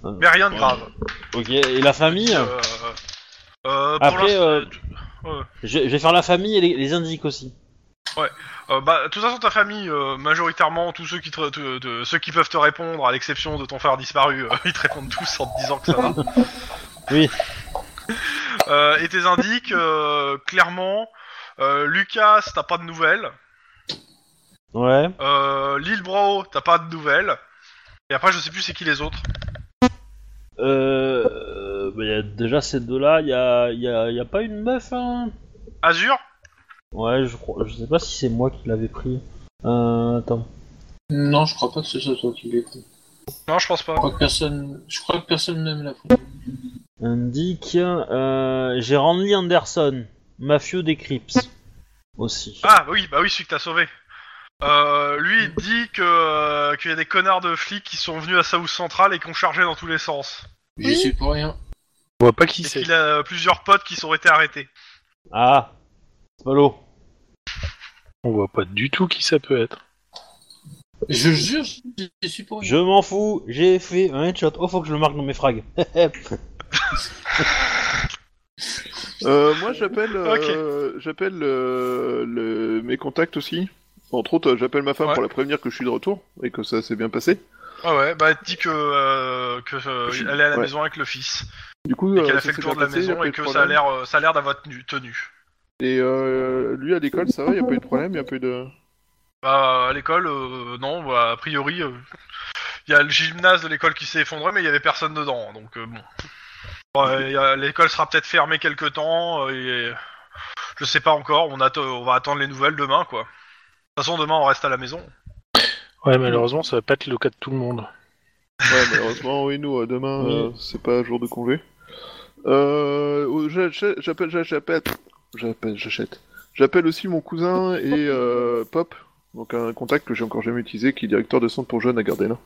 mais rien de grave. Ok, et la famille Euh, euh, pour Après, l'instant, euh, je, je vais faire la famille et les, les indices aussi. euh, bah, de toute façon ta famille, euh, majoritairement tous ceux qui te, te- te- ceux qui peuvent te répondre, à l'exception de ton frère disparu, euh, ils te répondent tous en te disant que ça va. Oui. Euh, et tes indiques euh, clairement, euh, Lucas t'as pas de nouvelles. Ouais. Euh, Lil Bro, t'as pas de nouvelles. Et après, je sais plus c'est qui les autres. Euh, euh, bah, y a déjà ces deux-là, il y a, y a- y a pas une meuf, hein Azure Ouais, je, crois, je sais pas si c'est moi qui l'avais pris. Euh, attends. Non, je crois pas que ce soit toi qui l'aies pris. Non, je pense pas. Je crois que personne, je crois que personne ne me l'a pris. Indique. Euh, J'ai Randy Anderson, mafieux des Crips. Aussi. Ah, bah oui, bah oui, celui que t'as sauvé. Euh, lui, il dit que euh, qu'il y a des connards de flics qui sont venus à South Central et qui ont chargé dans tous les sens. J'y suis pour rien. On voit pas qui Et c'est. qu'il a plusieurs potes qui sont été arrêtés. Ah C'est pas l'eau. On voit pas du tout qui ça peut être. Je jure, j'y suis pour rien. Je m'en fous, j'ai fait un headshot. Oh, faut que je le marque dans mes frags. Euh, moi, j'appelle euh, j'appelle euh, le- mes contacts aussi. Entre autres, euh, j'appelle ma femme Ouais. pour la prévenir que je suis de retour et que ça s'est bien passé. Ah ouais, bah il dit que, euh, que euh, Je- elle est à la ouais. maison avec le fils. Du coup, Et qu'elle euh, a fait ça le s'est tour de bien la passé, y a maison pas eu et de que ça a problème. l'air euh, ça a l'air d'avoir tenu. tenu. Et euh, lui, à l'école, ça va, il a pas eu de problème, il a pas eu de... Bah, à l'école, euh, non, bah, a priori, il y a le gymnase de l'école qui s'est effondré, mais il y avait personne dedans, donc euh, bon. Ouais, y a- l'école sera peut-être fermée quelque temps, euh, et je sais pas encore, on, atte- on va attendre les nouvelles demain, quoi. De toute façon, demain, on reste à la maison. Ouais, malheureusement, ça va pas être le cas de tout le monde. Ouais, malheureusement, oui, nous, euh, demain, Oui. euh, c'est pas jour de congé. Euh, oh, j'a- j'a- j'appelle, j'a- j'appelle, j'appelle, j'achète. J'appelle aussi mon cousin et euh, Pop, donc un contact que j'ai encore jamais utilisé, qui est directeur de centre pour jeunes à Gardena.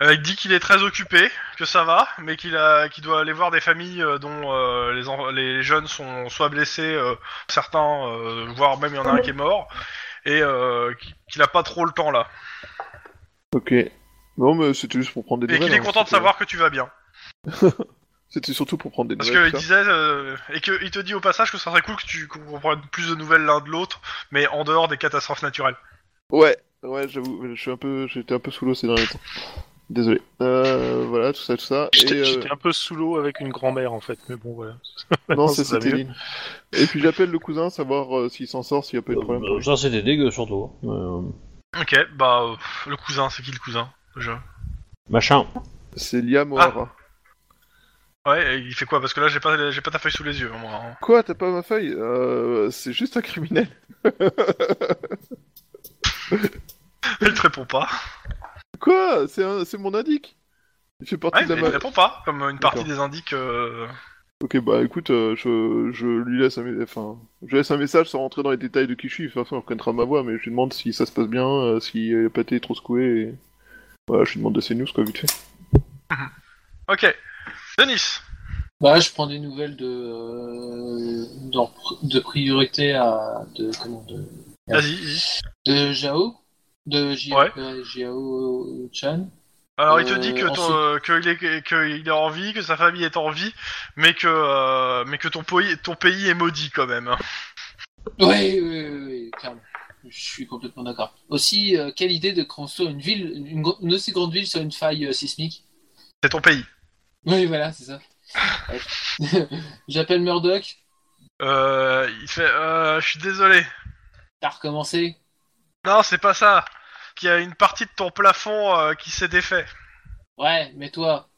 Euh, il dit qu'il est très occupé, que ça va, mais qu'il a, qu'il doit aller voir des familles euh, dont euh, les, en- les jeunes sont soit blessés, euh, certains, euh, voire même il y en a un qui est mort, et euh, qu'il a pas trop le temps là. Ok. Non, mais c'était juste pour prendre des Et nouvelles. qu'il est hein, content de c'était- savoir que tu vas bien. C'était surtout pour prendre des Parce nouvelles. qu'il ça. disait, euh, et qu'il te dit au passage que ça serait cool que tu qu'on prenne plus de nouvelles l'un de l'autre, mais en dehors des catastrophes naturelles. Ouais, ouais, j'avoue, je suis un peu, j'étais un peu sous l'eau ces derniers temps. Désolé. Euh, voilà, tout ça, tout ça. Et, J'étais euh, j'étais un peu sous l'eau avec une grand-mère en fait, mais bon voilà. non, ça, Ça va c'était mieux. Lynn. Et puis j'appelle le cousin, savoir euh, s'il s'en sort, s'il n'y a pas eu de problème. Euh, Ça, c'était dégueu surtout. hein. Euh, Ok, bah euh, pff, le cousin, c'est qui le cousin déjà machin. C'est Liam Ah. O'Hara. Ouais, et il fait quoi Parce que là, j'ai pas, j'ai pas ta feuille sous les yeux, moi. hein. Quoi, t'as pas ma feuille euh, C'est juste un criminel. Il te répond pas. Quoi C'est un... c'est mon indique. Il fait partie Ouais, de mais la il te mafia. répond pas, comme une partie D'accord. des indices. euh, Ok, bah écoute, euh, je... je lui laisse un... mé- enfin, je laisse un message sans rentrer dans les détails de qui je suis. De toute façon, on reconnaîtra ma voix, mais je lui demande si ça se passe bien, euh, si euh, le pâté est trop secoué. et- Voilà, je lui demande de ses news, quoi, vite fait. Ok. Denis, Bah, je prends des nouvelles de, euh, d'en- de priorité à de comment de, vas-y. vas-y. de Jao, de J- Ouais. euh, Jao Chan. Alors il te Euh, dit que ton, ensuite- euh, que il est que il est en vie, que sa famille est en vie, mais que euh, mais que ton pays ton pays est maudit quand même. hein. Oui, oui, oui, oui, clairement. Je suis complètement d'accord. Aussi, euh, quelle idée de construire une ville, une, gro- une aussi grande ville sur une faille euh, sismique. C'est ton pays. Oui, voilà, c'est ça. Ouais. J'appelle Murdoch. Euh, il fait euh, je suis désolé. T'as recommencé. Non, c'est pas ça. Qu'il y a une partie de ton plafond euh, qui s'est défait. Ouais, mais toi,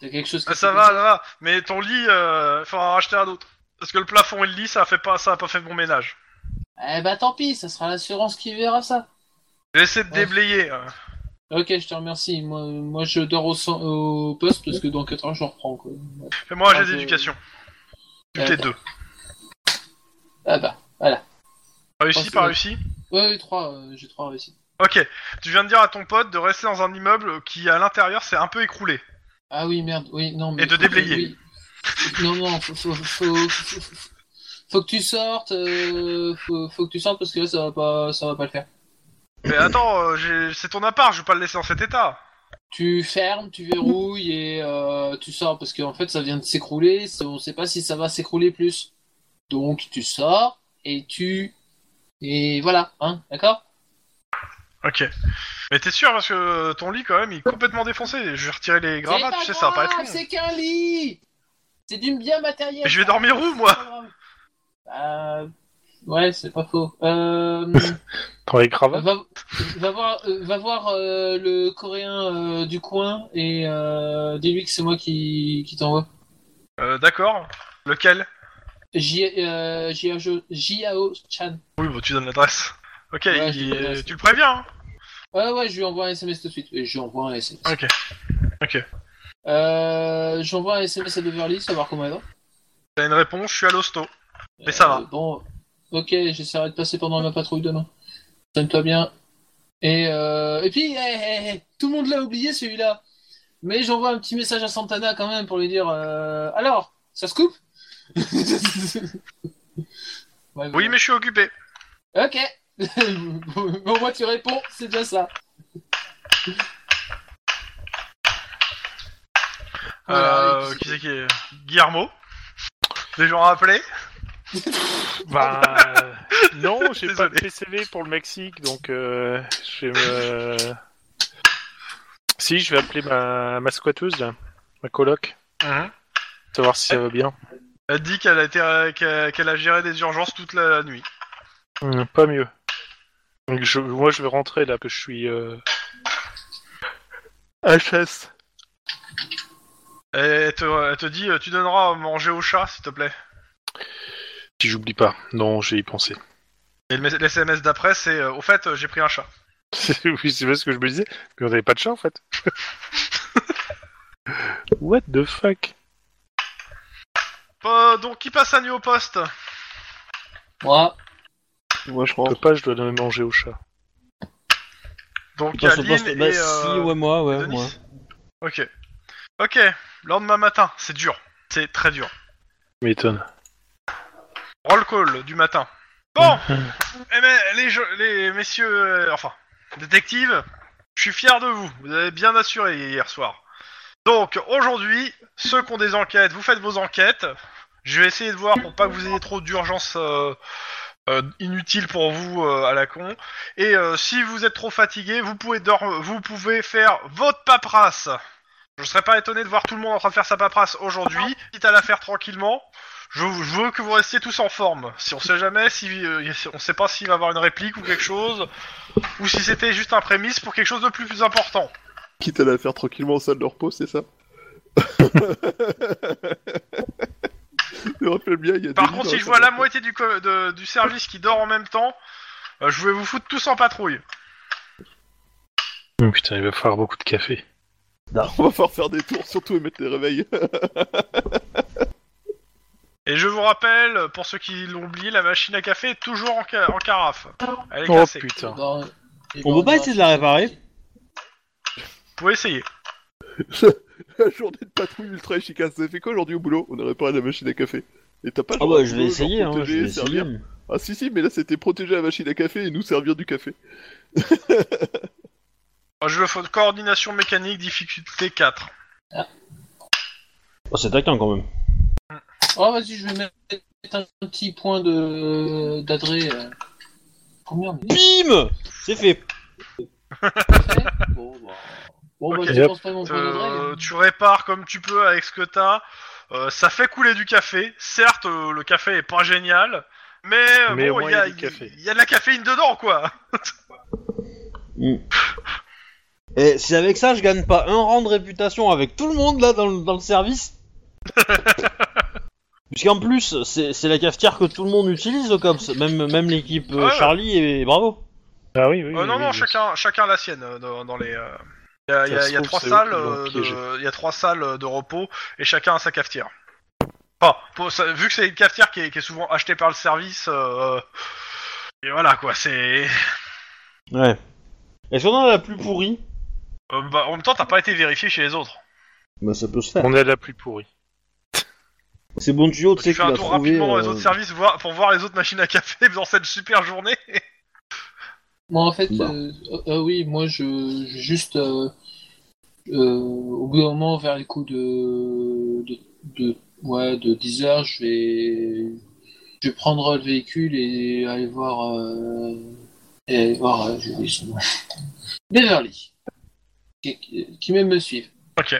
t'as quelque chose. Ah, qui ça s'est va, ça passé va. Mais ton lit, euh, faudra en racheter un autre. Parce que le plafond et le lit, ça a fait pas ça a pas fait bon ménage. Eh bah tant pis, ça sera l'assurance qui verra ça. J'essaie de Ouais. déblayer. euh. Ok, je te remercie. Moi, moi je dors au, cen- au poste parce que dans 4 heures, je reprends. Quoi. Fais-moi un Ah, jet je- d'éducation. Ouais. Toutes les deux. Ah bah. Réussi, Pense- pas réussi Ouais, ouais, trois, euh, j'ai 3 réussites. Ok. Tu viens de dire à ton pote de rester dans un immeuble qui, à l'intérieur, s'est un peu écroulé. Ah oui, merde. Oui, non, mais Et de faut- déblayer. oui. Non, non, faut, faut, faut, faut, faut- faut que tu sortes. euh, faut, faut que tu sortes parce que là, ça va pas, ça va pas le faire. Mais attends, euh, j'ai- c'est ton appart, je vais pas le laisser en cet état. Tu fermes, tu verrouilles et euh, tu sors parce qu'en fait, ça vient de s'écrouler. ça- On sait pas si ça va s'écrouler plus. Donc, tu sors et tu. Et voilà, hein, d'accord? Ok. Mais t'es sûr parce que ton lit quand même il est complètement défoncé. Je vais retirer les C'est gravats, pas hein, tu sais ça va pas être grave, long. C'est qu'un lit C'est du bien matériel Mais je vais dormir où, moi C'est pas grave. Euh, Ouais, c'est pas faux. Euh... Dans les cravates va... va voir, euh, va voir euh, le coréen euh, du coin et euh, dis-lui que c'est moi qui, qui t'envoie. Euh, D'accord. Lequel J- euh, J.A.O. J.A.O. Chan. Oui, bon, tu donnes l'adresse. Ok, Ouais, il- je te donne l'adresse. tu le préviens. hein Ouais, ouais, je lui envoie un SMS tout de suite. Je lui envoie un SMS. Ok. Ok. Euh, J'envoie un SMS à Beverly, savoir comment elle va. T'as une réponse, je suis à l'hosto. Mais ça va. Euh, Bon, ok, j'essaierai de passer pendant ma patrouille demain. Sonne-toi bien. Et, euh, et puis, hé, hé, hé, tout le monde l'a oublié celui-là. Mais j'envoie un petit message à Santana quand même pour lui dire euh, Alors, ça se coupe Ouais, Oui, voilà. mais je suis occupé. Ok Au moins tu réponds, c'est déjà ça. Voilà, euh, et qui puis- c'est qui est Guillermo Des gens à appeler Bah euh, non, j'ai pas de Désolé. PCV pour le Mexique, donc euh, je vais me- Si, je vais appeler ma, ma squatteuse, là, ma coloc, Mhm. savoir si ça va bien. Elle dit qu'elle a, été, euh, qu'elle qu'elle a géré des urgences toute la nuit. Hmm, pas mieux. Donc je, moi, je vais rentrer là, que je suis... euh, HS. Et elle te, elle te dit euh, Tu donneras à manger au chat, s'il te plaît. Si j'oublie pas. Non, j'ai y pensé. Et le mes- l'SMS d'après, c'est euh, Au fait, euh, j'ai pris un chat. oui, c'est pas ce que je me disais. Mais on avait pas de chat, en fait. What the fuck Euh, donc, qui passe à nuit au poste Moi, Moi, je Je peux rentre. pas, je dois donner à manger au chat. Donc, il y Bah, a ce Lynn poste- bah, et, si, euh, ouais, moi, ouais, Denis. moi. Ok. Ok, lendemain matin, c'est dur. C'est très dur. Je m'étonne. Roll call du matin. Bon, eh ben, les, je- les messieurs, euh, enfin, détectives, je suis fier de vous. Vous avez bien assuré hier soir. Donc, aujourd'hui, ceux qui ont des enquêtes, vous faites vos enquêtes. Je vais essayer de voir pour pas que vous ayez trop d'urgence euh, euh, inutile pour vous euh, à la con. Et euh, si vous êtes trop fatigué, vous pouvez, dor- vous pouvez faire votre paperasse. Je serais pas étonné de voir tout le monde en train de faire sa paperasse aujourd'hui, quitte à la faire tranquillement. Je, je veux que vous restiez tous en forme. Si on sait jamais, si euh, y a- on sait pas s'il va y avoir une réplique ou quelque chose, ou si c'était juste un prémisse pour quelque chose de plus, plus important. Quitte à la faire tranquillement en salle de repos, c'est ça Je rappelle bien, il y a hein, Par des contre, si livres à je vois la salle de repos. moitié du, co- de- du service qui dort en même temps, euh, je vais vous foutre tous en patrouille. Hum, putain, il va falloir beaucoup de café. On va falloir faire des tours, surtout et mettre les réveils. Et je vous rappelle, pour ceux qui l'ont oublié, la machine à café est toujours en, ca- en carafe. Elle est Oh cassée. putain. bon, et On bon, peut pas bon, essayer de la réparer pouvez essayer. La journée de patrouille ultra efficace. Ça fait quoi aujourd'hui au boulot On a réparé la machine à café. Et t'as pas le Ah droit bah au je vais boulot, essayer, genre, hein, je protéger, vais essayer. servir. Ah si si, mais là c'était protéger la machine à café et nous servir du café. Alors, Je veux faire coordination mécanique, difficulté 4. Oh, c'est taquin quand même. Oh, vas-y, je vais mettre un petit point de d'adré. euh. Combien on est Bim C'est fait. Bon, bah, bon, bah Ok. je dépense pas mon point Euh, d'adré. tu répares comme tu peux avec ce que t'as. Euh, ça fait couler du café. Certes, euh, le café est pas génial, mais, euh, Mais au bon, moins, il y, a- il y a du café. il y a de la caféine dedans, quoi. Et si avec ça je gagne pas un rang de réputation avec tout le monde là dans, le- dans le service. Puisqu'en plus, c'est c'est la cafetière que tout le monde utilise au COPS, même, même l'équipe euh, Ouais. Charlie et, bravo. Ah oui, oui. Euh, non, oui, non, oui. chacun, chacun la sienne euh, dans, dans les. euh, Il y a- il y a- Ça se il y a trois trouve, c'est eux qui salles, l'ont euh, piégé. de- il y a trois salles de repos et chacun a sa cafetière. Enfin, pour ça- vu que c'est une cafetière qui est, qui est souvent achetée par le service, euh, et voilà quoi. C'est Ouais. Est-ce qu'on en a la plus pourrie euh, bah, en même temps, t'as pas été vérifié chez les autres. Bah ça peut se faire. On a la plus pourrie. C'est bon tuyau, tu Tu sais fais qu'il un a tour trouvé... rapidement dans les euh, autres services voir- pour voir les autres machines à café dans cette super journée. Moi, en fait, Bah. euh, euh, euh, oui, moi, je, je juste. euh, euh, au bout d'un moment, vers les coups de. de, de ouais, de 10 heures, je vais. Je vais prendre le véhicule et aller voir. euh, et aller voir. euh, j'ai oublié son nom. Beverly. Qui, qui même me suivent. ok.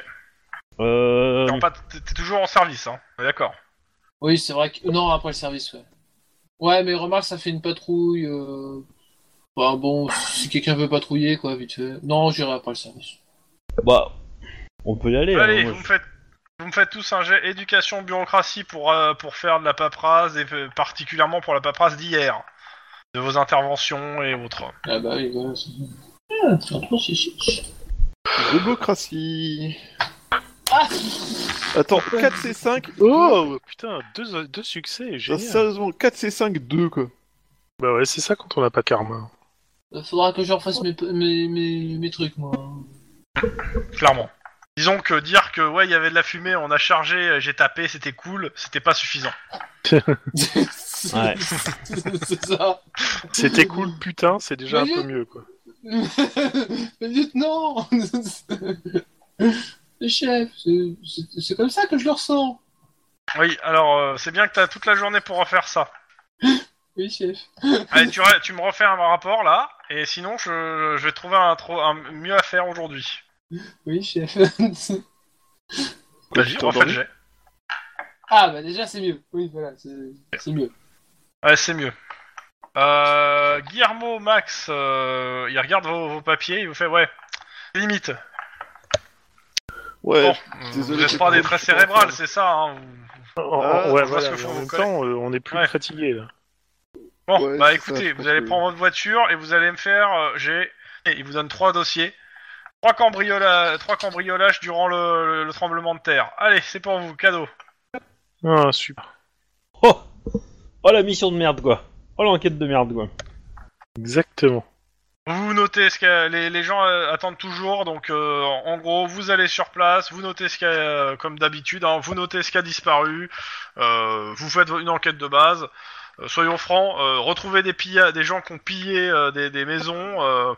euh, Non, pas- T'es t'es toujours en service, hein. On est D'accord. Oui, c'est vrai que. Non, après le service, ouais. Ouais, mais remarque, ça fait une patrouille. euh, Bah bon, si quelqu'un veut patrouiller, quoi, vite fait. Non, j'irai après le service. Bah, on peut y aller. Allez, hein, moi, vous, me je- faites, vous me faites tous un jet éducation bureaucratie pour, euh, pour faire de la paperasse, et euh, particulièrement pour la paperasse d'hier, de vos interventions et autres. Ah bah oui, voilà. c'est bon. Ah, c'est un trou, c'est chic. Bureaucratie. Ah Attends, 4C5. Oh Oh putain, deux, deux succès, Ah, génial. Sérieusement, 4C5, 2 quoi. Bah ouais, c'est ça quand on n'a pas karma. Bah, Faudra que je refasse mes, mes, mes, mes trucs, moi. Clairement. Disons que dire que ouais, il y avait de la fumée, on a chargé, euh, j'ai tapé, c'était cool, c'était pas suffisant. Ouais. c'est ça. C'était cool, putain, c'est déjà un Oui. peu mieux quoi. Mais lieutenant Le chef, c'est- c'est c'est comme ça que je le ressens. Oui, alors euh, c'est bien que t'as toute la journée pour refaire ça. Oui, chef. Allez, tu, re- tu me refais un rapport là, et sinon je, je vais trouver un, tro- un mieux à faire aujourd'hui. Oui, chef. Vas-y, T'as refais le entendu jet. ah, bah déjà, c'est mieux. Oui, voilà, c'est c'est mieux. Ouais, c'est mieux. Euh, Guillermo, Max, euh, il regarde vos, vos papiers, il vous fait ouais, limite. Ouais, Bon, désolé, vous êtes c'est pas pas des bon, très je suis pas cérébrales, en forme. c'est ça. Hein. vous- Oh, Ah, oh, ouais, je vois ce que voilà, mais font en vos même temps, euh, on est plus Ouais. fatigué là. Bon, Ouais, bah c'est ça, écoutez, je vous pense allez que- prendre votre voiture et vous allez me faire, euh, j'ai, et il vous donne trois dossiers, trois cambriolages, trois cambriolages durant le, le- le tremblement de terre. Allez, c'est pour vous, cadeau. Ah, super. Oh Oh, la mission de merde, quoi. Oh, l'enquête de merde, quoi. Exactement. Vous notez ce que les, les gens euh, attendent toujours, donc euh, en gros, vous allez sur place, vous notez ce qu'a, euh, comme d'habitude, hein, vous notez ce qui a disparu, euh, vous faites une enquête de base. Euh, soyons francs, euh, retrouver des pilla- des gens qui ont pillé euh, des, des maisons. euh,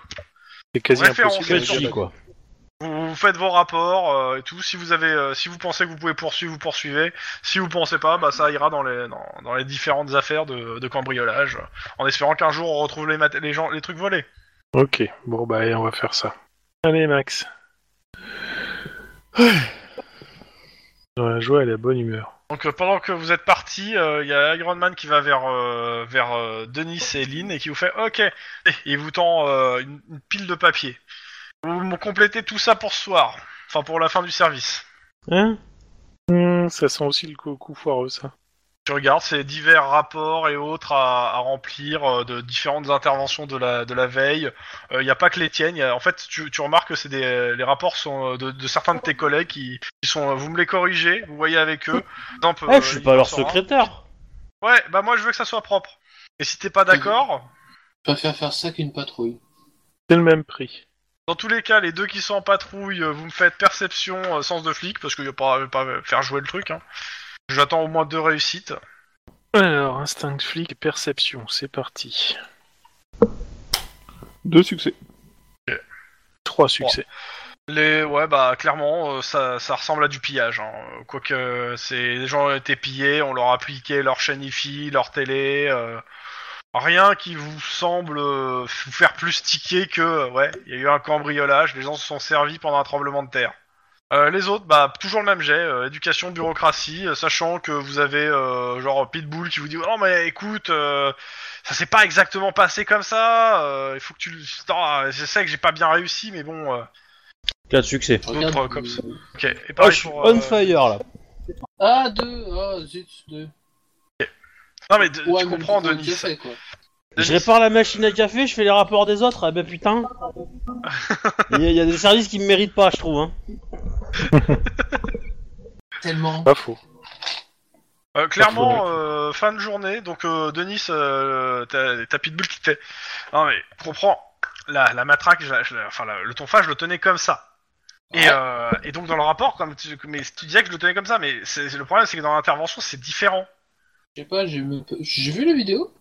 C'est quasi Référence, impossible. c'est Que de sûr. garder. chi, quoi. Vous, vous faites vos rapports euh, et tout. Si vous avez, euh, si vous pensez que vous pouvez poursuivre, vous poursuivez. Si vous pensez pas, bah ça ira dans les dans, dans les différentes affaires de, de cambriolage, euh, en espérant qu'un jour on retrouve les mat- les gens les trucs volés. Ok, bon bah allez, on va faire ça. Allez Max. Dans la joie et la bonne humeur. Donc euh, pendant que vous êtes parti, euh, il y a Iron Man qui va vers euh, vers euh, Denis et Lynn et qui vous fait OK. Et il vous tend euh, une, une pile de papier. Vous me complétez tout ça pour ce soir, enfin pour la fin du service. Hein Hmm, ça sent aussi le coup, coup foireux ça. Tu regardes, c'est divers rapports et autres à, à remplir euh, de différentes interventions de la, de la veille. Euh, Il n'y a pas que les tiennes. y a- en fait, tu, tu remarques que c'est des, les rapports sont euh, de, de certains de tes collègues qui, qui sont. euh, Vous me les corrigez, vous voyez avec eux. Par exemple, Eh, euh, je suis Olivier pas leur Sorin. secrétaire. Ouais, bah moi je veux que ça soit propre. Et si t'es pas d'accord, Je préfère faire ça qu'une patrouille. C'est le même prix. Dans tous les cas, les deux qui sont en patrouille, euh, vous me faites perception, euh, sens de flic, parce que je vais pas, je vais pas faire jouer le truc. Hein. J'attends au moins deux réussites. Alors, instinct flic, perception, c'est parti. Deux succès. Trois succès. Les, ouais, bah clairement, euh, ça, ça ressemble à du pillage. Hein. Euh, Quoique, euh, c'est- les gens ont été pillés, on leur a appliqué leur chaîne IFI, leur télé. euh, rien qui vous semble euh, vous faire plus tiquer que, euh, ouais, il y a eu un cambriolage, les gens se sont servis pendant un tremblement de terre. Euh, les autres, bah toujours le même jet, euh, éducation, bureaucratie, euh, sachant que vous avez euh, genre Pitbull qui vous dit, oh mais écoute, euh, ça s'est pas exactement passé comme ça, euh, il faut que tu... le- Ah, je sais que j'ai pas bien réussi, mais bon... euh, 4 succès. Regarde, D'autres, euh, comme ça. euh, Ok, et Ah, pareil Oh, je suis pour, euh, on fire là. Ah, deux. Ah, zut, deux. Non mais de- Ouais, Euh, tu mais comprends le Denis. café, quoi. Je Denis, répare la machine à café, je fais les rapports des autres, ah ben putain. Il y, a- il y a des services qui me méritent pas, je trouve. Hein. Tellement. Pas faux. euh, clairement, euh, fin de journée, donc euh, Denis, euh, t'as t'as Pitbull qui t'est... Non mais, comprends, la, la matraque, je la- je la- enfin la- le tonfa, je le tenais comme ça. Et, Ouais. euh, et donc dans le rapport, comme tu, mais tu disais que je le tenais comme ça, mais c'est- c'est- le problème c'est que dans l'intervention c'est différent. Je sais pas, j'ai même pas- j'ai vu la vidéo.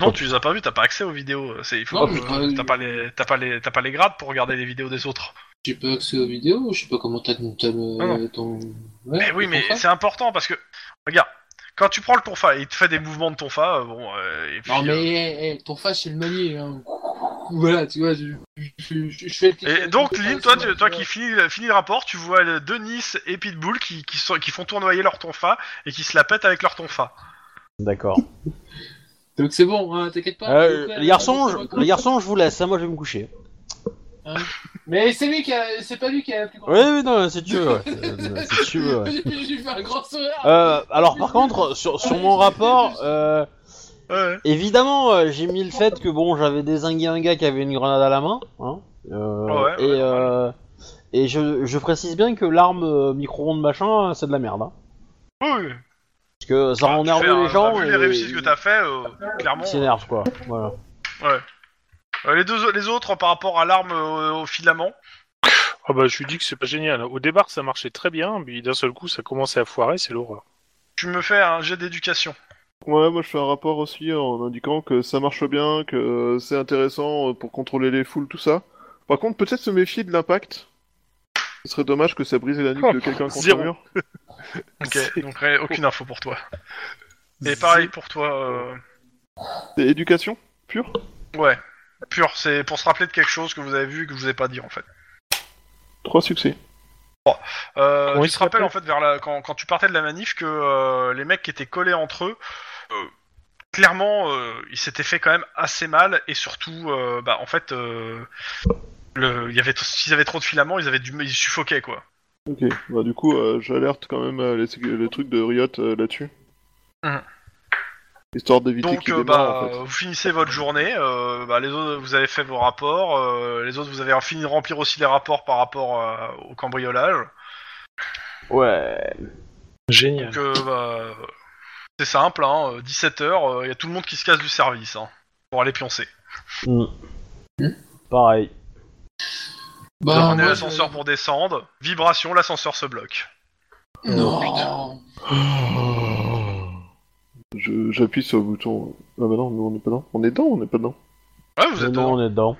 Oh. Non, tu les as pas vus, t'as pas accès aux vidéos. euh, C'est, il faut Non, euh, que- j'ai pas eu. t'as pas les, t'as pas les, t'as pas les grades pour regarder les vidéos des autres. J'ai pas accès aux vidéos, je sais pas comment t'as ton. t'as le- Ah ton... Mais Eh oui, mais c'est important parce que regarde, quand tu prends le tonfa, il te fait des mouvements de tonfa, euh, bon, euh, et puis, Non, euh, mais hé, hé, ton face, c'est le manier. Hein. Voilà, tu vois, je, je- je- je fais le Et donc, Lynn, toi, tu- toi qui finis, finis le rapport, tu vois le Denis et Pitbull qui, qui, sont- qui font tournoyer leur tonfa et qui se la pètent avec leur tonfa. D'accord. Donc c'est bon, hein, t'inquiète pas. Euh, Donc, les garçons, euh, je, les garçons, je vous laisse, hein, moi je vais me coucher. Mais c'est lui qui a. C'est pas lui qui a la plus grande. Oui, oui, non, si tu veux, ouais. Euh, si tu veux, ouais. J'ai fait un grand sourire. Euh, alors par contre, sur, sur mon rapport, euh, évidemment, euh, j'ai mis le fait que bon, j'avais désingué un gars qui avait une grenade à la main. hein, euh, Ouais, ouais, et euh, et je, je précise bien que l'arme euh, micro-ondes machin, c'est de la merde. hein. Oui, oui. parce que ça Bah, rend tu fais nerveux un- les gens. bah, vu et, les réussites que t'as fait, euh, clairement. Ils s'énervent quoi. Voilà. euh, les, deux, les autres, par rapport à l'arme euh, au filament, Ah bah je lui dis que c'est pas génial. Au départ ça marchait très bien, puis d'un seul coup ça commençait à foirer, c'est l'horreur. tu me fais un jet d'éducation. Ouais, moi je fais un rapport aussi en indiquant que ça marche bien, que euh, c'est intéressant euh, pour contrôler les foules, tout ça. Par contre, peut-être se méfier de l'impact. Ce serait dommage que ça brise la Oh, nuque de quelqu'un contre Zéro. le mur. Ok, C'est- donc ré- aucune info pour toi. Et pareil pour toi, euh, C'est éducation pure ouais. Pur, c'est pour se rappeler de quelque chose que vous avez vu et que je vous ai pas dit en fait. Trois succès. Euh, Comment tu il te se rappelles rappelle en fait vers la, quand, quand tu partais de la manif que euh, les mecs qui étaient collés entre eux, euh, clairement euh, ils s'étaient fait quand même assez mal et surtout euh, bah en fait euh, le, il y avait t- s'ils avaient trop de filaments ils avaient du ils suffoquaient quoi. Ok, bah du coup, euh, j'alerte quand même euh, les, sé- le truc de Riot euh, là-dessus. Mhm. Histoire d'éviter Donc qu'il euh, démarre, bah en fait. vous finissez votre journée, euh, bah, les autres vous avez fait vos rapports, euh, les autres vous avez fini de remplir aussi les rapports par rapport euh, au cambriolage. Ouais. Génial. Donc euh, bah, c'est simple hein, 17h, il y a tout le monde qui se casse du service hein, pour aller pioncer. Mm. Pareil. Bah, Prenez moi, l'ascenseur pour descendre. Vibration, l'ascenseur se bloque. je- Non. Je- J'appuie sur le bouton. Ah bah non, nous, on n'est pas dedans. On est dedans ou on n'est pas dedans Ouais, vous êtes Non, dedans. on est dedans.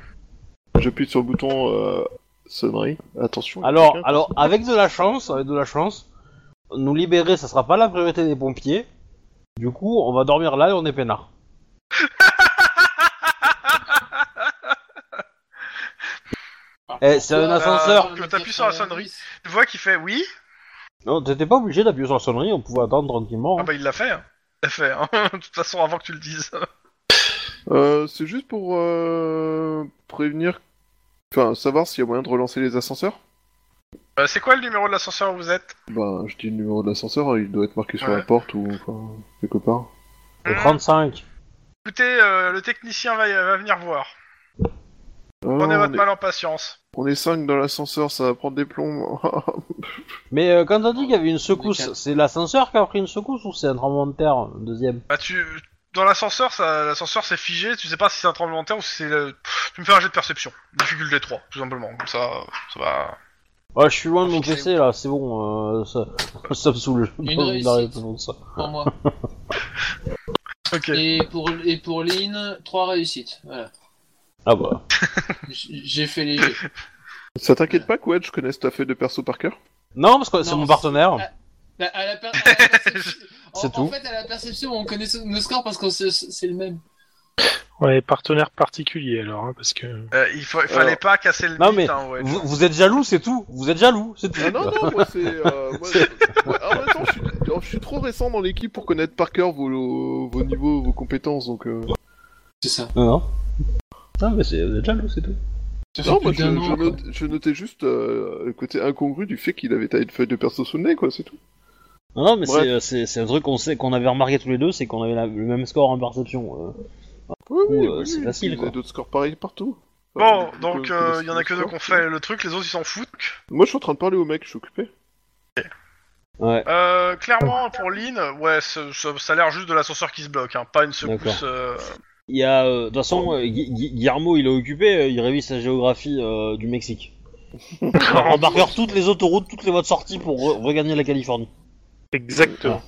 J'appuie sur le bouton euh, sonnerie. Attention. il y a Alors, quelqu'un. alors, avec de la chance, avec de la chance, nous libérer, ça sera pas la priorité des pompiers. Du coup, on va dormir là et on est peinard. Eh, c'est Bah, Ah, un ascenseur. que t'appuies sur la sonnerie. Tu vois qui fait oui. Non, t'étais pas obligé d'appuyer sur la sonnerie, on pouvait attendre tranquillement. Ah hein. bah il l'a fait. hein. Il l'a fait. hein. de toute façon, avant que tu le dises. Euh, c'est juste pour euh, prévenir, enfin savoir s'il y a moyen de relancer les ascenseurs. Euh, c'est quoi le numéro de l'ascenseur où vous êtes Ben, je dis le numéro de l'ascenseur, hein, il doit être marqué sur Ouais. la porte ou enfin, quelque part. bah, Le 35. Écoutez, euh, le technicien va, va venir voir. Ah, Prenez on, votre est, mal en patience. on est cinq dans l'ascenseur, ça va prendre des plombs. Mais euh, quand t'as dit qu'il y avait une secousse, quatre. c'est l'ascenseur qui a pris une secousse ou c'est un tremblement de terre, un deuxième Bah tu, dans l'ascenseur, ça- l'ascenseur c'est figé, tu sais pas si c'est un tremblement de terre ou si c'est. le- Tu me fais un jet de perception. Difficulté 3, tout simplement. Comme ça, ça va. Ouais, Ah, je suis loin de mon Fixez-vous. PC là, c'est bon, euh, ça, ça me saoule. Une J'ai pas envie réussite. d'arrêter pour ça. pour moi. Ok. Et pour, et pour Lynn, trois réussites. Voilà. Ah bah. J- J'ai fait les jeux. Ça t'inquiète pas que ouais, je connais tout à fait de perso par cœur Non, parce que c'est Non, mon c'est- partenaire. Bah, à la per- à la perception- en, C'est en tout. fait, à la perception, on connaît nos scores parce que c'est- c'est le même. Ouais, partenaire particulier alors, hein, parce que. Euh, il fa- il fallait Alors. pas casser le Non, mythe, mais hein, ouais. Vous, vous êtes jaloux, c'est tout. Vous êtes jaloux, c'est tout. Ah non, non, moi c'est. euh, moi, je- ouais, en même temps, je suis, je suis trop récent dans l'équipe pour connaître par cœur vos, vos niveaux, vos compétences, donc. euh, C'est ça. Non, non. Non, mais c'est- vous êtes jaloux, c'est tout. Ça fait Non, moi plus je, d'un je an, quoi. note- je notais juste euh, le côté incongru du fait qu'il avait taillé une feuille de perso sous le nez, quoi, c'est tout. Non, non, mais Bref. c'est, euh, c'est, c'est un truc qu'on, sait, qu'on avait remarqué tous les deux, c'est qu'on avait la- le même score en perception. euh. Oui, Ou, euh, c'est facile, Il y quoi. a d'autres scores pareils partout. Bon, Enfin, donc je euh, connais il y en a que deux scores. qu'on fait le truc, les autres ils s'en foutent. Moi je suis en train de parler au mec, je suis occupé. Ouais. Euh, clairement, pour Lynn, ouais, ça, ça- ça a l'air juste de l'ascenseur qui se bloque, hein, pas une secousse. euh, Il y a, euh, de toute façon, euh, Gui- Gui- Guillermo, il est occupé, euh, il révise sa géographie euh, du Mexique. Ah, en marquant toutes les autoroutes, toutes les voies de sortie pour re- regagner la Californie. Exactement.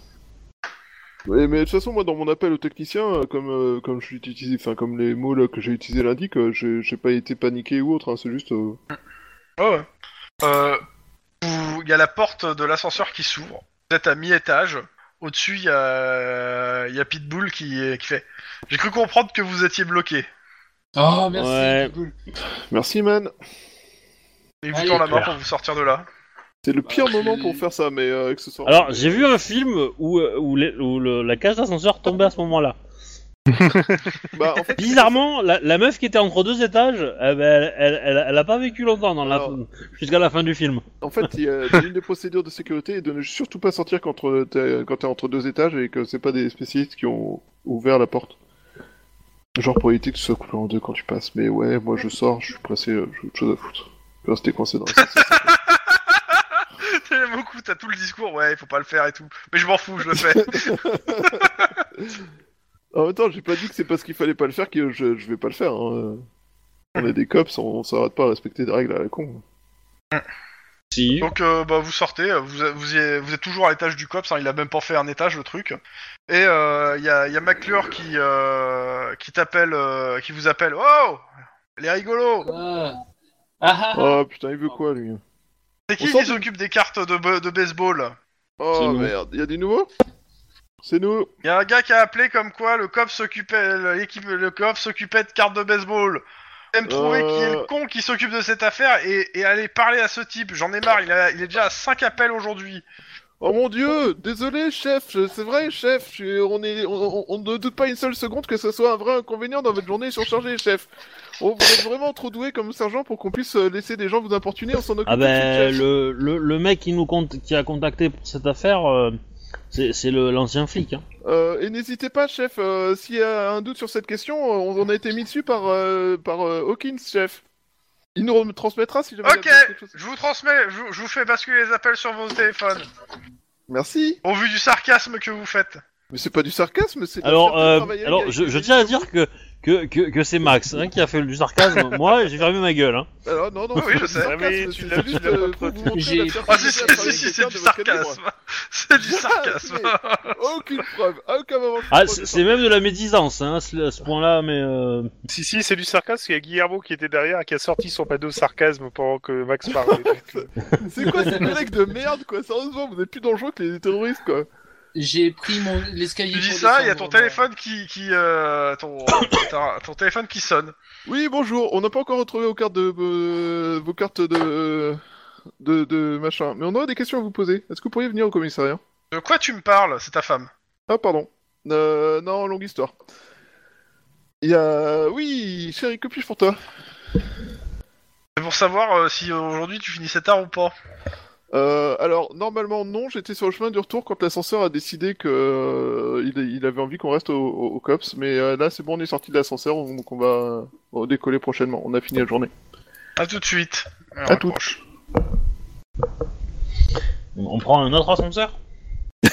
Ouais, mais de toute façon, moi dans mon appel au technicien, euh, comme, euh, comme je l'ai utilisé, enfin, comme les mots là, que j'ai utilisés l'indiquent, euh, j'ai j'ai pas été paniqué ou autre, hein, c'est juste. euh, Ouais, ouais. Euh, vous- Il y a la porte de l'ascenseur qui s'ouvre. Vous êtes à mi-étage. Au-dessus, il y a, il y a Pitbull qui, qui fait J'ai cru comprendre que vous étiez bloqué. Oh, merci. Ouais. cool. Merci man Et il vous Allez, tend la main clair. pour vous sortir de là. C'est le Bah, pire je- moment pour faire ça, mais euh, accessoirement. Alors, j'ai vu un film où, euh, où, les- où le- la cage d'ascenseur tombait à ce moment-là. Bah, en fait, Bizarrement, la, la meuf qui était entre deux étages, eh ben, elle, elle, elle- elle a pas vécu longtemps dans la- Alors- jusqu'à la fin du film. En fait, il y a- l'une des procédures de sécurité est de ne surtout pas sortir quand euh, t'es quand t'es entre deux étages et que c'est pas des spécialistes qui ont ouvert la porte. Genre pour éviter que tu sois coupé en deux quand tu passes. Mais ouais, moi je sors, je suis pressé, euh, j'ai autre chose à foutre. Je vais rester coincé dans la salle. T'aimes beaucoup, t'as tout le discours Ouais, il faut pas le faire et tout. Mais je m'en fous, je le fais. En même temps, Ah, j'ai pas dit que c'est parce qu'il fallait pas le faire que je, je vais pas le faire. hein. On est des cops, on, on s'arrête pas à respecter des règles à la con. Si. Donc euh, bah, vous sortez, euh, vous, vous, y êtes, vous êtes toujours à l'étage du COPS, hein, il a même pas fait un étage le truc. Et euh, il y, a, il y a McClure qui, euh, qui t'appelle, euh, qui vous appelle Oh Les rigolos Ah. Ah, ah, Oh putain, il veut quoi lui C'est qui On sort qui du- s'occupe des cartes de, be- de baseball C'est Oh nous. merde, il y a des nouveaux C'est nous Il y a un gars qui a appelé comme quoi le COPS s'occupait, l'équipe, le COPS s'occupait de cartes de baseball. J'aime trouver Euh. qui est le con qui s'occupe de cette affaire et, et aller parler à ce type. J'en ai marre, il, a- il est déjà à 5 appels aujourd'hui. Oh mon dieu, désolé chef, je- c'est vrai chef, je- on, est, on, on- on ne doute pas une seule seconde que ce soit un vrai inconvénient dans votre journée surchargée chef. On, vous êtes vraiment trop doué comme sergent pour qu'on puisse euh, laisser des gens vous importuner, on s'en occupe Ah tout de ben, suite, chef. le, le, le mec qui nous compte, qui a contacté pour cette affaire, euh, c'est c'est le- l'ancien flic. Hein. Euh, et n'hésitez pas chef, euh, s'il y a un doute sur cette question, euh, on, on a été mis dessus par, euh, par euh, Hawkins chef. Il nous rem- transmettra si jamais il y a Ok. besoin de quelque chose. Je vous transmets, je, vous- je vous fais basculer les appels sur vos téléphones. Merci. Au vu du sarcasme que vous faites. Mais c'est pas du sarcasme, c'est de la Alors, fierté de euh, travailler alors avec- je, je tiens à dire que, que, que, que c'est Max hein, qui a fait du sarcasme. Moi, j'ai fermé ma gueule. Hein. Alors, Ah, non, non, Oui, je c'est pas du sais. sarcasme, Mais tu c'est l'as- tu juste, l'as pas euh, pour traduit. vous montrer J'ai- la fierté Ah si si de travailler si, si, avec c'est quelqu'un du de votre Ah, sarcasme. calibre. C'est du sarcasme. Aucune preuve, à aucun moment. je Ah, prends de c'est c'est même de la médisance hein, à ce, à ce point-là, mais... Euh... Si, si, c'est du sarcasme. Il y a Guillermo qui était derrière et qui a sorti son panneau sarcasme pendant que Max parlait. donc, euh, sarcasme. C'est quoi cette blague de merde, quoi Sérieusement, vous êtes plus dangereux que les terroristes, quoi. J'ai pris mon l'escalier. Tu dis pour ça, il y a ton descendre. téléphone qui, qui euh, ton, ta- ton téléphone qui sonne. Oui, bonjour. On n'a pas encore retrouvé vos cartes de euh, vos cartes de euh, de, de machin, mais on aurait des questions à vous poser. Est-ce que vous pourriez venir au commissariat De quoi tu me parles C'est ta femme. Ah, pardon. Euh, non, longue histoire. Il y a... Oui, chérie, que puis-je pour toi C'est pour savoir euh, si euh, aujourd'hui tu finissais tard ou pas. Euh, alors, normalement, non, j'étais sur le chemin du retour quand l'ascenseur a décidé que euh, il, il avait envie qu'on reste au, au- au COPS, mais euh, là, c'est bon, on est sorti de l'ascenseur, on- donc on va euh, on décoller prochainement. On a fini la journée. À tout de suite. À tout. On prend un autre ascenseur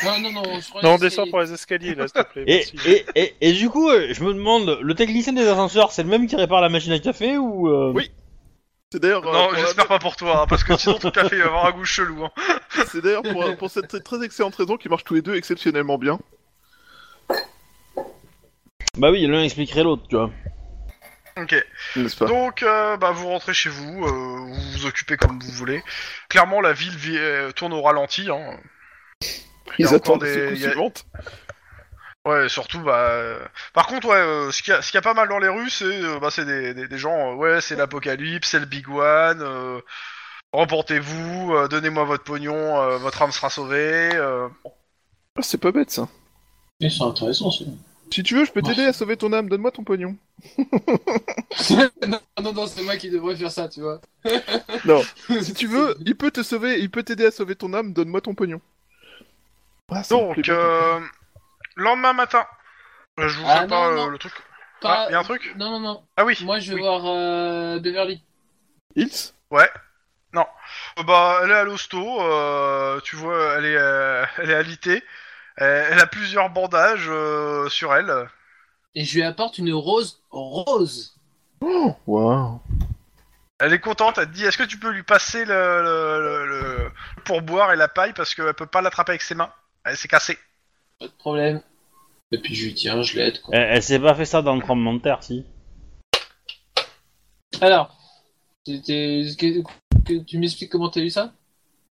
Non, non, non, sur les Non, escaliers. descends pour les escaliers, là, s'il te plaît. Et, merci. et, et, et du coup, euh, je me demande, le technicien des ascenseurs, c'est le même qui répare la machine à café ou... euh, Oui. C'est d'ailleurs euh, Non, pour la- j'espère pas pour toi, hein, parce que sinon ton café va avoir un goût chelou. hein. c'est d'ailleurs pour, pour cette très- très excellente raison qu'ils marchent tous les deux exceptionnellement bien. Bah oui, l'un expliquerait l'autre, tu vois. Ok. N'est-ce pas Donc, euh, bah, vous rentrez chez vous, euh, vous vous occupez comme vous voulez. Clairement, la ville vi- euh, tourne au ralenti. Hein. Il y a Ils encore attendent des- des... il y a- suivantes. Ouais, surtout, bah. euh, Par contre, ouais, euh, ce qu'il y, a- ce qu'il y a pas mal dans les rues, c'est euh, bah, c'est des, des- des gens. euh, ouais, c'est l'apocalypse, c'est le big one. euh, Remportez-vous, euh, donnez-moi votre pognon, euh, votre âme sera sauvée. euh. Ah, c'est pas bête ça. Mais c'est intéressant, ça. Si tu veux, je peux t'aider à sauver ton âme, donne-moi ton pognon. non, non, non, c'est moi qui devrais faire ça, tu vois. Non. Si tu veux, il peut te sauver, il peut t'aider à sauver ton âme, donne-moi ton pognon. Ah, ça me plaît Donc, bien. euh, lendemain matin. Euh, Je vous Ah, fais pas non, euh, non. le truc. Pas- Ah, y a un truc Non, non, non. Ah oui. Moi, je vais Oui. voir euh, Beverly. Ils Euh, Bah, elle est à l'hosto, euh, tu vois, elle est, euh, elle est alitée. Euh, Elle a plusieurs bandages euh, sur elle. Et je lui apporte une rose rose. Waouh. Elle est contente, elle te dit est-ce que tu peux lui passer le, le, le- le pourboire et la paille parce qu'elle peut pas l'attraper avec ses mains. Elle s'est cassée. Pas de problème. Et puis je lui tiens, je l'aide, quoi. Elle, elle s'est Eh, pas fait ça dans le tremblement de terre, si. Alors, c'était... que- que- tu m'expliques comment t'as eu ça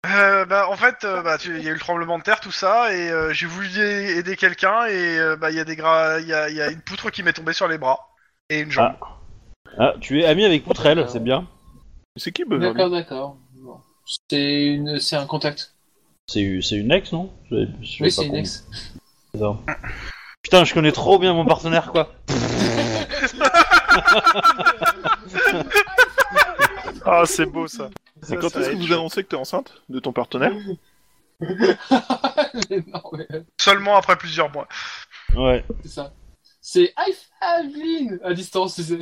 Euh, bah, en fait, euh, bah, tu- il y a eu le tremblement de terre, tout ça, et euh, j'ai voulu aider aider quelqu'un, et euh, bah, il y a des gra... il y a, il y a une poutre qui m'est tombée sur les bras. Et une jambe. Ah, tu es ami avec Poutrelle, Euh, c'est bien. C'est qui Beverly D'accord, d'accord. Bon. C'est une... c'est un contact. C'est c'est une ex, non Je- je sais Oui, pas c'est une comment- ex. c'est ça. Putain, je connais trop bien mon partenaire, quoi. Ah, c'est beau, ça. Et Ça, quand ça est-ce va que être vous chaud. annoncez que t'es enceinte de ton partenaire non, mais, euh, Seulement après plusieurs mois. Ouais. c'est ça. C'est I have Lynn à distance, tu sais.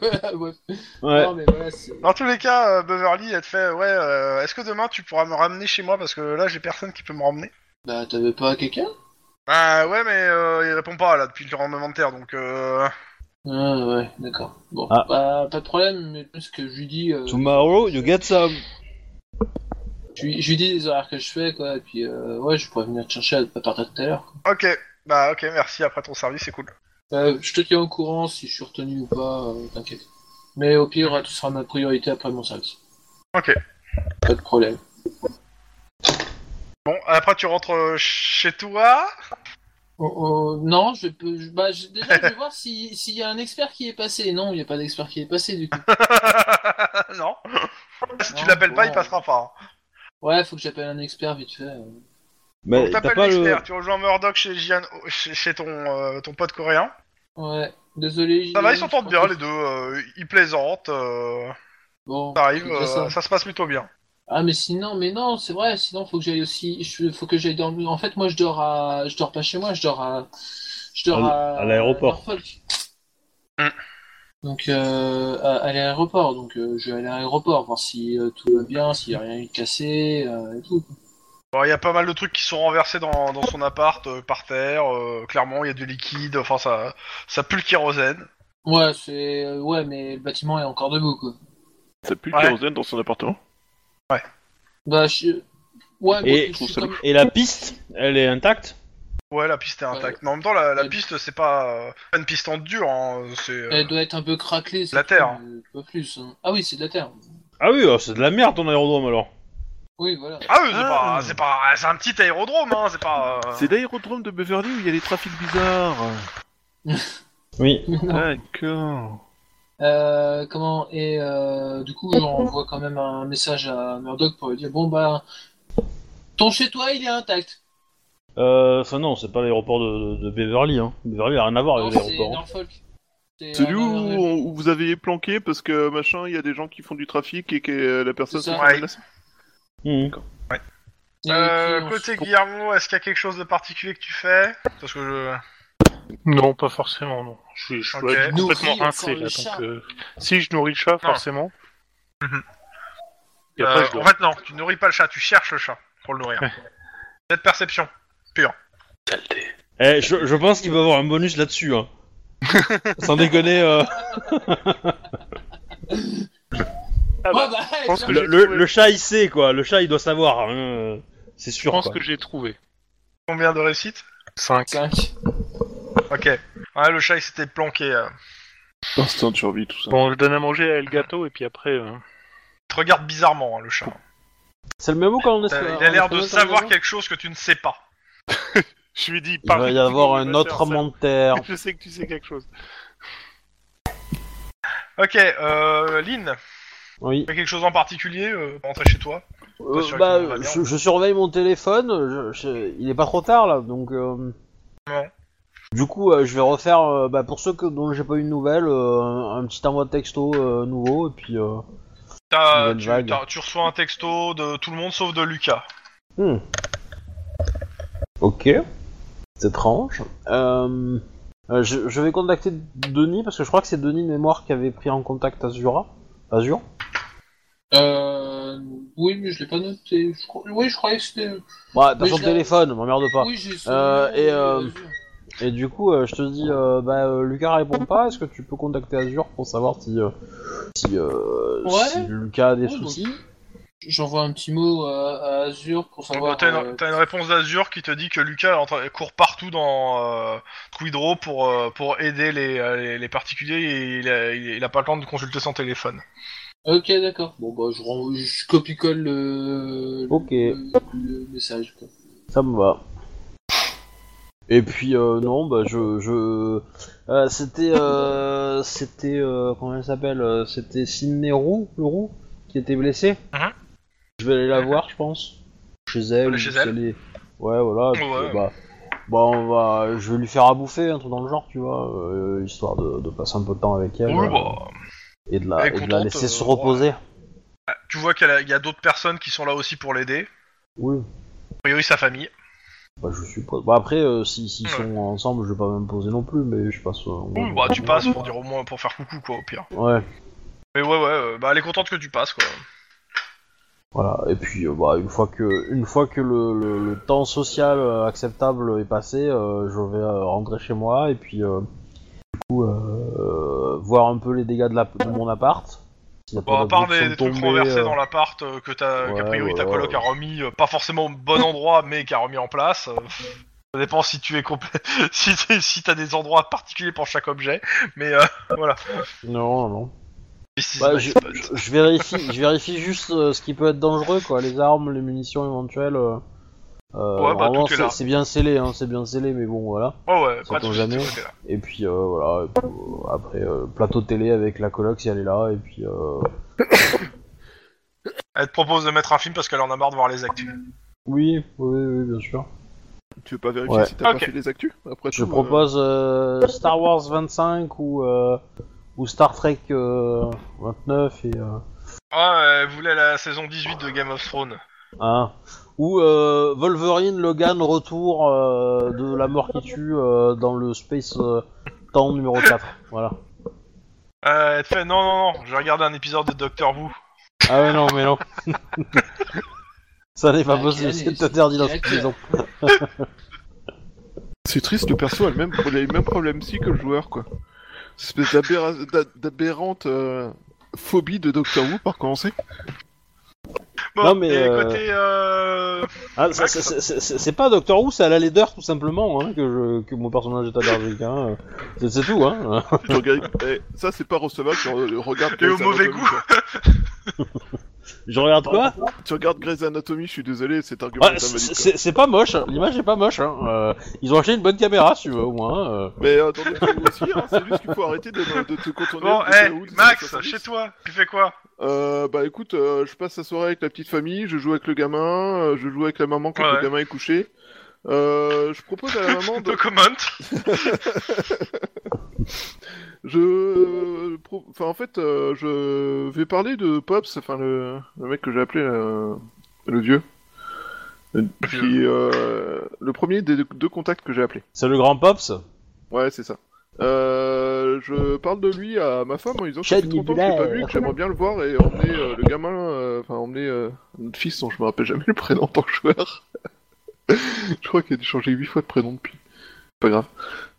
voilà, bref. Ouais. Non, mais voilà, c'est... Dans tous les cas, euh, Beverly, elle te fait Ouais, euh, est-ce que demain tu pourras me ramener chez moi Parce que là, j'ai personne qui peut me ramener. Bah, t'avais pas quelqu'un Bah ouais, mais euh, il répond pas là depuis le rendement de terre donc. Euh... Ah, ouais, d'accord. Bon, Ah. bah, pas de problème, mais ce que je lui dis... euh, Tomorrow, you get some. Je lui, je lui dis les horaires que je fais, quoi, et puis euh, ouais, je pourrais venir te chercher à, à partir de tout à l'heure. quoi. Ok, bah ok, merci après ton service, c'est cool. Euh, je te tiens au courant si je suis retenu ou pas, euh, t'inquiète. Mais au pire, tout sera ma priorité après mon service. Ok. Pas de problème. Bon, après tu rentres euh, chez toi. Oh, oh, non, je peux. je- bah, je- déjà, je vais voir si- s'il y a un expert qui est passé. Non, il n'y a pas d'expert qui est passé, du coup. non. Ah, Si tu Non, l'appelles pas, bon. il passera pas. hein. Ouais, faut que j'appelle un expert vite fait. euh. Mais t'as T'appelles pas l'expert, le. tu rejoins Murdoch chez, Gian- chez, chez ton, euh, ton pote coréen. Ouais, désolé. Ça va, ils je- s'entendent bien les deux, euh, ils plaisantent, euh, Bon, ça arrive, c'est déjà euh, ça. ça se passe plutôt bien. Ah mais sinon, mais non, c'est vrai, sinon faut que j'aille aussi, je- faut que j'aille dormir. En fait, moi je dors à, je dors pas chez moi, je dors à, je dors À l- à, à l'aéroport. Norfolk. Hmm. Donc euh, à, à l'aéroport, donc euh, je vais aller à l'aéroport voir si euh, tout va bien, s'il y a rien eu de cassé euh, et tout. Bon, Il y a pas mal de trucs qui sont renversés dans, dans son appart, euh, par terre, euh, clairement il y a du liquide, enfin ça, ça pue le kérosène. Ouais, c'est, euh, ouais, mais le bâtiment est encore debout quoi. Ça pue le Ouais. kérosène dans son appartement Bah je, ouais, bon, Et- je suis Je trouve ça comme- Et la piste, elle est intacte Ouais, la piste est intacte. Ouais. Mais en même temps, la, la Ouais. piste, c'est pas, euh, pas une piste en dur. Hein. C'est, euh, elle doit être un peu craquelée. c'est la tout, terre. mais Pas plus. hein. Ah oui, c'est de la terre. Ah oui, oh, c'est de la merde ton aérodrome alors. Oui, voilà. Ah oui, c'est Ah. pas, c'est pas, c'est un petit aérodrome, hein. C'est pas. euh, C'est l'aérodrome de Beverly où il y a des trafics bizarres. Oui. D'accord. Euh, comment et euh, du coup j'envoie quand même un message à Murdoch pour lui dire bon bah ton chez toi il est intact Euh, ça non, c'est pas l'aéroport de, de Beverly. Hein. Beverly a rien à voir Non, avec c'est l'aéroport. hein. Norfolk C'est Celui à où, la- où vous avez planqué parce que machin, il y a des gens qui font du trafic et que euh, la personne C'est se ça. fait menacer. Mhm. et euh, puis, on côté se- Guillermo, est-ce qu'il y a quelque chose de particulier que tu fais Parce que je... Non, pas forcément, non. Je suis, je suis Ok. là, Nourris complètement encore rincé, le là. chat. Donc, euh, si je nourris le chat, forcément. Mhm. Et après, Euh, je dors. en fait, non, tu nourris pas le chat, tu cherches le chat pour le nourrir. Ouais. Peut-être perception. Saleté. Eh, je, je pense qu'il va avoir un bonus là-dessus. hein. Sans déconner, euh, Ah bah, Bon, bah, je pense que le, j'ai le- trouvé. le chat il sait quoi, le chat il doit savoir, hein, euh, c'est Je sûr. pense quoi. que j'ai trouvé. Combien de réussites 5. 5. Ok. Ouais, le chat il s'était planqué. euh. Instinct de survie, tout ça. Bon, je donne à manger à El Gato et puis après. euh, Il te regarde bizarrement, hein, le chat. C'est le même mot quand on est Euh, on il a est l'air de fermé, savoir on est quelque chose que tu ne sais pas. Je lui ai dit, Il va y avoir un autre monde. commentaire. Je sais que tu sais quelque chose. Ok, euh, Lynn, Oui. tu as quelque chose en particulier euh, pour rentrer chez toi Euh, sûr que bah, tout va bien. je, je surveille mon téléphone. je- je- il est pas trop tard là, donc. euh, Ouais. Du coup, euh, je vais refaire euh, bah, pour ceux que, dont j'ai pas eu de nouvelles, euh, un, un petit envoi de texto euh, nouveau et puis. euh, T'as- Nouvelle tu, vague. t'as- tu reçois un texto de tout le monde sauf de Lucas. Ok. C'est étrange. Euh, euh, je, je vais contacter Denis parce que je crois que c'est Denis Mémoire qui avait pris en contact Azura. Azure. Euh, oui, mais je l'ai pas noté. Je crois- Oui, je croyais que c'était. Ouais, Bah, t'as Oui, son je- téléphone, m'emmerde pas. Oui, j'ai Euh, son- et, euh, Et du coup, euh, je te dis, euh, bah, euh, Lucas répond pas, est-ce que tu peux contacter Azure pour savoir si, euh, si, euh, Ouais. si Lucas a des Ouais, soucis donc, J'envoie un petit mot à, à Azure pour savoir. T'as une, euh, t'as une réponse d'Azur qui te dit que Lucas est en train- court partout dans euh, Twidro pour, euh, pour aider les, euh, les, les particuliers et il a, il- il a pas le temps de consulter son téléphone. Ok, d'accord. Bon, bah, je, rends- je copie-colle le... Ok. le- le message. quoi. Ça me va. Et puis, euh, non, bah, je. je... euh, c'était. Euh, c'était. euh, comment elle s'appelle euh, C'était Sidney Roux, le Roux, qui était blessé. Mhm. Je vais aller la voir, je pense. Chez elle. Aller chez ou si elle. est- Ouais, voilà. et puis, Ouais. euh, bah, bah, on va. Je vais lui faire à bouffer, un truc dans le genre, tu vois, euh, histoire de, de passer un peu de temps avec elle. Oui, euh, bah, et de la, elle est et de la contente, laisser euh, se ouais. reposer. Ah, tu vois qu'il y a- il y a d'autres personnes qui sont là aussi pour l'aider. Oui. A priori sa famille. Bah, je suppose. Bah, après, euh, si- s'ils Ouais. sont ensemble, je vais pas me poser non plus, mais je passe. euh, Oui, bah tu passes pour dire au moins pour faire coucou quoi au pire. Ouais. Mais ouais ouais, euh, bah elle est contente que tu passes quoi. Voilà, et puis euh, bah, une fois que, une fois que le, le- le temps social euh, acceptable est passé, euh, je vais euh, rentrer chez moi et puis euh, du coup, euh, euh, voir un peu les dégâts de, la, de mon appart. S'il y a pas Bon, à part d'objets qui des, sont des trucs tombés, renversés euh, dans l'appart euh, que t'as, ouais, qu'a priori ta voilà, coloc ouais. a remis, euh, pas forcément au bon endroit, mais qui a remis en place. euh, ça dépend si tu es complet, si, t'es- si t'as des endroits particuliers pour chaque objet, mais euh, voilà. Non, non, non. This is Bah, my je, sponge. je- je vérifie, je vérifie juste euh, ce qui peut être dangereux, quoi. Les armes, les munitions éventuelles. euh, euh, Ouais, bah, normalement, tout est c'est- là. c'est bien scellé, hein, c'est bien scellé, mais bon, voilà. Oh ouais, ça pas de tombe soucis de jamais. ce côté-là. Et puis euh, voilà, et puis, euh, après euh, plateau de télé avec la coloc si elle est là, et puis euh, Elle te propose de mettre un film parce qu'elle en a marre de voir les actus. oui, oui, oui, bien sûr. Tu veux pas vérifier Ouais. si t'as Ok. pas fait les actus Après Je tout, hein. euh, propose euh, Star Wars 25 ou euh, ou Star Trek euh, 29 et euh, Ah, elle voulait la saison 18 de Game of Thrones. hein. ou euh, Wolverine, Logan, retour euh, de la mort qui tue euh, dans le space euh, temps numéro 4. Voilà. Euh, elle te fait non, non, non, je regarde un épisode de Doctor Who. Ah ouais non mais non. Ça n'est pas Ah, possible, quel c'est interdit dans quel cette maison. C'est triste, le perso a le même, les mêmes problèmes psy que le joueur, quoi. Cette espèce d'aberra- d'a- d'aberrante euh, phobie de Doctor Who, par commencer. Bon, Non, mais, et euh, côté, euh, Ah, ça- ça- ça- ça- c'est c'est pas Doctor Who, c'est à la laideur tout simplement hein, que, je- que mon personnage est allergique. Hein. C'est c'est tout, hein. Tu regardes- eh, ça, c'est pas recevable, tu re- regardes... Et au Grey's mauvais Anatomy, goût. quoi. Je regarde quoi Tu regardes Grey's Anatomy, je suis désolé, cet argument Ah, Ouais, est c'est- invalide, quoi. C'est c'est pas moche, l'image est pas moche. Hein. Euh, ils ont acheté une bonne caméra, si tu veux, au moins. euh. Mais euh, dans Doctor Who aussi, hein, c'est juste qu'il faut arrêter de, de te contourner. Bon, de eh, Doctor Who des années Max, 70. chez toi, tu fais quoi Euh, bah écoute, euh, je passe la soirée avec la petite famille, je joue avec le gamin, euh, je joue avec la maman quand Ouais. le gamin est couché. Euh, je propose à la maman de... Deux comments. Je, pro- enfin en fait, euh, je vais parler de Pops, enfin le, le mec que j'ai appelé euh, le vieux, qui euh, le premier des deux contacts que j'ai appelé. C'est le grand Pops. Ouais, c'est ça. Euh, je parle de lui à ma femme en lui disant que ça fait trop longtemps que je l'ai pas vu, et que j'aimerais bien le voir et emmener euh, le gamin, euh, enfin emmener euh, notre fils dont je me rappelle jamais le prénom en tant que joueur. Je crois qu'il a dû changer huit fois de prénom depuis. Pas grave.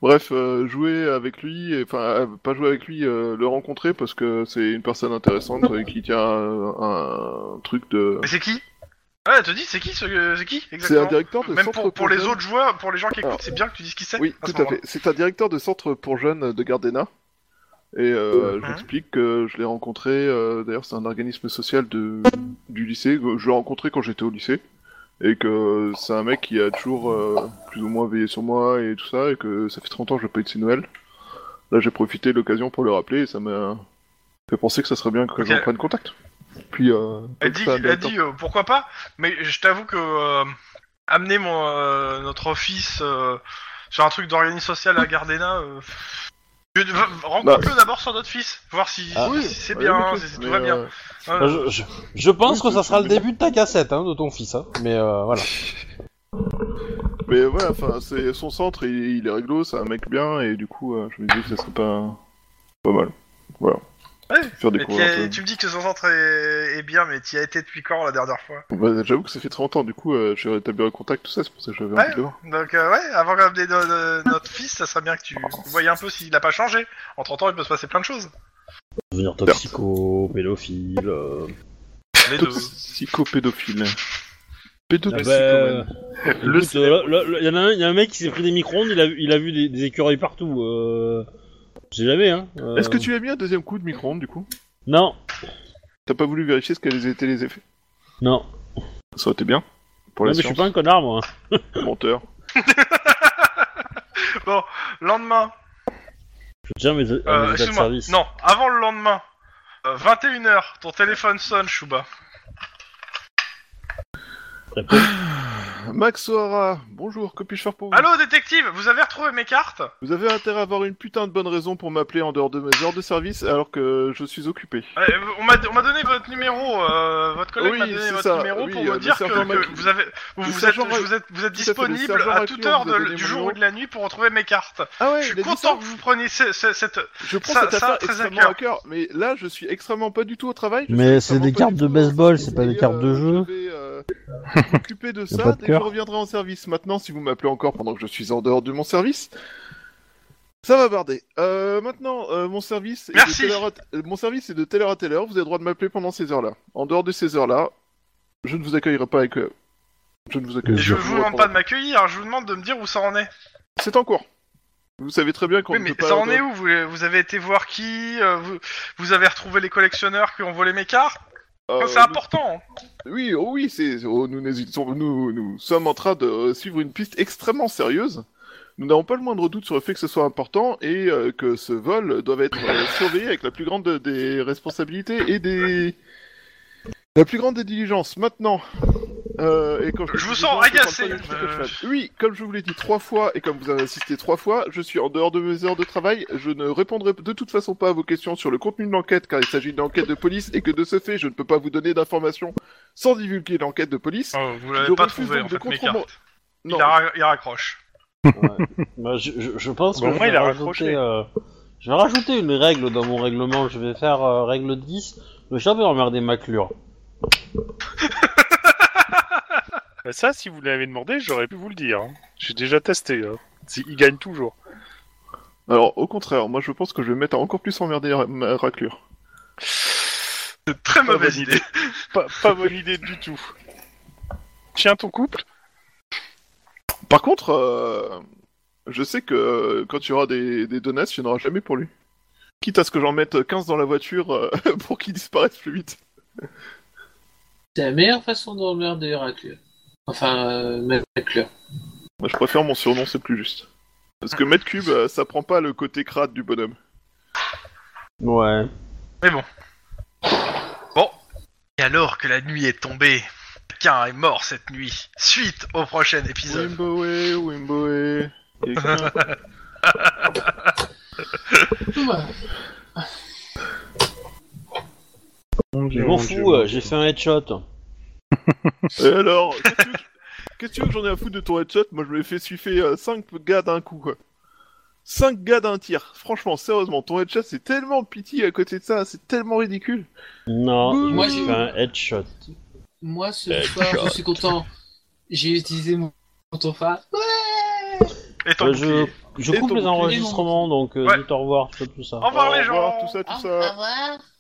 Bref, euh, jouer avec lui, et- enfin euh, pas jouer avec lui, euh, le rencontrer parce que c'est une personne intéressante euh, qui tient un, un truc de. Mais c'est qui Ouais, Ah, elle te dit c'est qui ce- c'est qui C'est un exactement directeur de Même centre pour, pour les jeunes. autres joueurs, pour les gens qui écoutent, Alors, c'est bien que tu dises qui c'est. Oui, ce tout à moment-là. fait. C'est un directeur de centre pour jeunes de Gardena. Et euh, Mhm. j'explique que je l'ai rencontré, euh, d'ailleurs c'est un organisme social de, du lycée, que je l'ai rencontré quand j'étais au lycée, et que c'est un mec qui a toujours euh, plus ou moins veillé sur moi et tout ça, et que ça fait 30 ans que je n'ai pas eu de ses nouvelles. Là j'ai profité de l'occasion pour le rappeler, et ça m'a fait penser que ça serait bien que Ok. j'en prenne contact. Puis, euh, Elle comme dit, ça, un elle directeur- dit, euh, pourquoi pas, mais je t'avoue que euh, amener mon, euh, notre fils euh, sur un truc d'organisme social à Gardena, euh, je- va- Bah. rencontre-le d'abord sur notre fils, voir si, Ah, si- si c'est Ouais, bien, ok. si, si tout Mais, va bien. euh, Ouais. Bah, je, je- je pense Oui, que je- ça sera je- le début de ta cassette, hein, de ton fils. Hein. Mais euh, voilà. Mais voilà, enfin, c'est son centre, il, il est réglo, c'est un mec bien, et du coup, euh, je me dis que ça serait pas, pas mal. Voilà. Ouais, Faire Mais t'y découvrir as- un peu. tu me dis que ce centre est, est bien, mais tu y as été depuis quand la dernière fois Bah, J'avoue que ça fait 30 ans, du coup, euh, j'ai rétabli le contact, tout ça, c'est pour ça que j'avais Ouais. envie de le voir. Donc euh, ouais, avant d'amener no- no- notre fils, ça serait bien que tu voyais un peu s'il n'a pas changé. En 30 ans, il peut se passer plein de choses. Devenir toxico, pédophile. euh, Les deux. Psychopédophile. Ah Pédophile. bah, euh, Le écoute, euh, là- là- là, y en a un- y a un mec qui s'est pris des micro-ondes, il a, il a vu des, des écureuils partout. Euh... Je sais jamais, hein. euh, Est-ce que tu as mis un deuxième coup de micro-ondes, du coup Non, T'as pas voulu vérifier ce qu'elles étaient les effets non. Ça aurait été bien. Pour Non, la mais je suis science. pas un connard, moi. hein. Menteur. Lendemain, Je tiens mes, à mes Euh, états de excuse-moi. service. Non, avant le lendemain, euh, 21h, ton téléphone sonne, Chouba. Réponds. Max O'Hara, bonjour, que puis-je faire pour vous Allô, détective, vous avez retrouvé mes cartes Vous avez intérêt à avoir une putain de bonne raison pour m'appeler en dehors de mes heures de service alors que je suis occupé. Euh, On m'a on m'a donné votre numéro, euh, votre collègue Oui, m'a donné c'est votre ça, numéro oui, pour euh, me le dire que, sergent que Mac- vous avez, vous, le vous êtes, sergent Mac- vous êtes, vous êtes Tout à fait, le disponible sergent à Mac- toute heure vous de- a donné du mon jour numéro. ou de la nuit pour retrouver mes cartes. Ah ouais, Je suis il a dit content ça que vous preniez ce- ce- cette... Je prends Ça- cette ça, affaire très à extrêmement cœur. à cœur, mais là je suis extrêmement pas du tout au travail. je Mais suis c'est extrêmement des pas cartes du de tout dans- baseball, c'est pas des Et, cartes de euh, jeu. Je vais euh, m'occuper de pas ça de dès que je cœur. reviendrai en service. Maintenant, si vous m'appelez encore pendant que je suis en dehors de mon service, ça va barder. Euh, maintenant, euh, mon service est Merci. de telle heure à t- euh, mon service est de telle heure à telle heure. Vous avez le droit de m'appeler pendant ces heures-là. En dehors de ces heures-là, je ne vous accueillerai pas avec. euh, Je ne vous Je accueillerai je pas vous demande pas de pendant- m'accueillir, hein. je vous demande de me dire où ça en est. C'est en cours. Vous savez très bien qu'on Oui, ne mais peut pas. ça en est où vous, vous avez été voir qui euh, vous, vous avez retrouvé les collectionneurs qui ont volé mes cartes Euh, C'est important hein. Oui, oh oui, c'est, oh, nous, n'hésitons- nous, nous sommes en train de euh, suivre une piste extrêmement sérieuse. Nous n'avons pas le moindre doute sur le fait que ce soit important et euh, que ce vol doit être euh, surveillé avec la plus grande de- des responsabilités et des... La plus grande des diligences. Maintenant, euh, et quand Je dis vous diligence, sens je parle agacé, pas du truc euh. que je fais. Oui, comme je vous l'ai dit trois fois et comme vous avez insisté trois fois, je suis en dehors de mes heures de travail. Je ne répondrai de toute façon pas à vos questions sur le contenu de l'enquête car il s'agit d'une enquête de police et que de ce fait, je ne peux pas vous donner d'informations sans divulguer l'enquête de police. Oh, vous Je l'avez pas refuse trouvé en donc de fait mes contre- cartes. Non, Il, a ra- il raccroche. Bah, je, je- je pense Bah, au que moins, je il vais, a rajouter, raccroché. euh, je vais rajouter une règle dans mon règlement. Je vais faire euh, règle 10. Le chat peut emmerder Maclure. Bah Ça, si vous l'avez demandé, j'aurais pu vous le dire. hein. J'ai déjà testé. hein. C'est- Il gagne toujours. alors au contraire, moi je pense que je vais mettre à encore plus emmerder Ra- ma raclure. Très Pas mauvaise bonne idée. Pas, pas bonne idée du tout. Tiens ton couple. Par contre, euh, je sais que euh, quand il y aura des, des donuts, il n'y en aura jamais pour lui. Quitte à ce que j'en mette 15 dans la voiture euh, pour qu'il disparaisse plus vite. C'est la meilleure façon d'emmerder Héraclure. Enfin, euh, même Héraclure. Moi, je préfère mon surnom, c'est plus juste. Parce que mètre cube, euh, ça prend pas le côté crade du bonhomme. Ouais. Et alors que la nuit est tombée, quelqu'un est mort cette nuit. Suite au prochain épisode. Wimboé, Wimboé. Et- Je m'en fous, euh, j'ai fait un headshot. Et alors, qu'est-ce que tu veux que- qu'est-ce que tu veux que j'en ai à foutre de ton headshot Moi, je me fais suffire 5 gars d'un coup, quoi. 5 gars d'un tir. Franchement, sérieusement, ton headshot, c'est tellement pitié à côté de ça, c'est tellement ridicule. Non, Moi, j'ai j'ai- fait un headshot. Moi, ce soir, je suis content. J'ai utilisé mon quand on fait un Et ton Euh, je, bouclier. je Et coupe ton les bouclier, enregistrements, donc euh, Ouais. dites au revoir, tout ça, tout ça. Au revoir les Au revoir, gens tout ça, tout Ah, ça. au revoir.